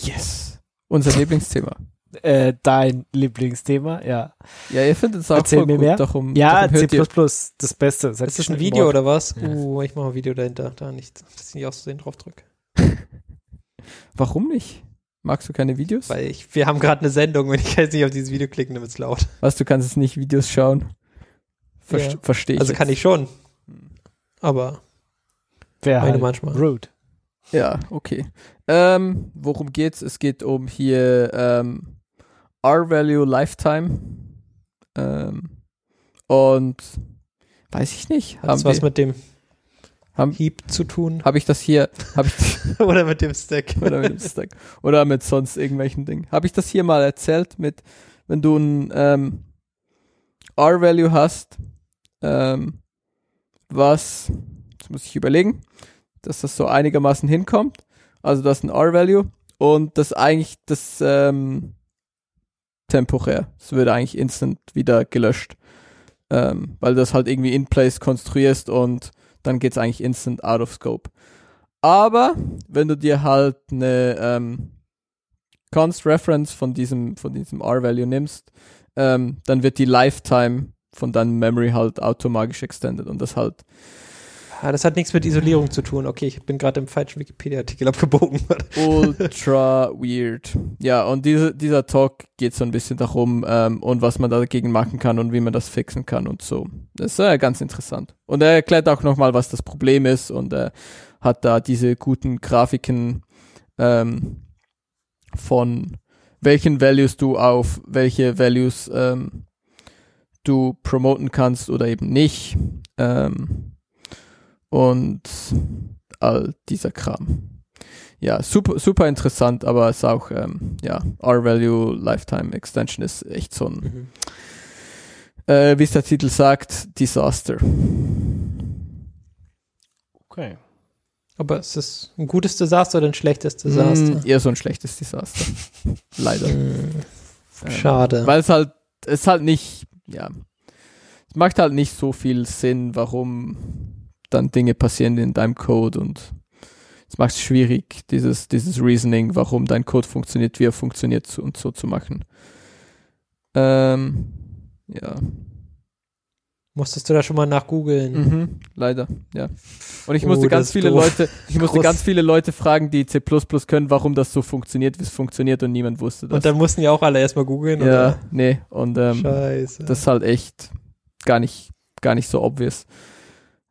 Speaker 3: yes. Unser Lieblingsthema.
Speaker 2: Äh, dein Lieblingsthema, ja.
Speaker 3: Ja, ihr findet es auch
Speaker 2: Erzähl
Speaker 3: voll
Speaker 2: mir
Speaker 3: gut,
Speaker 2: mehr.
Speaker 3: darum,
Speaker 2: Ja,
Speaker 3: darum
Speaker 2: C,
Speaker 3: hört ihr
Speaker 2: das Beste. Das
Speaker 4: Ist das ein Video oder was? Uh, ich mache ein Video dahinter. Da nicht, dass ich nicht aus Versehen drauf drücke.
Speaker 3: Warum nicht? Magst du keine Videos?
Speaker 4: Weil ich, wir haben gerade eine Sendung. Wenn ich jetzt nicht auf dieses Video klicken, dann wird's laut.
Speaker 3: Was, du kannst jetzt nicht Videos schauen? Verst
Speaker 4: Ja.
Speaker 3: Verstehe ich. Hm.
Speaker 4: also kann ich schon. Aber
Speaker 2: Wer
Speaker 4: meine
Speaker 2: halt
Speaker 4: manchmal.
Speaker 2: rude.
Speaker 3: Ja, okay. Ähm, worum geht's? Es geht um hier ähm, R-Value Lifetime. Ähm, und weiß ich nicht.
Speaker 4: Hat das
Speaker 3: Haben
Speaker 4: was
Speaker 3: wir,
Speaker 4: mit dem
Speaker 3: Haben-
Speaker 4: Heap zu tun?
Speaker 3: hab ich das hier? Hab ich
Speaker 4: Oder mit dem Stack?
Speaker 3: oder mit dem Stack. Oder mit sonst irgendwelchen Dingen. Habe ich das hier mal erzählt mit, wenn du ein ähm, R-Value hast, ähm, was, jetzt muss ich überlegen, dass das so einigermaßen hinkommt. Also das ist ein R-Value und das eigentlich das ähm, temporär. Es wird eigentlich instant wieder gelöscht. Ähm, weil du das halt irgendwie in place konstruierst und dann geht's eigentlich instant out of scope. Aber wenn du dir halt eine ähm, Const Reference von diesem, von diesem R-Value nimmst, ähm, dann wird die Lifetime von deinem Memory halt automatisch extended und das halt.
Speaker 4: Ah, das hat nichts mit Isolierung zu tun. Okay, ich bin gerade im falschen Wikipedia-Artikel abgebogen.
Speaker 3: ultra weird. Ja, und diese, dieser Talk geht so ein bisschen darum ähm, und was man dagegen machen kann und wie man das fixen kann und so. Das ist äh, ganz interessant. Und er erklärt auch nochmal, was das Problem ist und äh, hat da diese guten Grafiken ähm, von welchen Values du auf welche Values ähm, du promoten kannst oder eben nicht. Ähm, und all dieser Kram ja, super, super interessant, aber es ist auch, ähm, ja, R-Value Lifetime Extension ist echt so ein,
Speaker 4: Mhm.
Speaker 3: äh, wie es der Titel sagt, Disaster.
Speaker 2: Okay.
Speaker 4: Aber es ist ein gutes Desaster oder ein schlechtes Desaster?
Speaker 3: Mm, eher so ein schlechtes Desaster. Leider.
Speaker 4: Mm, Schade.
Speaker 3: Weil es halt, es ist halt nicht, ja, es macht halt nicht so viel Sinn, warum dann Dinge passieren in deinem Code und es macht es schwierig, dieses, dieses Reasoning, warum dein Code funktioniert, wie er funktioniert zu- und so zu machen. Ähm, ja.
Speaker 4: Musstest du da schon mal nachgoogeln?
Speaker 3: Mhm, leider, ja. Und ich
Speaker 4: Oh,
Speaker 3: musste
Speaker 4: das
Speaker 3: ganz
Speaker 4: ist
Speaker 3: viele
Speaker 4: doof.
Speaker 3: Leute, ich musste
Speaker 4: Groß.
Speaker 3: ganz viele Leute fragen, die C++ können, warum das so funktioniert, wie es funktioniert und niemand wusste das.
Speaker 4: Und dann mussten ja auch alle erstmal googeln.
Speaker 3: ja, nee, und
Speaker 4: Oder?
Speaker 3: ähm,
Speaker 4: Scheiße.
Speaker 3: das ist halt echt gar nicht, gar nicht so obvious.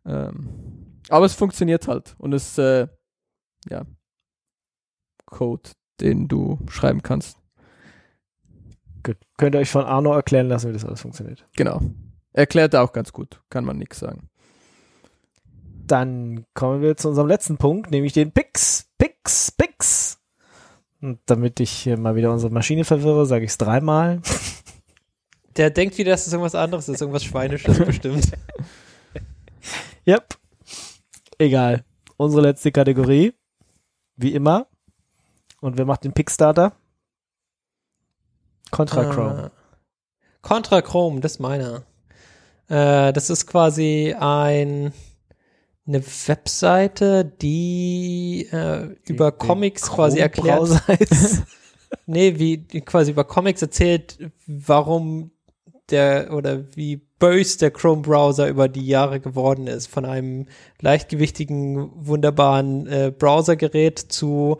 Speaker 3: Ähm, aber es funktioniert halt und es, äh, ja, Code, den du schreiben kannst.
Speaker 2: Gut. Könnt ihr euch von Arno erklären lassen, wie das alles funktioniert.
Speaker 3: Genau. Erklärt er auch ganz gut, kann man nichts sagen.
Speaker 2: Dann kommen wir zu unserem letzten Punkt, nämlich den Pix, Pix, Pix. Und damit ich hier mal wieder unsere Maschine verwirre, sage ich es dreimal.
Speaker 4: Der denkt wieder, dass es irgendwas anderes ist, irgendwas Schweinisches bestimmt.
Speaker 2: Yep. Egal. Unsere letzte Kategorie. Wie immer. Und wer macht den Pickstarter? Contra Chrome.
Speaker 4: Ah. Contra Chrome, das ist meiner. Äh, das ist quasi ein eine Webseite, die äh, über
Speaker 2: Den- den
Speaker 4: Comics quasi erklärt.
Speaker 2: Chrome-Browser ist-
Speaker 4: Nee, wie die quasi über Comics erzählt, warum der oder wie böse der Chrome Browser über die Jahre geworden ist. Von einem leichtgewichtigen, wunderbaren äh, Browsergerät zu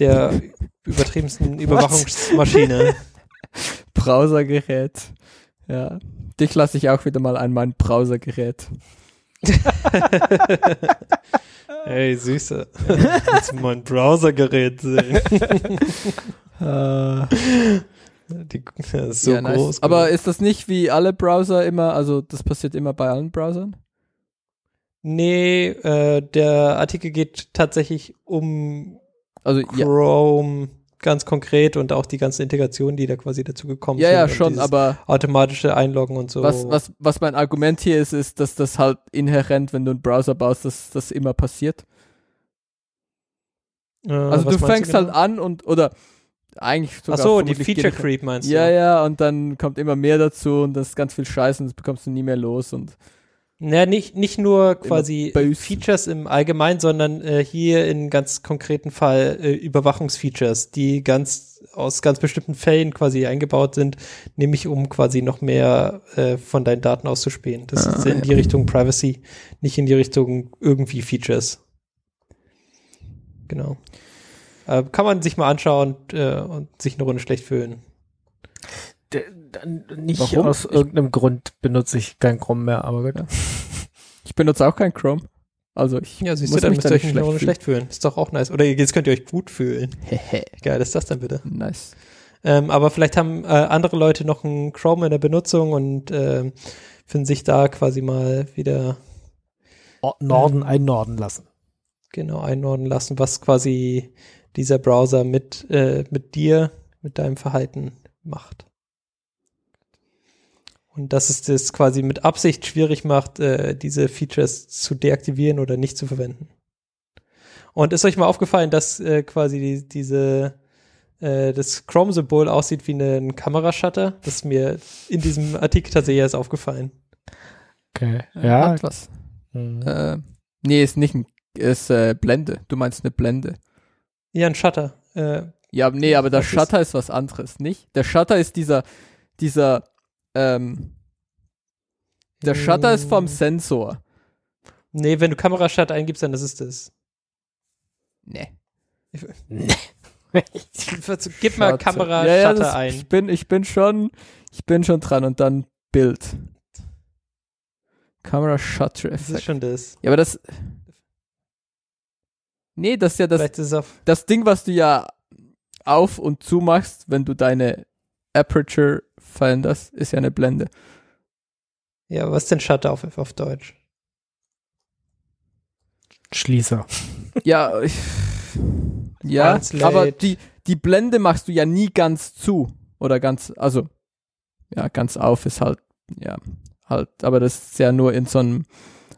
Speaker 4: der übertriebensten Überwachungsmaschine.
Speaker 3: Browsergerät. Ja. Dich lasse ich auch wieder mal an mein Browsergerät.
Speaker 4: Ey, Süße.
Speaker 3: Äh,
Speaker 4: Willst du mein Browsergerät sehen? Äh. die, das ist so
Speaker 3: Ja, nice.
Speaker 4: groß. genau.
Speaker 3: Aber ist das nicht wie alle Browser immer, also das passiert immer bei allen Browsern?
Speaker 4: nee, äh, der Artikel geht tatsächlich um
Speaker 3: Also ja,
Speaker 4: Chrome ganz konkret und auch die ganzen Integrationen, die da quasi dazu gekommen
Speaker 3: ja,
Speaker 4: sind.
Speaker 3: ja
Speaker 4: und
Speaker 3: schon,
Speaker 4: dieses
Speaker 3: aber
Speaker 4: automatische Einloggen und so.
Speaker 3: was, was, was mein Argument hier ist, ist, dass das halt inhärent, wenn du einen Browser baust, dass das immer passiert.
Speaker 4: Äh,
Speaker 3: Also
Speaker 4: was
Speaker 3: du
Speaker 4: meinst
Speaker 3: fängst
Speaker 4: genau?
Speaker 3: halt an und oder eigentlich sogar
Speaker 4: Ach so, die
Speaker 3: vermutlich
Speaker 4: Feature
Speaker 3: jede-
Speaker 4: Creep meinst
Speaker 3: Ja,
Speaker 4: du?
Speaker 3: ja, und dann kommt immer mehr dazu und das ist ganz viel Scheiß und das bekommst du nie mehr los und
Speaker 4: Naja, nicht, nicht nur quasi
Speaker 3: böse.
Speaker 4: Features im Allgemeinen, sondern äh, hier in ganz konkreten Fall äh, Überwachungsfeatures, die ganz aus ganz bestimmten Fällen quasi eingebaut sind, nämlich um quasi noch mehr äh, von deinen Daten auszuspähen. Das
Speaker 3: Ah,
Speaker 4: ist in
Speaker 3: ja.
Speaker 4: die Richtung Privacy, nicht in die Richtung irgendwie Features. Genau. Äh, kann man sich mal anschauen äh, und sich eine Runde schlecht fühlen.
Speaker 2: D- dann Nicht
Speaker 3: Warum?
Speaker 2: aus
Speaker 3: Ich-
Speaker 2: irgendeinem Grund benutze ich kein Chrome mehr, aber gut.
Speaker 3: ich benutze auch kein Chrome. Also ich
Speaker 4: Ja, siehst
Speaker 3: Muss
Speaker 4: du, dann
Speaker 3: mich
Speaker 4: müsst
Speaker 3: da
Speaker 4: ihr euch
Speaker 3: nicht
Speaker 4: nicht eine
Speaker 3: schlecht
Speaker 4: Runde schlecht fühlen. Ist doch auch nice. Oder jetzt könnt ihr euch gut fühlen.
Speaker 3: Hehe.
Speaker 4: Geil ist das dann bitte.
Speaker 3: nice.
Speaker 4: Ähm, aber vielleicht haben äh, andere Leute noch einen Chrome in der Benutzung und ähm, finden sich da quasi mal wieder
Speaker 2: O- Norden einnorden lassen.
Speaker 4: genau einordnen lassen, was quasi dieser Browser mit, äh, mit dir, mit deinem Verhalten macht. Und dass es das quasi mit Absicht schwierig macht, äh, diese Features zu deaktivieren oder nicht zu verwenden. Und ist euch mal aufgefallen, dass äh, quasi die, diese äh, das Chrome-Symbol aussieht wie ne, ein Kamerashutter? Das ist mir in diesem Artikel tatsächlich erst aufgefallen.
Speaker 2: Okay. Ja.
Speaker 3: Hat was.
Speaker 2: Mhm.
Speaker 3: Äh, nee, ist nicht ein, ist äh, Blende. Du meinst eine Blende.
Speaker 4: Ja, ein Shutter. Äh,
Speaker 3: Ja, nee, aber der
Speaker 4: Was ist-
Speaker 3: Shutter ist was anderes, nicht? Der Shutter ist dieser, dieser, ähm, der Shutter ist vom
Speaker 4: Mm.
Speaker 3: Sensor.
Speaker 4: nee, wenn du Kamerashutter eingibst, dann ist es das.
Speaker 3: Nee.
Speaker 4: Gib mal
Speaker 3: Shutter.
Speaker 4: Kamera
Speaker 3: Ja, ja,
Speaker 4: Shutter
Speaker 3: das-
Speaker 4: ein.
Speaker 3: Ich bin, ich bin schon, ich bin schon dran und dann Bild. Kamera Shutter
Speaker 4: Das ist
Speaker 3: Effekt.
Speaker 4: schon das.
Speaker 3: Ja, aber das, nee, das ist ja das,
Speaker 4: Vielleicht ist es auf.
Speaker 3: das Ding, was du ja auf und zu machst, wenn du deine Aperture veränderst, ist ja eine Blende.
Speaker 4: Ja, was ist denn Shutter auf, auf Deutsch?
Speaker 2: Schließer.
Speaker 3: Ja, ich, ja,
Speaker 4: Translate.
Speaker 3: aber die, die Blende machst du ja nie ganz zu oder ganz, also ja, ganz auf ist halt, ja, halt, aber das ist ja nur in so einem,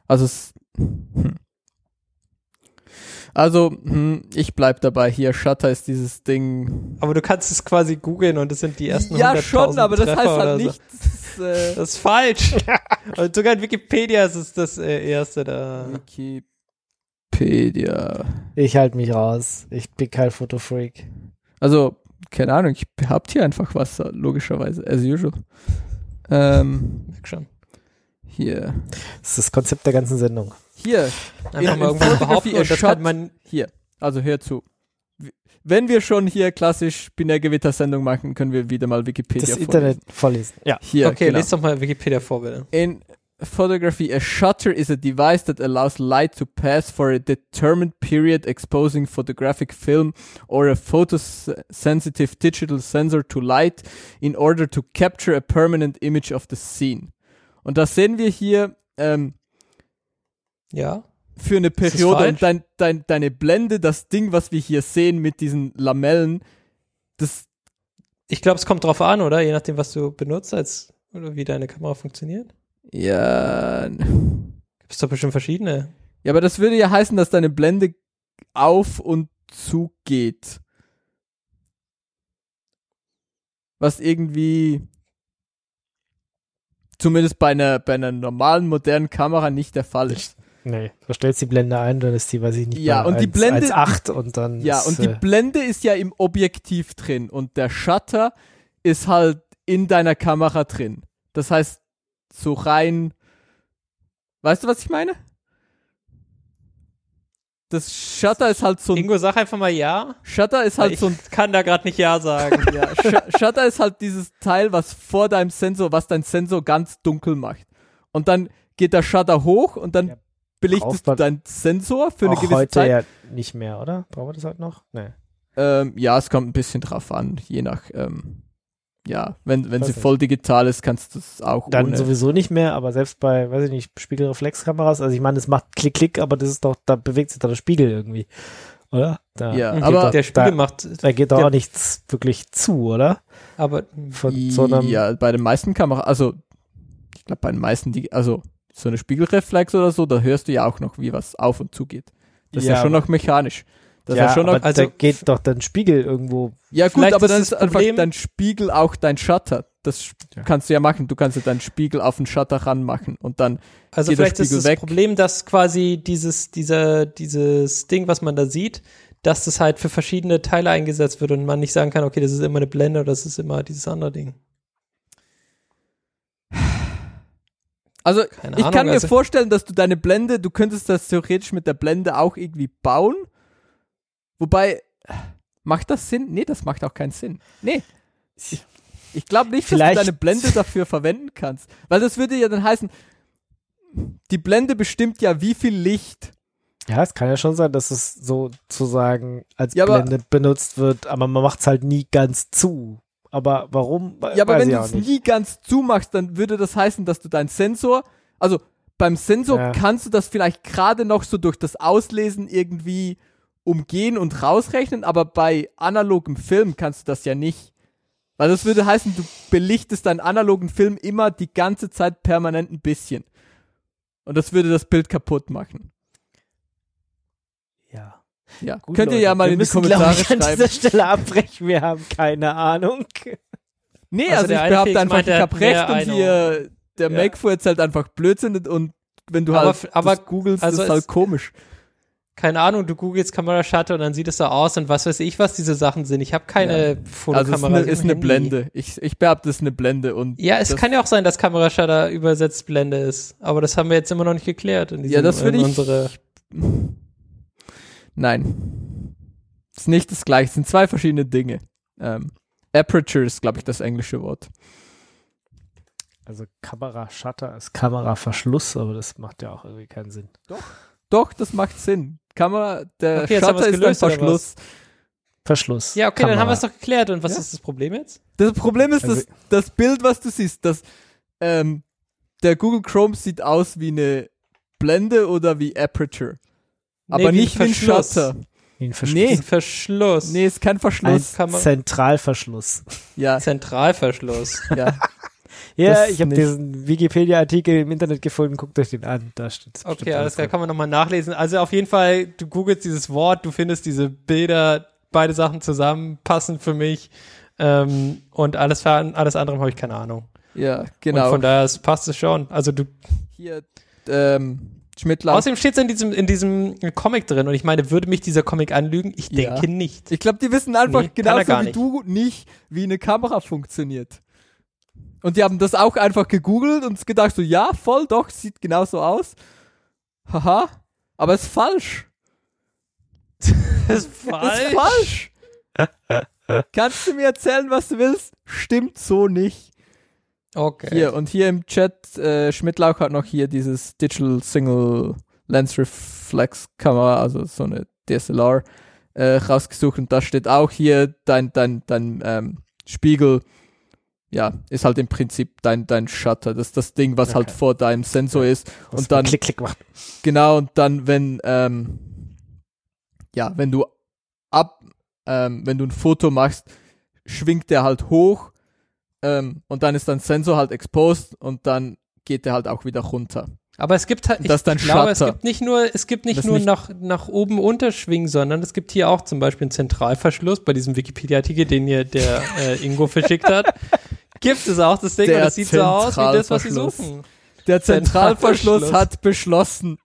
Speaker 3: also es, hm. also hm, ich bleib dabei hier. Shutter ist dieses Ding.
Speaker 4: Aber du kannst es quasi googeln und es sind die ersten
Speaker 3: ja,
Speaker 4: 100.000
Speaker 3: schon, aber das
Speaker 4: Treffer
Speaker 3: heißt
Speaker 4: oder
Speaker 3: halt
Speaker 4: so.
Speaker 3: nicht. Das ist, äh,
Speaker 4: Das ist falsch. und sogar in Wikipedia ist es das äh, erste da.
Speaker 3: Wikipedia.
Speaker 2: Ich halte mich raus. Ich bin kein Fotofreak.
Speaker 3: Also, keine Ahnung, ich behaupte hier einfach was, logischerweise, as usual. Ähm,
Speaker 4: Merk schon.
Speaker 3: Hier.
Speaker 2: Das ist das Konzept der ganzen Sendung.
Speaker 3: Hier.
Speaker 4: Einfach mal
Speaker 3: In- in
Speaker 4: irgendwas
Speaker 3: Photography
Speaker 4: behaupten und das
Speaker 3: erschöpft.
Speaker 4: kann man
Speaker 3: Hier. Also hör zu. W- Wenn wir schon hier klassisch Binärgewitter-Sendung machen, können wir wieder mal Wikipedia
Speaker 2: Das
Speaker 3: vorlesen.
Speaker 2: Internet vorlesen. Ja.
Speaker 3: Hier,
Speaker 4: okay,
Speaker 3: genau.
Speaker 4: lest doch mal Wikipedia vor, bitte.
Speaker 3: In photography, a shutter is a device that allows light to pass for a determined period, exposing photographic film or a photosensitive digital sensor to light in order to capture a permanent image of the scene. Und das sehen wir hier ähm,
Speaker 4: Ja.
Speaker 3: für eine
Speaker 4: das
Speaker 3: Periode
Speaker 4: falsch?
Speaker 3: und dein, dein, deine Blende, das Ding, was wir hier sehen mit diesen Lamellen, das
Speaker 4: Ich glaube, es kommt drauf an, oder? Je nachdem, was du benutzt, als oder wie deine Kamera funktioniert.
Speaker 3: ja,
Speaker 4: Gibt es doch bestimmt verschiedene.
Speaker 3: Ja, aber das würde ja heißen, dass deine Blende auf und zu geht. Was irgendwie zumindest bei einer, bei einer normalen, modernen Kamera nicht der Fall ist.
Speaker 2: Nee. Du stellst die Blende ein, dann ist die, weiß ich nicht,
Speaker 3: Ja,
Speaker 2: bei
Speaker 3: und die
Speaker 2: 1,
Speaker 3: Blende-
Speaker 2: 1,8 und dann
Speaker 3: Ja,
Speaker 2: ist,
Speaker 3: und die
Speaker 2: äh,
Speaker 3: Blende ist ja im Objektiv drin und der Shutter ist halt in deiner Kamera drin. Das heißt, so rein. Weißt du, was ich meine? Das Shutter ist halt so ein
Speaker 4: Ingo, sag einfach mal ja.
Speaker 3: Shutter ist halt
Speaker 4: ich
Speaker 3: so ein
Speaker 4: kann da gerade nicht ja sagen.
Speaker 3: ja, Sh Shutter ist halt dieses Teil, was vor deinem Sensor, was dein Sensor ganz dunkel macht. Und dann geht der Shutter hoch und dann
Speaker 2: Ja, braucht
Speaker 3: belichtest du
Speaker 2: man
Speaker 3: deinen Sensor für eine
Speaker 2: auch
Speaker 3: gewisse
Speaker 2: heute
Speaker 3: Zeit.
Speaker 2: ja nicht mehr, oder? Brauchen wir das heute noch? Nee.
Speaker 3: Ähm, ja, es kommt ein bisschen drauf an, je nach. Ähm, ja, wenn, wenn
Speaker 2: Weiß
Speaker 3: sie
Speaker 2: nicht.
Speaker 3: voll digital ist, kannst du es auch
Speaker 2: Dann
Speaker 3: ohne.
Speaker 2: sowieso nicht mehr, aber selbst bei, weiß ich nicht, Spiegelreflexkameras, also ich meine, es macht Klick, Klick, aber das ist doch, da bewegt sich doch der Spiegel irgendwie, oder? Da,
Speaker 3: Ja,
Speaker 4: Und
Speaker 3: aber
Speaker 4: der Spiegel
Speaker 2: da-
Speaker 4: macht,
Speaker 2: da geht doch
Speaker 4: Ja.
Speaker 2: auch nichts wirklich zu, oder?
Speaker 4: aber
Speaker 2: Von so einem,
Speaker 3: ja, bei den meisten Kameras, also ich glaube bei den meisten, die, also so eine Spiegelreflex oder so, da hörst du ja auch noch, wie was auf und zu geht. Das ist
Speaker 2: Ja,
Speaker 3: ja schon
Speaker 2: aber-
Speaker 3: noch mechanisch. Das
Speaker 2: ja,
Speaker 3: ist ja schon noch
Speaker 2: aber
Speaker 4: also-
Speaker 2: da geht doch dann Spiegel irgendwo.
Speaker 3: Ja, gut,
Speaker 4: Vielleicht
Speaker 3: aber
Speaker 4: ist
Speaker 3: dann
Speaker 4: das
Speaker 3: ist einfach
Speaker 4: Problem-
Speaker 3: dein Spiegel auch dein Shutter. Das sch-
Speaker 2: Ja.
Speaker 3: kannst du ja machen. Du kannst ja deinen Spiegel auf den Shutter ranmachen und dann,
Speaker 4: Also
Speaker 3: Geht der
Speaker 4: vielleicht ist
Speaker 3: Spiegel
Speaker 4: das
Speaker 3: weg?
Speaker 4: Problem, dass quasi dieses, dieser, dieses Ding, was man da sieht, dass das halt für verschiedene Teile eingesetzt wird und man nicht sagen kann, okay, das ist immer eine Blende oder das ist immer dieses andere Ding.
Speaker 3: also
Speaker 4: Keine
Speaker 3: ich
Speaker 4: Ahnung.
Speaker 3: kann mir
Speaker 4: also,
Speaker 3: vorstellen, dass du deine Blende, du könntest das theoretisch mit der Blende auch irgendwie bauen. Wobei, macht das Sinn? Nee, das macht auch keinen Sinn. Nee. Ich, ich glaube nicht,
Speaker 2: Vielleicht-
Speaker 3: dass du deine Blende dafür verwenden kannst. Weil das würde ja dann heißen, die Blende bestimmt ja, wie viel Licht
Speaker 2: Ja, es kann ja schon sein, dass es sozusagen als
Speaker 3: Ja, aber-
Speaker 2: Blende benutzt wird, aber man macht es halt nie ganz zu. Aber warum?
Speaker 3: Ja, aber
Speaker 2: Weiß
Speaker 3: wenn
Speaker 2: ich
Speaker 3: du
Speaker 2: auch
Speaker 3: es
Speaker 2: nicht.
Speaker 3: nie ganz zumachst, dann würde das heißen, dass du deinen Sensor, also beim Sensor
Speaker 2: Ja.
Speaker 3: kannst du das vielleicht gerade noch so durch das Auslesen irgendwie umgehen und rausrechnen, aber bei analogem Film kannst du das ja nicht. Weil das würde heißen, du belichtest deinen analogen Film immer die ganze Zeit permanent ein bisschen. Und das würde das Bild kaputt machen.
Speaker 2: Ja.
Speaker 3: Ja.
Speaker 2: Gut,
Speaker 3: Könnt ihr
Speaker 2: Leute,
Speaker 3: ja mal
Speaker 2: wir
Speaker 3: in die
Speaker 2: müssen,
Speaker 3: Kommentare
Speaker 2: glaub ich, an
Speaker 3: schreiben.
Speaker 2: dieser Stelle abbrechen. Wir haben keine Ahnung.
Speaker 3: Nee,
Speaker 4: Also
Speaker 3: also,
Speaker 4: der
Speaker 3: ich
Speaker 4: eine
Speaker 3: behaupte
Speaker 4: Felix
Speaker 3: einfach,
Speaker 4: meint,
Speaker 3: ich
Speaker 4: er
Speaker 3: hab
Speaker 4: hat mehr
Speaker 3: recht und
Speaker 4: Ahnung.
Speaker 3: hier der
Speaker 2: Ja.
Speaker 3: Mac erzählt einfach Blödsinn und wenn du
Speaker 4: Aber
Speaker 3: halt
Speaker 4: f- aber
Speaker 3: das googelst,
Speaker 4: also
Speaker 3: ist halt
Speaker 4: es-
Speaker 3: komisch.
Speaker 4: keine Ahnung, du googelst Kamerashutter und dann sieht es da aus und was weiß ich, was diese Sachen sind. Ich habe keine
Speaker 3: Also
Speaker 4: Fotokamera.
Speaker 3: es ist eine,
Speaker 4: im
Speaker 3: ist eine
Speaker 4: Handy.
Speaker 3: Blende. Ich, ich behaupte, es ist eine Blende und
Speaker 4: Ja, es
Speaker 3: Das-
Speaker 4: kann ja auch sein, dass Kamerashutter übersetzt Blende ist, aber das haben wir jetzt immer noch nicht geklärt. In diesem,
Speaker 3: ja, das
Speaker 4: in
Speaker 3: würde ich.
Speaker 4: unsere
Speaker 3: Nein. Ist nicht das gleiche, es sind zwei verschiedene Dinge. Ähm, Aperture ist, glaube ich, das englische Wort.
Speaker 2: Also Kamerashutter ist Kameraverschluss, aber das macht ja auch irgendwie keinen Sinn.
Speaker 3: Doch, das macht Sinn. Kamera, der
Speaker 4: Okay, jetzt haben wir's
Speaker 3: Shutter ist
Speaker 4: gelöst,
Speaker 3: ein
Speaker 4: oder was?
Speaker 3: Verschluss.
Speaker 2: Verschluss.
Speaker 4: Ja, okay, dann haben wir es
Speaker 2: Kamera.
Speaker 4: doch geklärt. Und was
Speaker 3: Ja.
Speaker 4: ist das Problem jetzt?
Speaker 3: Das Problem ist,
Speaker 2: Also-
Speaker 3: dass das Bild, was du siehst, das, ähm, der Google Chrome sieht aus wie eine Blende oder wie Aperture. Aber
Speaker 4: wie ein
Speaker 3: nicht wie ein
Speaker 4: Verschluss.
Speaker 3: Shutter.
Speaker 2: Wie ein Verschluss.
Speaker 3: Nee.
Speaker 4: Ein Verschluss.
Speaker 3: Nee, ist kein
Speaker 2: Ein
Speaker 3: Verschluss.
Speaker 4: Kamera-
Speaker 2: Zentralverschluss.
Speaker 3: Ja,
Speaker 4: Zentralverschluss.
Speaker 3: ja.
Speaker 2: Ja,
Speaker 3: Das
Speaker 2: ich habe
Speaker 3: nicht.
Speaker 2: diesen Wikipedia-Artikel im Internet gefunden. Guckt euch den an. Da steht
Speaker 4: Okay, alles klar, kann man nochmal nachlesen. Also auf jeden Fall, du googelst dieses Wort, du findest diese Bilder, beide Sachen zusammen, passend für mich. Ähm, und alles, ver- alles andere habe ich keine Ahnung.
Speaker 3: ja,
Speaker 4: Und
Speaker 3: genau.
Speaker 4: von daher ist- passt es schon. Also du,
Speaker 3: Hier, ähm, Schmidtland.
Speaker 4: außerdem steht es in diesem, in diesem Comic drin und ich meine, würde mich dieser Comic anlügen? Ich
Speaker 3: Ja.
Speaker 4: denke nicht.
Speaker 3: Ich glaube, die wissen einfach
Speaker 4: Nee, kann er
Speaker 3: genauso
Speaker 4: gar
Speaker 3: wie
Speaker 4: nicht.
Speaker 3: du nicht, wie eine Kamera funktioniert. Und die haben das auch einfach gegoogelt und gedacht so, ja, voll, doch, sieht genauso aus. Haha, aber ist falsch.
Speaker 4: Das ist
Speaker 3: Ist falsch. Kannst du mir erzählen, was du willst? Stimmt so nicht.
Speaker 4: Okay.
Speaker 3: Hier, und hier im Chat, äh, Schmidtlauch hat noch hier dieses Digital Single Lens Reflex Kamera, also so eine DSLR, äh, rausgesucht und da steht auch hier dein, dein, dein ähm, Spiegel, ja, ist halt im Prinzip dein, dein Shutter, das ist das Ding, was halt
Speaker 2: Okay.
Speaker 3: vor deinem Sensor ist.
Speaker 2: Was
Speaker 3: Und dann-
Speaker 2: Klick, klick macht.
Speaker 3: Genau, und dann, wenn, ähm, ja, wenn du ab, ähm, wenn du ein Foto machst, schwingt der halt hoch ähm, und dann ist dein Sensor halt exposed und dann geht der halt auch wieder runter.
Speaker 4: Aber es gibt halt, ich,
Speaker 3: Das ist dein
Speaker 4: ich glaube, es
Speaker 3: Shutter.
Speaker 4: gibt nicht nur, es gibt nicht
Speaker 3: Das
Speaker 4: nur
Speaker 3: nicht-
Speaker 4: nach, nach oben unterschwingen, sondern es gibt hier auch zum Beispiel einen Zentralverschluss bei diesem Wikipedia-Artikel, den hier der äh, Ingo verschickt hat. Gibt es auch das Ding,
Speaker 3: Der
Speaker 4: und das sieht so aus wie das, was sie
Speaker 3: Zentralverschluss.
Speaker 4: suchen.
Speaker 3: Der
Speaker 4: Zentralverschluss.
Speaker 3: Zentralverschluss hat beschlossen.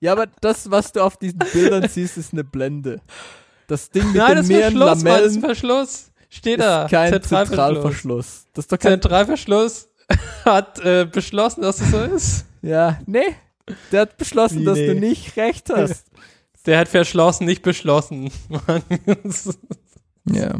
Speaker 3: Ja, aber das, was du auf diesen Bildern siehst, ist eine Blende. Das Ding mit
Speaker 4: Nein,
Speaker 3: den
Speaker 4: das ist ein
Speaker 3: mehreren
Speaker 4: Verschluss, Mann, das ist ein
Speaker 3: Lamellen
Speaker 4: Verschluss. Steht da.
Speaker 3: ist kein Zentralverschluss. Das ist doch kein
Speaker 4: Zentralverschluss hat äh, beschlossen, dass es so ist.
Speaker 3: Ja, nee. Der hat beschlossen,
Speaker 2: Wie
Speaker 3: dass du
Speaker 2: nee?
Speaker 3: nicht recht hast.
Speaker 4: Der hat verschlossen, nicht beschlossen. Mann, das ist-
Speaker 3: Ja.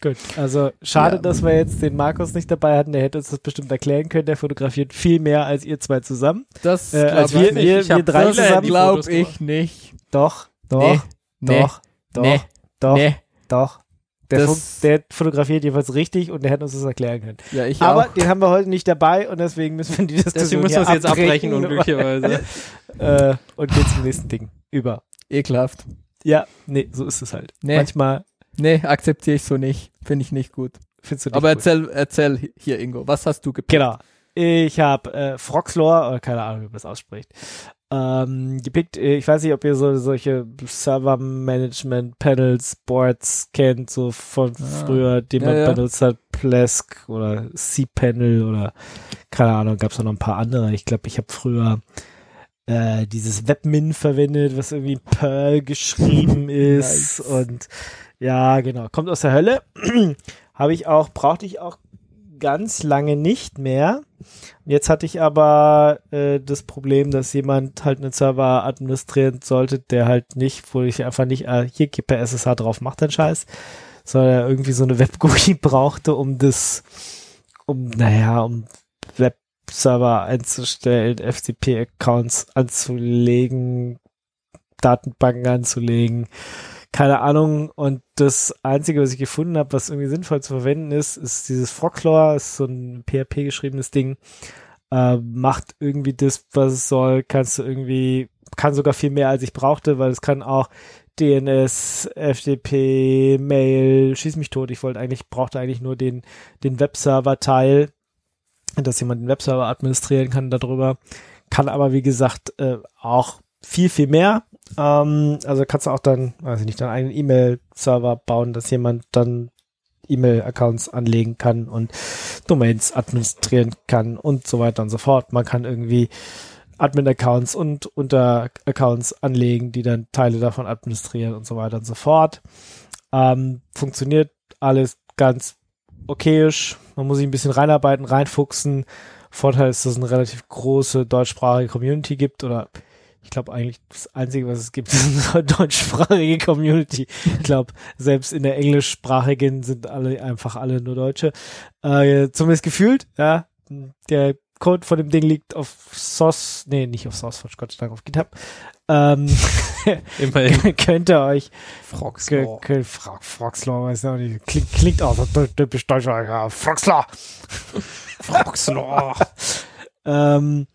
Speaker 2: Gut, also schade,
Speaker 3: Ja.
Speaker 2: dass wir jetzt den Markus nicht dabei hatten. Der hätte uns das bestimmt erklären können. Der fotografiert viel mehr als ihr zwei zusammen.
Speaker 3: Das
Speaker 2: Äh, als
Speaker 3: glaube
Speaker 2: wir,
Speaker 3: ich nicht.
Speaker 2: wir,
Speaker 4: Ich
Speaker 2: wir
Speaker 4: hab
Speaker 2: drei
Speaker 4: Fotos
Speaker 2: zusammen.
Speaker 4: die gemacht.
Speaker 3: Glaub
Speaker 4: Fotos
Speaker 3: ich nicht.
Speaker 2: Doch, doch,
Speaker 3: Nee, nee,
Speaker 2: doch, doch,
Speaker 3: nee,
Speaker 2: doch,
Speaker 3: nee.
Speaker 2: doch. Der,
Speaker 3: Das-
Speaker 2: fun- der fotografiert jedenfalls richtig und der hätte uns das erklären können.
Speaker 3: Ja, ich
Speaker 2: Aber
Speaker 3: auch.
Speaker 2: den haben wir heute nicht dabei und deswegen müssen wir die
Speaker 4: Deswegen
Speaker 2: Diskussion
Speaker 4: müssen wir es
Speaker 2: hier
Speaker 4: jetzt abbrechen, unglücklicherweise.
Speaker 2: Äh, und geht zum nächsten Ding. Über.
Speaker 3: Ekelhaft.
Speaker 2: Ja, nee, so ist es halt.
Speaker 3: Nee.
Speaker 2: Manchmal
Speaker 3: Nee, akzeptiere ich so nicht. Finde ich nicht gut.
Speaker 2: findest du nicht
Speaker 3: Aber
Speaker 2: gut.
Speaker 3: erzähl, erzähl hier, Ingo. Was hast du gepickt?
Speaker 2: Genau. Ich habe äh, Froxlore, oder keine Ahnung, wie man das ausspricht, ähm, gepickt. Äh, Ich weiß nicht, ob ihr so solche Server-Management-Panels, Boards kennt, so von
Speaker 3: Ah.
Speaker 2: früher, die
Speaker 3: Ja,
Speaker 2: man
Speaker 3: ja.
Speaker 2: benutzt hat, Plesk oder cPanel oder keine Ahnung, gab es noch ein paar andere. Ich glaube, ich habe früher äh, dieses Webmin verwendet, was irgendwie in Perl geschrieben ist
Speaker 3: Nice.
Speaker 2: und ja, genau, kommt aus der Hölle. Habe ich auch, brauchte ich auch ganz lange nicht mehr. Jetzt hatte ich aber äh, das Problem, dass jemand halt einen Server administrieren sollte, der halt nicht, wo ich einfach nicht, äh, hier gib per SSH drauf, macht den Scheiß, sondern er irgendwie so eine Web-GUI brauchte, um das, um, naja, um Web-Server einzustellen, FTP-Accounts anzulegen, Datenbanken anzulegen, keine Ahnung. Und das Einzige, was ich gefunden habe, was irgendwie sinnvoll zu verwenden ist, ist dieses Frocklore, ist so ein PHP geschriebenes Ding. Äh, macht irgendwie das, was es soll, kannst du irgendwie, kann sogar viel mehr, als ich brauchte, weil es kann auch DNS, FTP, Mail, schieß mich tot. Ich wollte eigentlich, brauchte eigentlich nur den, den Webserver-Teil, dass jemand den Webserver administrieren kann darüber. Kann aber, wie gesagt, äh, auch viel, viel mehr. Ähm, also kannst du auch dann, weiß ich nicht, deinen eigenen E-Mail-Server bauen, dass jemand dann E-Mail-Accounts anlegen kann und Domains administrieren kann und so weiter und so fort. Man kann irgendwie Admin-Accounts und Unter-Accounts anlegen, die dann Teile davon administrieren und so weiter und so fort. Ähm, funktioniert alles ganz okayisch. Man muss sich ein bisschen reinarbeiten, reinfuchsen. Vorteil ist, dass es eine relativ große deutschsprachige Community gibt oder ich glaube eigentlich das Einzige, was es gibt, ist eine deutschsprachige Community. Ich glaube, selbst in der englischsprachigen sind alle einfach alle nur Deutsche. Äh, zumindest gefühlt, ja. Der Code von dem Ding liegt auf Source, nee, nicht auf SourceForge, Gott sei Dank auf GitHub. Ähm,
Speaker 4: Immerhin.
Speaker 2: könnt ihr euch Ge-
Speaker 4: Froxlaw.
Speaker 2: ge- Fra- Froxlaw, weiß ich auch nicht. Klingt, klingt auch so typ- typisch deutscher. Ja, Froxlaw. Froxlaw. ähm,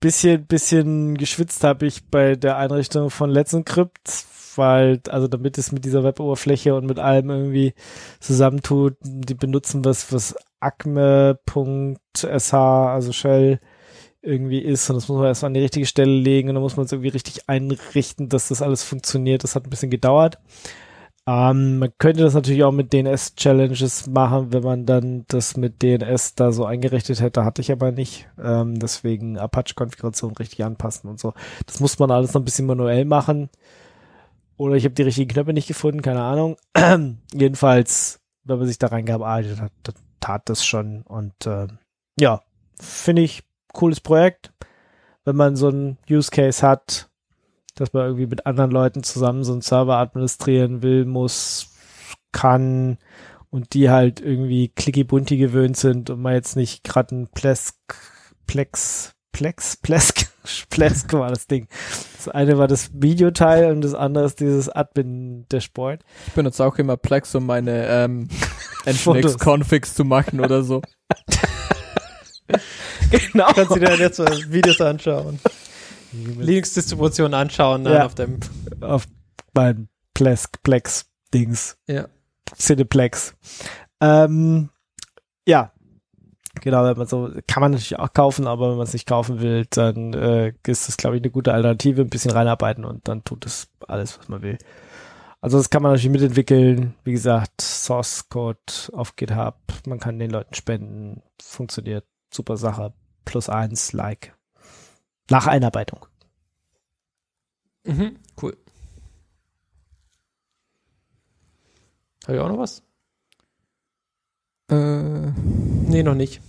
Speaker 2: bisschen, bisschen geschwitzt habe ich bei der Einrichtung von Let's Encrypt, weil, also damit es mit dieser Web-Oberfläche und mit allem irgendwie zusammentut, die benutzen was, was acme.sh, also Shell irgendwie ist und das muss man erstmal an die richtige Stelle legen und dann muss man es irgendwie richtig einrichten, dass das alles funktioniert. Das hat ein bisschen gedauert. Ähm, man könnte das natürlich auch mit DNS-Challenges machen, wenn man dann das mit DNS da so eingerichtet hätte, hatte ich aber nicht. Ähm, deswegen Apache-Konfiguration richtig anpassen und so. Das muss man alles noch ein bisschen manuell machen. Oder ich habe die richtigen Knöpfe nicht gefunden, keine Ahnung. Jedenfalls wenn man sich da reingearbeitet hat, dann tat das schon. Und äh, ja, finde ich cooles Projekt, wenn man so einen Use Case hat, dass man irgendwie mit anderen Leuten zusammen so einen Server administrieren will, muss, kann und die halt irgendwie clicky bunti gewöhnt sind und man jetzt nicht gerade ein Plesk, Plex, Plex, Plesk, Plesk war das Ding. Das eine war das Videoteil und das andere ist dieses Admin-Dashboard.
Speaker 3: Ich benutze auch immer Plex, um meine ähm,
Speaker 2: Fotos.
Speaker 3: Nginx-Configs zu machen oder so.
Speaker 2: Genau.
Speaker 5: Kannst du dir dann jetzt mal Videos anschauen.
Speaker 4: Linux-Distribution anschauen, dann
Speaker 2: Ja.
Speaker 4: auf deinem.
Speaker 2: auf mein Plesk, Plex, Dings.
Speaker 4: Ja.
Speaker 2: Cineplex. Ähm, ja. Genau, wenn man so, kann man natürlich auch kaufen, aber wenn man es nicht kaufen will, dann äh, ist das, glaube ich, eine gute Alternative, ein bisschen reinarbeiten und dann tut es alles, was man will. Also das kann man natürlich mitentwickeln, wie gesagt, Source Code auf GitHub, man kann den Leuten spenden, funktioniert, super Sache, plus eins, Like. Nach Einarbeitung.
Speaker 4: Mhm, cool. Habe ich auch noch was?
Speaker 3: Äh,
Speaker 4: Nee, noch nicht.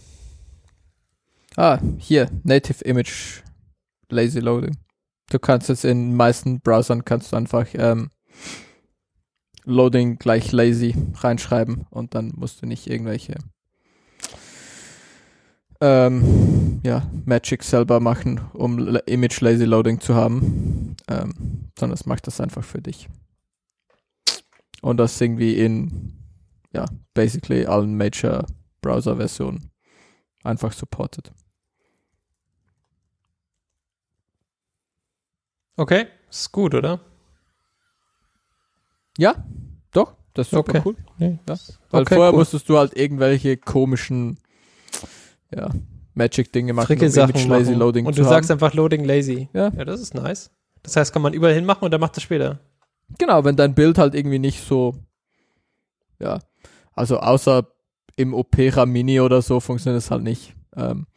Speaker 3: ah, hier, Native Image Lazy Loading. Du kannst jetzt in meisten Browsern kannst du einfach ähm, Loading gleich lazy reinschreiben und dann musst du nicht irgendwelche ähm, ja, Magic selber machen, um La- Image Lazy Loading zu haben, ähm, sondern es macht das einfach für dich. Und das irgendwie in, ja, basically allen Major Browser Versionen einfach supported.
Speaker 4: Okay, ist gut, oder?
Speaker 3: Ja, doch, das ist super
Speaker 4: Okay.
Speaker 3: cool.
Speaker 4: Nee.
Speaker 3: Ja. Weil
Speaker 4: Okay,
Speaker 3: vorher
Speaker 4: cool.
Speaker 3: musstest du halt irgendwelche komischen, ja, Magic-Dinge machen,
Speaker 4: Frickelsachen
Speaker 3: Image Lazy
Speaker 4: machen.
Speaker 3: Loading
Speaker 4: Und
Speaker 3: zu
Speaker 4: du
Speaker 3: haben.
Speaker 4: sagst einfach Loading Lazy.
Speaker 3: Ja.
Speaker 4: ja, das ist nice. Das heißt, kann man überall hin machen und dann macht das später.
Speaker 3: Genau, wenn dein Bild halt irgendwie nicht so, ja, also außer im Opera Mini oder so funktioniert es halt nicht. Ähm,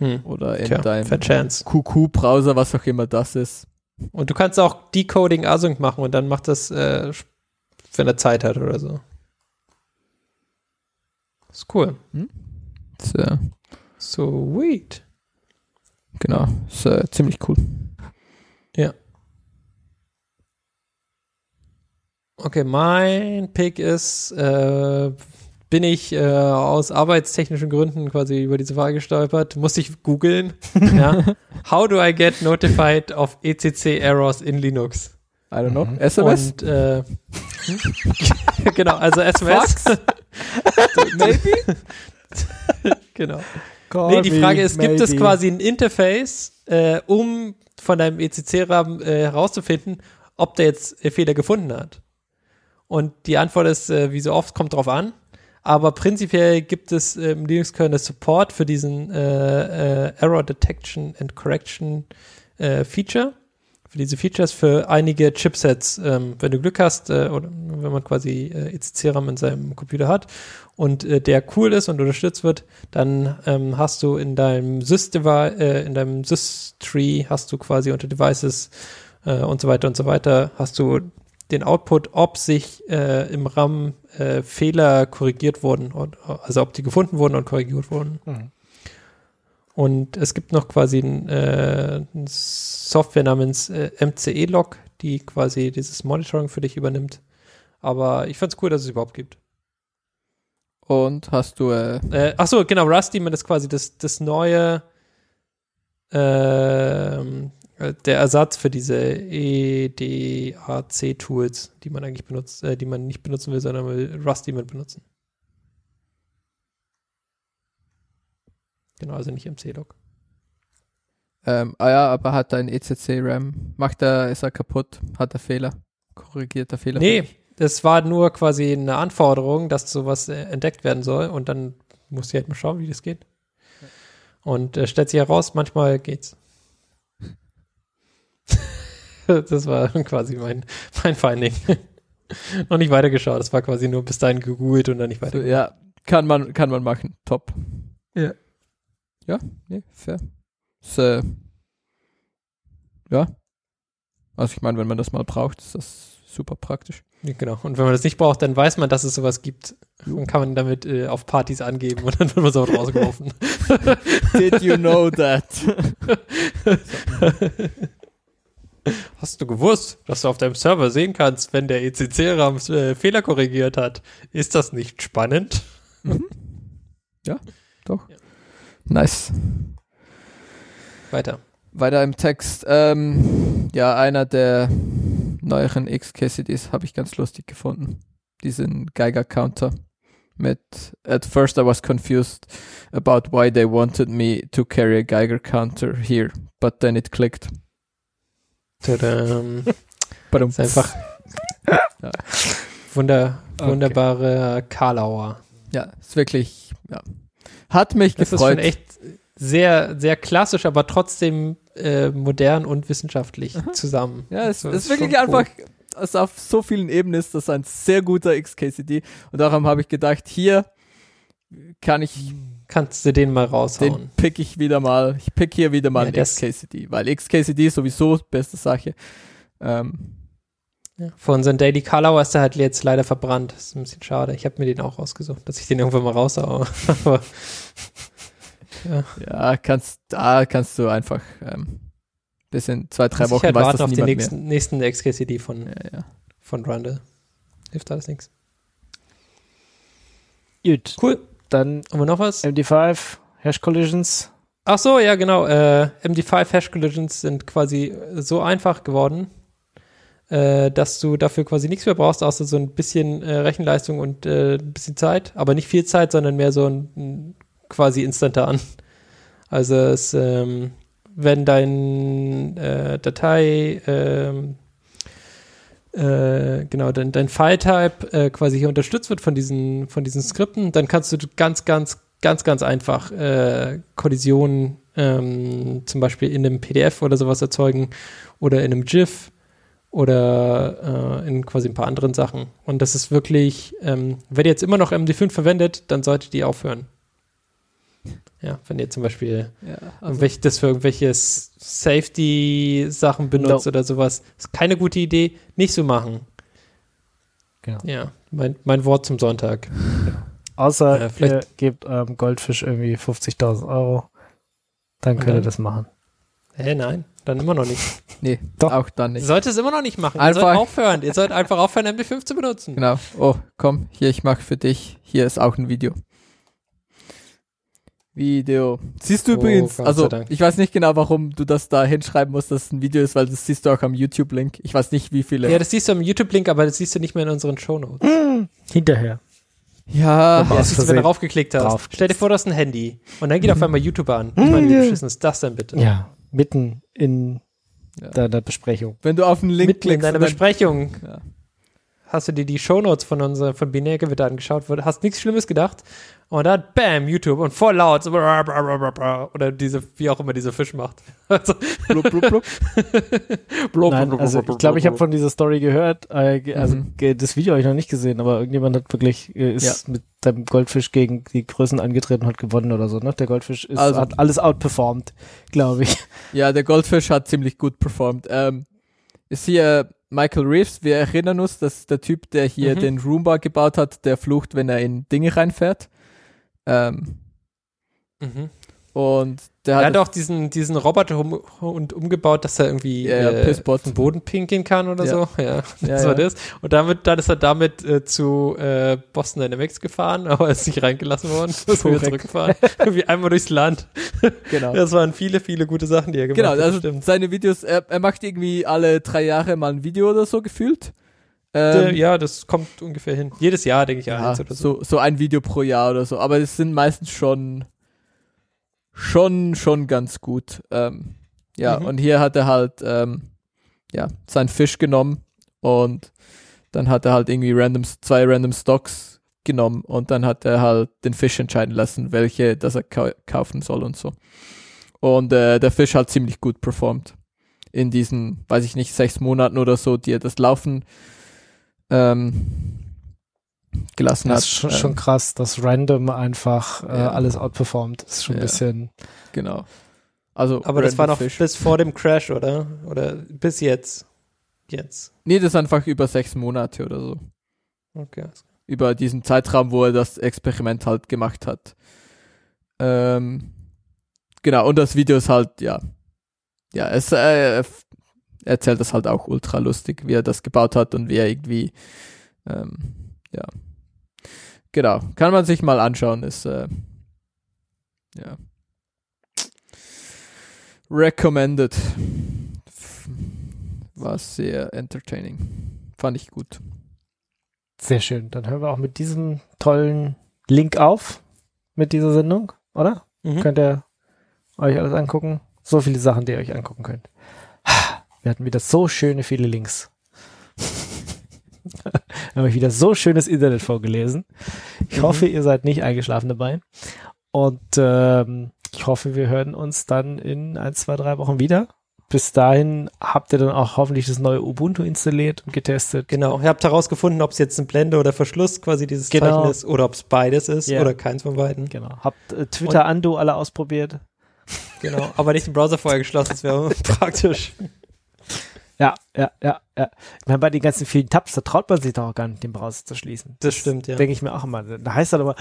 Speaker 4: Hm.
Speaker 3: oder in
Speaker 4: Tja, fair
Speaker 3: deinem
Speaker 4: chance.
Speaker 3: QQ-Browser, was auch immer das ist.
Speaker 4: Und du kannst auch Decoding Async machen und dann macht das, äh, wenn er Zeit hat oder so. Ist cool.
Speaker 3: So,
Speaker 4: Sweet.
Speaker 3: genau, ist äh, ziemlich cool.
Speaker 4: Okay, mein Pick ist, äh, bin ich äh, aus arbeitstechnischen Gründen quasi über diese Frage gestolpert, musste ich googeln. ja. How do I get notified of ECC errors in Linux?
Speaker 3: I don't know.
Speaker 2: Mhm.
Speaker 3: SMS?
Speaker 4: Und, äh, genau, also SMS. Maybe? genau. Nee, die Frage ist, gibt es quasi ein Interface, äh, um von deinem ECC-Rahmen äh, herauszufinden, ob der jetzt äh, Fehler gefunden hat? Und die Antwort ist, äh, wie so oft, kommt drauf an. Aber prinzipiell gibt es äh, im Linux-Kernel Support für diesen äh, äh, Error Detection and Correction äh, Feature. Für diese Features für einige Chipsets, ähm, wenn du Glück hast, äh, oder wenn man quasi äh, ECC-RAM in seinem Computer hat und äh, der cool ist und unterstützt wird, dann ähm, hast du in deinem Sys-Devi- äh, in deinem Sys-Tree hast du quasi unter Devices äh, und so weiter und so weiter, hast du den Output, ob sich äh, im RAM äh, Fehler korrigiert wurden, und, also ob die gefunden wurden und korrigiert wurden.
Speaker 2: Mhm.
Speaker 4: Und es gibt noch quasi ein, äh, ein Software namens äh, MCE-Log, die quasi dieses Monitoring für dich übernimmt. Aber ich fand's cool, dass es überhaupt gibt.
Speaker 3: Und hast du, äh,
Speaker 4: Äh, ach so, genau, Rusty Man ist quasi das, das neue, ähm, äh, der Ersatz für diese E, EDAC-Tools, die man eigentlich benutzt, äh, die man nicht benutzen will, sondern man will Rusty Man benutzen. Genau, also nicht MC-Log.
Speaker 3: ähm, ah ja, aber hat dein ECC-RAM, macht er, ist er kaputt, hat er Fehler, korrigiert er Fehler?
Speaker 4: Nee, das war nur quasi eine Anforderung, dass sowas äh, entdeckt werden soll und dann musst du halt mal schauen, wie das geht. Und äh, stellt sich heraus, manchmal geht's. das war quasi mein, mein Finding. Noch nicht weitergeschaut, das war quasi nur bis dahin gegoogelt und dann nicht
Speaker 3: So,
Speaker 4: weiter.
Speaker 3: Also, ja, kann man, kann man machen. Top.
Speaker 4: Ja.
Speaker 3: Ja, nee, fair. Ist, äh, ja. Also ich meine, wenn man das mal braucht, ist das super praktisch.
Speaker 4: Ja, Genau. Und wenn man das nicht braucht, dann weiß man, dass es sowas gibt. Dann kann man damit äh, auf Partys angeben und dann wird man sofort rausgeworfen.
Speaker 3: Did you know that?
Speaker 4: Hast du gewusst, dass du auf deinem Server sehen kannst, wenn der ECC-Rahmen äh, Fehler korrigiert hat? Ist das nicht spannend?
Speaker 3: Mhm. Nice.
Speaker 4: Weiter.
Speaker 3: Weiter im Text. Ähm, ja, einer der neueren XKCDs habe ich ganz lustig gefunden. Diesen Geiger-Counter mit At first I was confused about why they wanted me to carry a Geiger counter here, but then it clicked.
Speaker 4: Tadam.
Speaker 3: Badum.
Speaker 4: Ist einfach
Speaker 3: Ja.
Speaker 4: wunder, wunderbare Karlauer.
Speaker 3: Ja, ist wirklich, ja. Hat mich
Speaker 4: Das ist schon
Speaker 3: gefreut.
Speaker 4: echt sehr, sehr klassisch, aber trotzdem äh, modern und wissenschaftlich zusammen.
Speaker 3: Ja, es
Speaker 4: Das
Speaker 3: ist,
Speaker 4: ist
Speaker 3: wirklich
Speaker 4: schon cool.
Speaker 3: einfach, es auf so vielen Ebenen ist das ein sehr guter XKCD. Und darum habe ich gedacht, hier kann ich,
Speaker 4: Kannst du den mal
Speaker 3: den
Speaker 4: raushauen?
Speaker 3: pick ich wieder mal, ich pick hier wieder mal
Speaker 4: Ja,
Speaker 3: einen
Speaker 4: das-
Speaker 3: XKCD, weil XKCD ist sowieso beste Sache. Ähm,
Speaker 4: Ja. Von unseren Daily Karlauer ist er halt jetzt leider verbrannt. Das ist ein bisschen schade. Ich habe mir den auch rausgesucht, dass ich den irgendwann mal raushaue. aber
Speaker 3: ja, kannst, da kannst du einfach ähm, bisschen zwei, drei
Speaker 4: muss ich
Speaker 3: Wochen
Speaker 4: halt
Speaker 3: weiß
Speaker 4: warten
Speaker 3: das
Speaker 4: auf den
Speaker 3: niemand mehr.
Speaker 4: nächsten, nächsten XKCD von,
Speaker 3: Ja, ja.
Speaker 4: von Rundle. Hilft alles nichts.
Speaker 2: Gut.
Speaker 4: Cool.
Speaker 2: Dann
Speaker 4: Haben wir noch was?
Speaker 2: MD5, Hash Collisions.
Speaker 4: Ach so, ja, genau. Äh, MD5 Hash Collisions sind quasi äh, so einfach geworden, äh, dass du dafür quasi nichts mehr brauchst, außer so ein bisschen äh, Rechenleistung und äh, ein bisschen Zeit. Aber nicht viel Zeit, sondern mehr so ein, ein quasi instantan. Also es, ähm, wenn dein äh, Datei, ähm, äh, genau, dein, dein File-Type äh, quasi hier unterstützt wird von diesen, von diesen Skripten, dann kannst du ganz, ganz, ganz, ganz einfach äh, Kollisionen ähm, zum Beispiel in einem PDF oder sowas erzeugen oder in einem GIF oder äh, in quasi ein paar anderen Sachen. Und das ist wirklich, ähm, wenn ihr jetzt immer noch MD5 verwendet, dann solltet ihr aufhören. Ja, wenn ihr zum Beispiel
Speaker 3: Ja, also,
Speaker 4: also. das für irgendwelche S- Safety-Sachen benutzt oder sowas. Ist keine gute Idee, nicht so machen.
Speaker 2: Genau.
Speaker 4: Ja, mein, mein Wort zum Sonntag.
Speaker 2: Außer
Speaker 4: Äh, vielleicht-
Speaker 2: ihr gebt eurem Goldfisch irgendwie 50.000 Euro. Dann
Speaker 4: Und
Speaker 2: könnt ihr
Speaker 4: dann?
Speaker 2: das machen.
Speaker 4: Hä, nein, dann immer noch nicht.
Speaker 3: nee,
Speaker 2: Doch.
Speaker 3: auch dann
Speaker 4: Ihr
Speaker 3: nicht.
Speaker 4: sollt es immer noch nicht machen.
Speaker 3: Einfach-
Speaker 4: Ihr sollt aufhören. Ihr sollt einfach aufhören, MD5 zu benutzen.
Speaker 3: Genau. Oh, komm, hier, ich mache für dich. Hier ist auch ein Video. Video. Siehst du
Speaker 4: Oh,
Speaker 3: übrigens,
Speaker 4: Gott sei
Speaker 3: also
Speaker 4: Dank.
Speaker 3: ich weiß nicht genau, warum du das da hinschreiben musst, dass es ein Video ist, weil das siehst du auch am YouTube-Link. Ich weiß nicht, wie viele.
Speaker 4: Ja, das siehst du am YouTube-Link, aber das siehst du nicht mehr in unseren
Speaker 3: Hm.
Speaker 4: Shownotes.
Speaker 2: Hinterher.
Speaker 3: Ja,
Speaker 4: Ja, das siehst du, wenn du
Speaker 2: Versehen.
Speaker 4: raufgeklickt hast.
Speaker 2: Drauf.
Speaker 4: Stell dir vor, du hast ein Handy. Und dann geht auf einmal YouTube an. Ich meine, wie
Speaker 3: Hm.
Speaker 4: beschissen ist das denn bitte?
Speaker 2: Ja. Mitten in
Speaker 3: Ja.
Speaker 2: deiner Besprechung.
Speaker 3: wenn du auf den Link
Speaker 4: Mitten in
Speaker 3: klickst.
Speaker 4: deiner
Speaker 3: und dann-
Speaker 4: Besprechung
Speaker 3: Ja.
Speaker 4: hast du dir die Shownotes von unserer, von Binärke wieder angeschaut, wo- hast nichts Schlimmes gedacht und dann bam, YouTube und voll laut so, bra, bra, bra, bra, bra, oder diese, wie auch immer dieser Fisch macht. Also,
Speaker 3: blub, blub, blub.
Speaker 4: blub,
Speaker 2: Nein,
Speaker 4: blub,
Speaker 2: also
Speaker 4: blub,
Speaker 2: ich glaube, ich habe
Speaker 4: blub,
Speaker 2: von dieser Story gehört. Äh, ge- also
Speaker 3: Mhm.
Speaker 2: ge- das Video habe ich noch nicht gesehen, aber irgendjemand hat wirklich äh, ist mit seinem Goldfisch gegen die Größen angetreten und hat gewonnen oder so. Ne? Der Goldfisch ist,
Speaker 3: Also-
Speaker 2: hat alles outperformed, glaube ich.
Speaker 3: Ja, der Goldfisch hat ziemlich gut performt. Ähm, ist hier Michael Reeves, wir erinnern uns, dass der Typ, der hier
Speaker 4: Mhm.
Speaker 3: den Roomba gebaut hat, der flucht, wenn er in Dinge reinfährt. Ähm,
Speaker 4: blub. Mhm.
Speaker 3: und der
Speaker 4: Er
Speaker 3: hat
Speaker 4: hat auch diesen, diesen Roboter um, und umgebaut, dass er irgendwie äh,
Speaker 3: Ja, ja, Pissbot.
Speaker 4: auf den Boden pinkeln kann oder
Speaker 3: Ja.
Speaker 4: so. Ja,
Speaker 3: Ja,
Speaker 4: das
Speaker 3: ja.
Speaker 4: war das. Und damit, dann ist er damit äh, zu äh, Boston Dynamics gefahren, aber ist nicht reingelassen worden. Ist wieder
Speaker 3: Korrekt.
Speaker 4: zurückgefahren. Irgendwie einmal durchs Land.
Speaker 3: Genau.
Speaker 4: Das waren viele, viele gute Sachen, die er gemacht
Speaker 3: genau,
Speaker 4: hat.
Speaker 3: also
Speaker 4: stimmt.
Speaker 3: seine Videos, er, er macht irgendwie alle drei Jahre mal ein Video oder so gefühlt. Ähm,
Speaker 4: ja, das kommt ungefähr hin. Jedes Jahr, denke ich, ja,
Speaker 3: ja,
Speaker 4: eins oder so.
Speaker 3: so, so ein Video pro Jahr oder so. Aber es sind meistens schon, schon, schon ganz gut. Ähm, ja,
Speaker 4: Mhm.
Speaker 3: und hier hat er halt, ähm, ja, seinen Fisch genommen und dann hat er halt irgendwie random, zwei random Stocks genommen und dann hat er halt den Fisch entscheiden lassen, welche, dass er kau kaufen soll und so. Und äh, der Fisch hat ziemlich gut performt. In diesen, weiß ich nicht, sechs Monaten oder so, die er das Laufen ähm, gelassen
Speaker 2: Das
Speaker 3: hat.
Speaker 2: ist schon,
Speaker 3: Ähm,
Speaker 2: schon krass, dass random einfach äh,
Speaker 3: Ja.
Speaker 2: alles outperformt. Das ist schon
Speaker 3: Ja.
Speaker 2: ein bisschen.
Speaker 3: Genau. Also
Speaker 4: Aber das war
Speaker 3: random
Speaker 4: noch
Speaker 3: Fish.
Speaker 4: bis vor dem Crash, oder? Oder bis jetzt. jetzt.
Speaker 3: Nee, das ist einfach über sechs Monate oder so.
Speaker 4: Okay. alles klar.
Speaker 3: Über diesen Zeitraum, wo er das Experiment halt gemacht hat. Ähm, genau, und das Video ist halt, ja. Ja, es äh, er f- erzählt das halt auch ultra lustig, wie er das gebaut hat und wie er irgendwie, ähm, ja. Genau, kann man sich mal anschauen, ist, äh, ja. Recommended. F- War sehr entertaining. Fand ich gut.
Speaker 2: Sehr schön. Dann hören wir auch mit diesem tollen Link auf mit dieser Sendung, oder?
Speaker 4: Mhm.
Speaker 2: Könnt ihr euch alles angucken? So viele Sachen, die ihr euch angucken könnt. Wir hatten wieder so schöne viele Links. Wir haben euch wieder so schönes Internet vorgelesen. Ich
Speaker 4: Mhm.
Speaker 2: hoffe, ihr seid nicht eingeschlafen dabei. Und ähm, ich hoffe, wir hören uns dann in ein, zwei, drei Wochen wieder. Bis dahin habt ihr dann auch hoffentlich das neue Ubuntu installiert und getestet.
Speaker 4: Genau. Ihr habt herausgefunden, ob es jetzt ein Blende oder Verschluss quasi dieses
Speaker 2: Genau.
Speaker 4: Zeichen ist oder ob es beides ist
Speaker 2: Ja.
Speaker 4: oder keins von beiden.
Speaker 2: Genau. Habt äh, Twitter, Ando alle ausprobiert.
Speaker 4: Genau. Aber nicht den Browser vorher geschlossen, das wäre praktisch.
Speaker 2: Ja, ja, ja, ja. Ich meine, bei den ganzen vielen Tabs, da traut man sich doch auch gar nicht, den Browser zu schließen.
Speaker 4: Das stimmt, ja.
Speaker 2: Denke ich mir auch immer. Da heißt dann aber,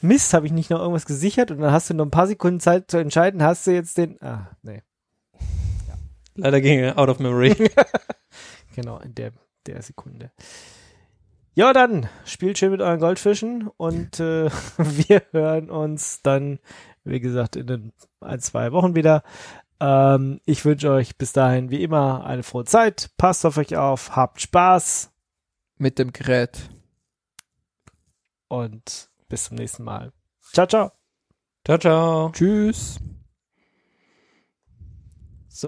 Speaker 2: Mist, habe ich nicht noch irgendwas gesichert und dann hast du nur ein paar Sekunden Zeit zu entscheiden, hast du jetzt den. Ah, nee,
Speaker 4: Leider ging er out of memory.
Speaker 2: genau, in der, der Sekunde. Ja, dann, spielt schön mit euren Goldfischen und äh, wir hören uns dann, wie gesagt, in den ein, zwei Wochen wieder. Ähm, ich wünsche euch bis dahin wie immer eine frohe Zeit. Passt auf euch auf, habt Spaß.
Speaker 3: Mit dem Gerät.
Speaker 2: und bis zum nächsten Mal. Ciao, ciao.
Speaker 4: ciao, ciao.
Speaker 3: Tschüss.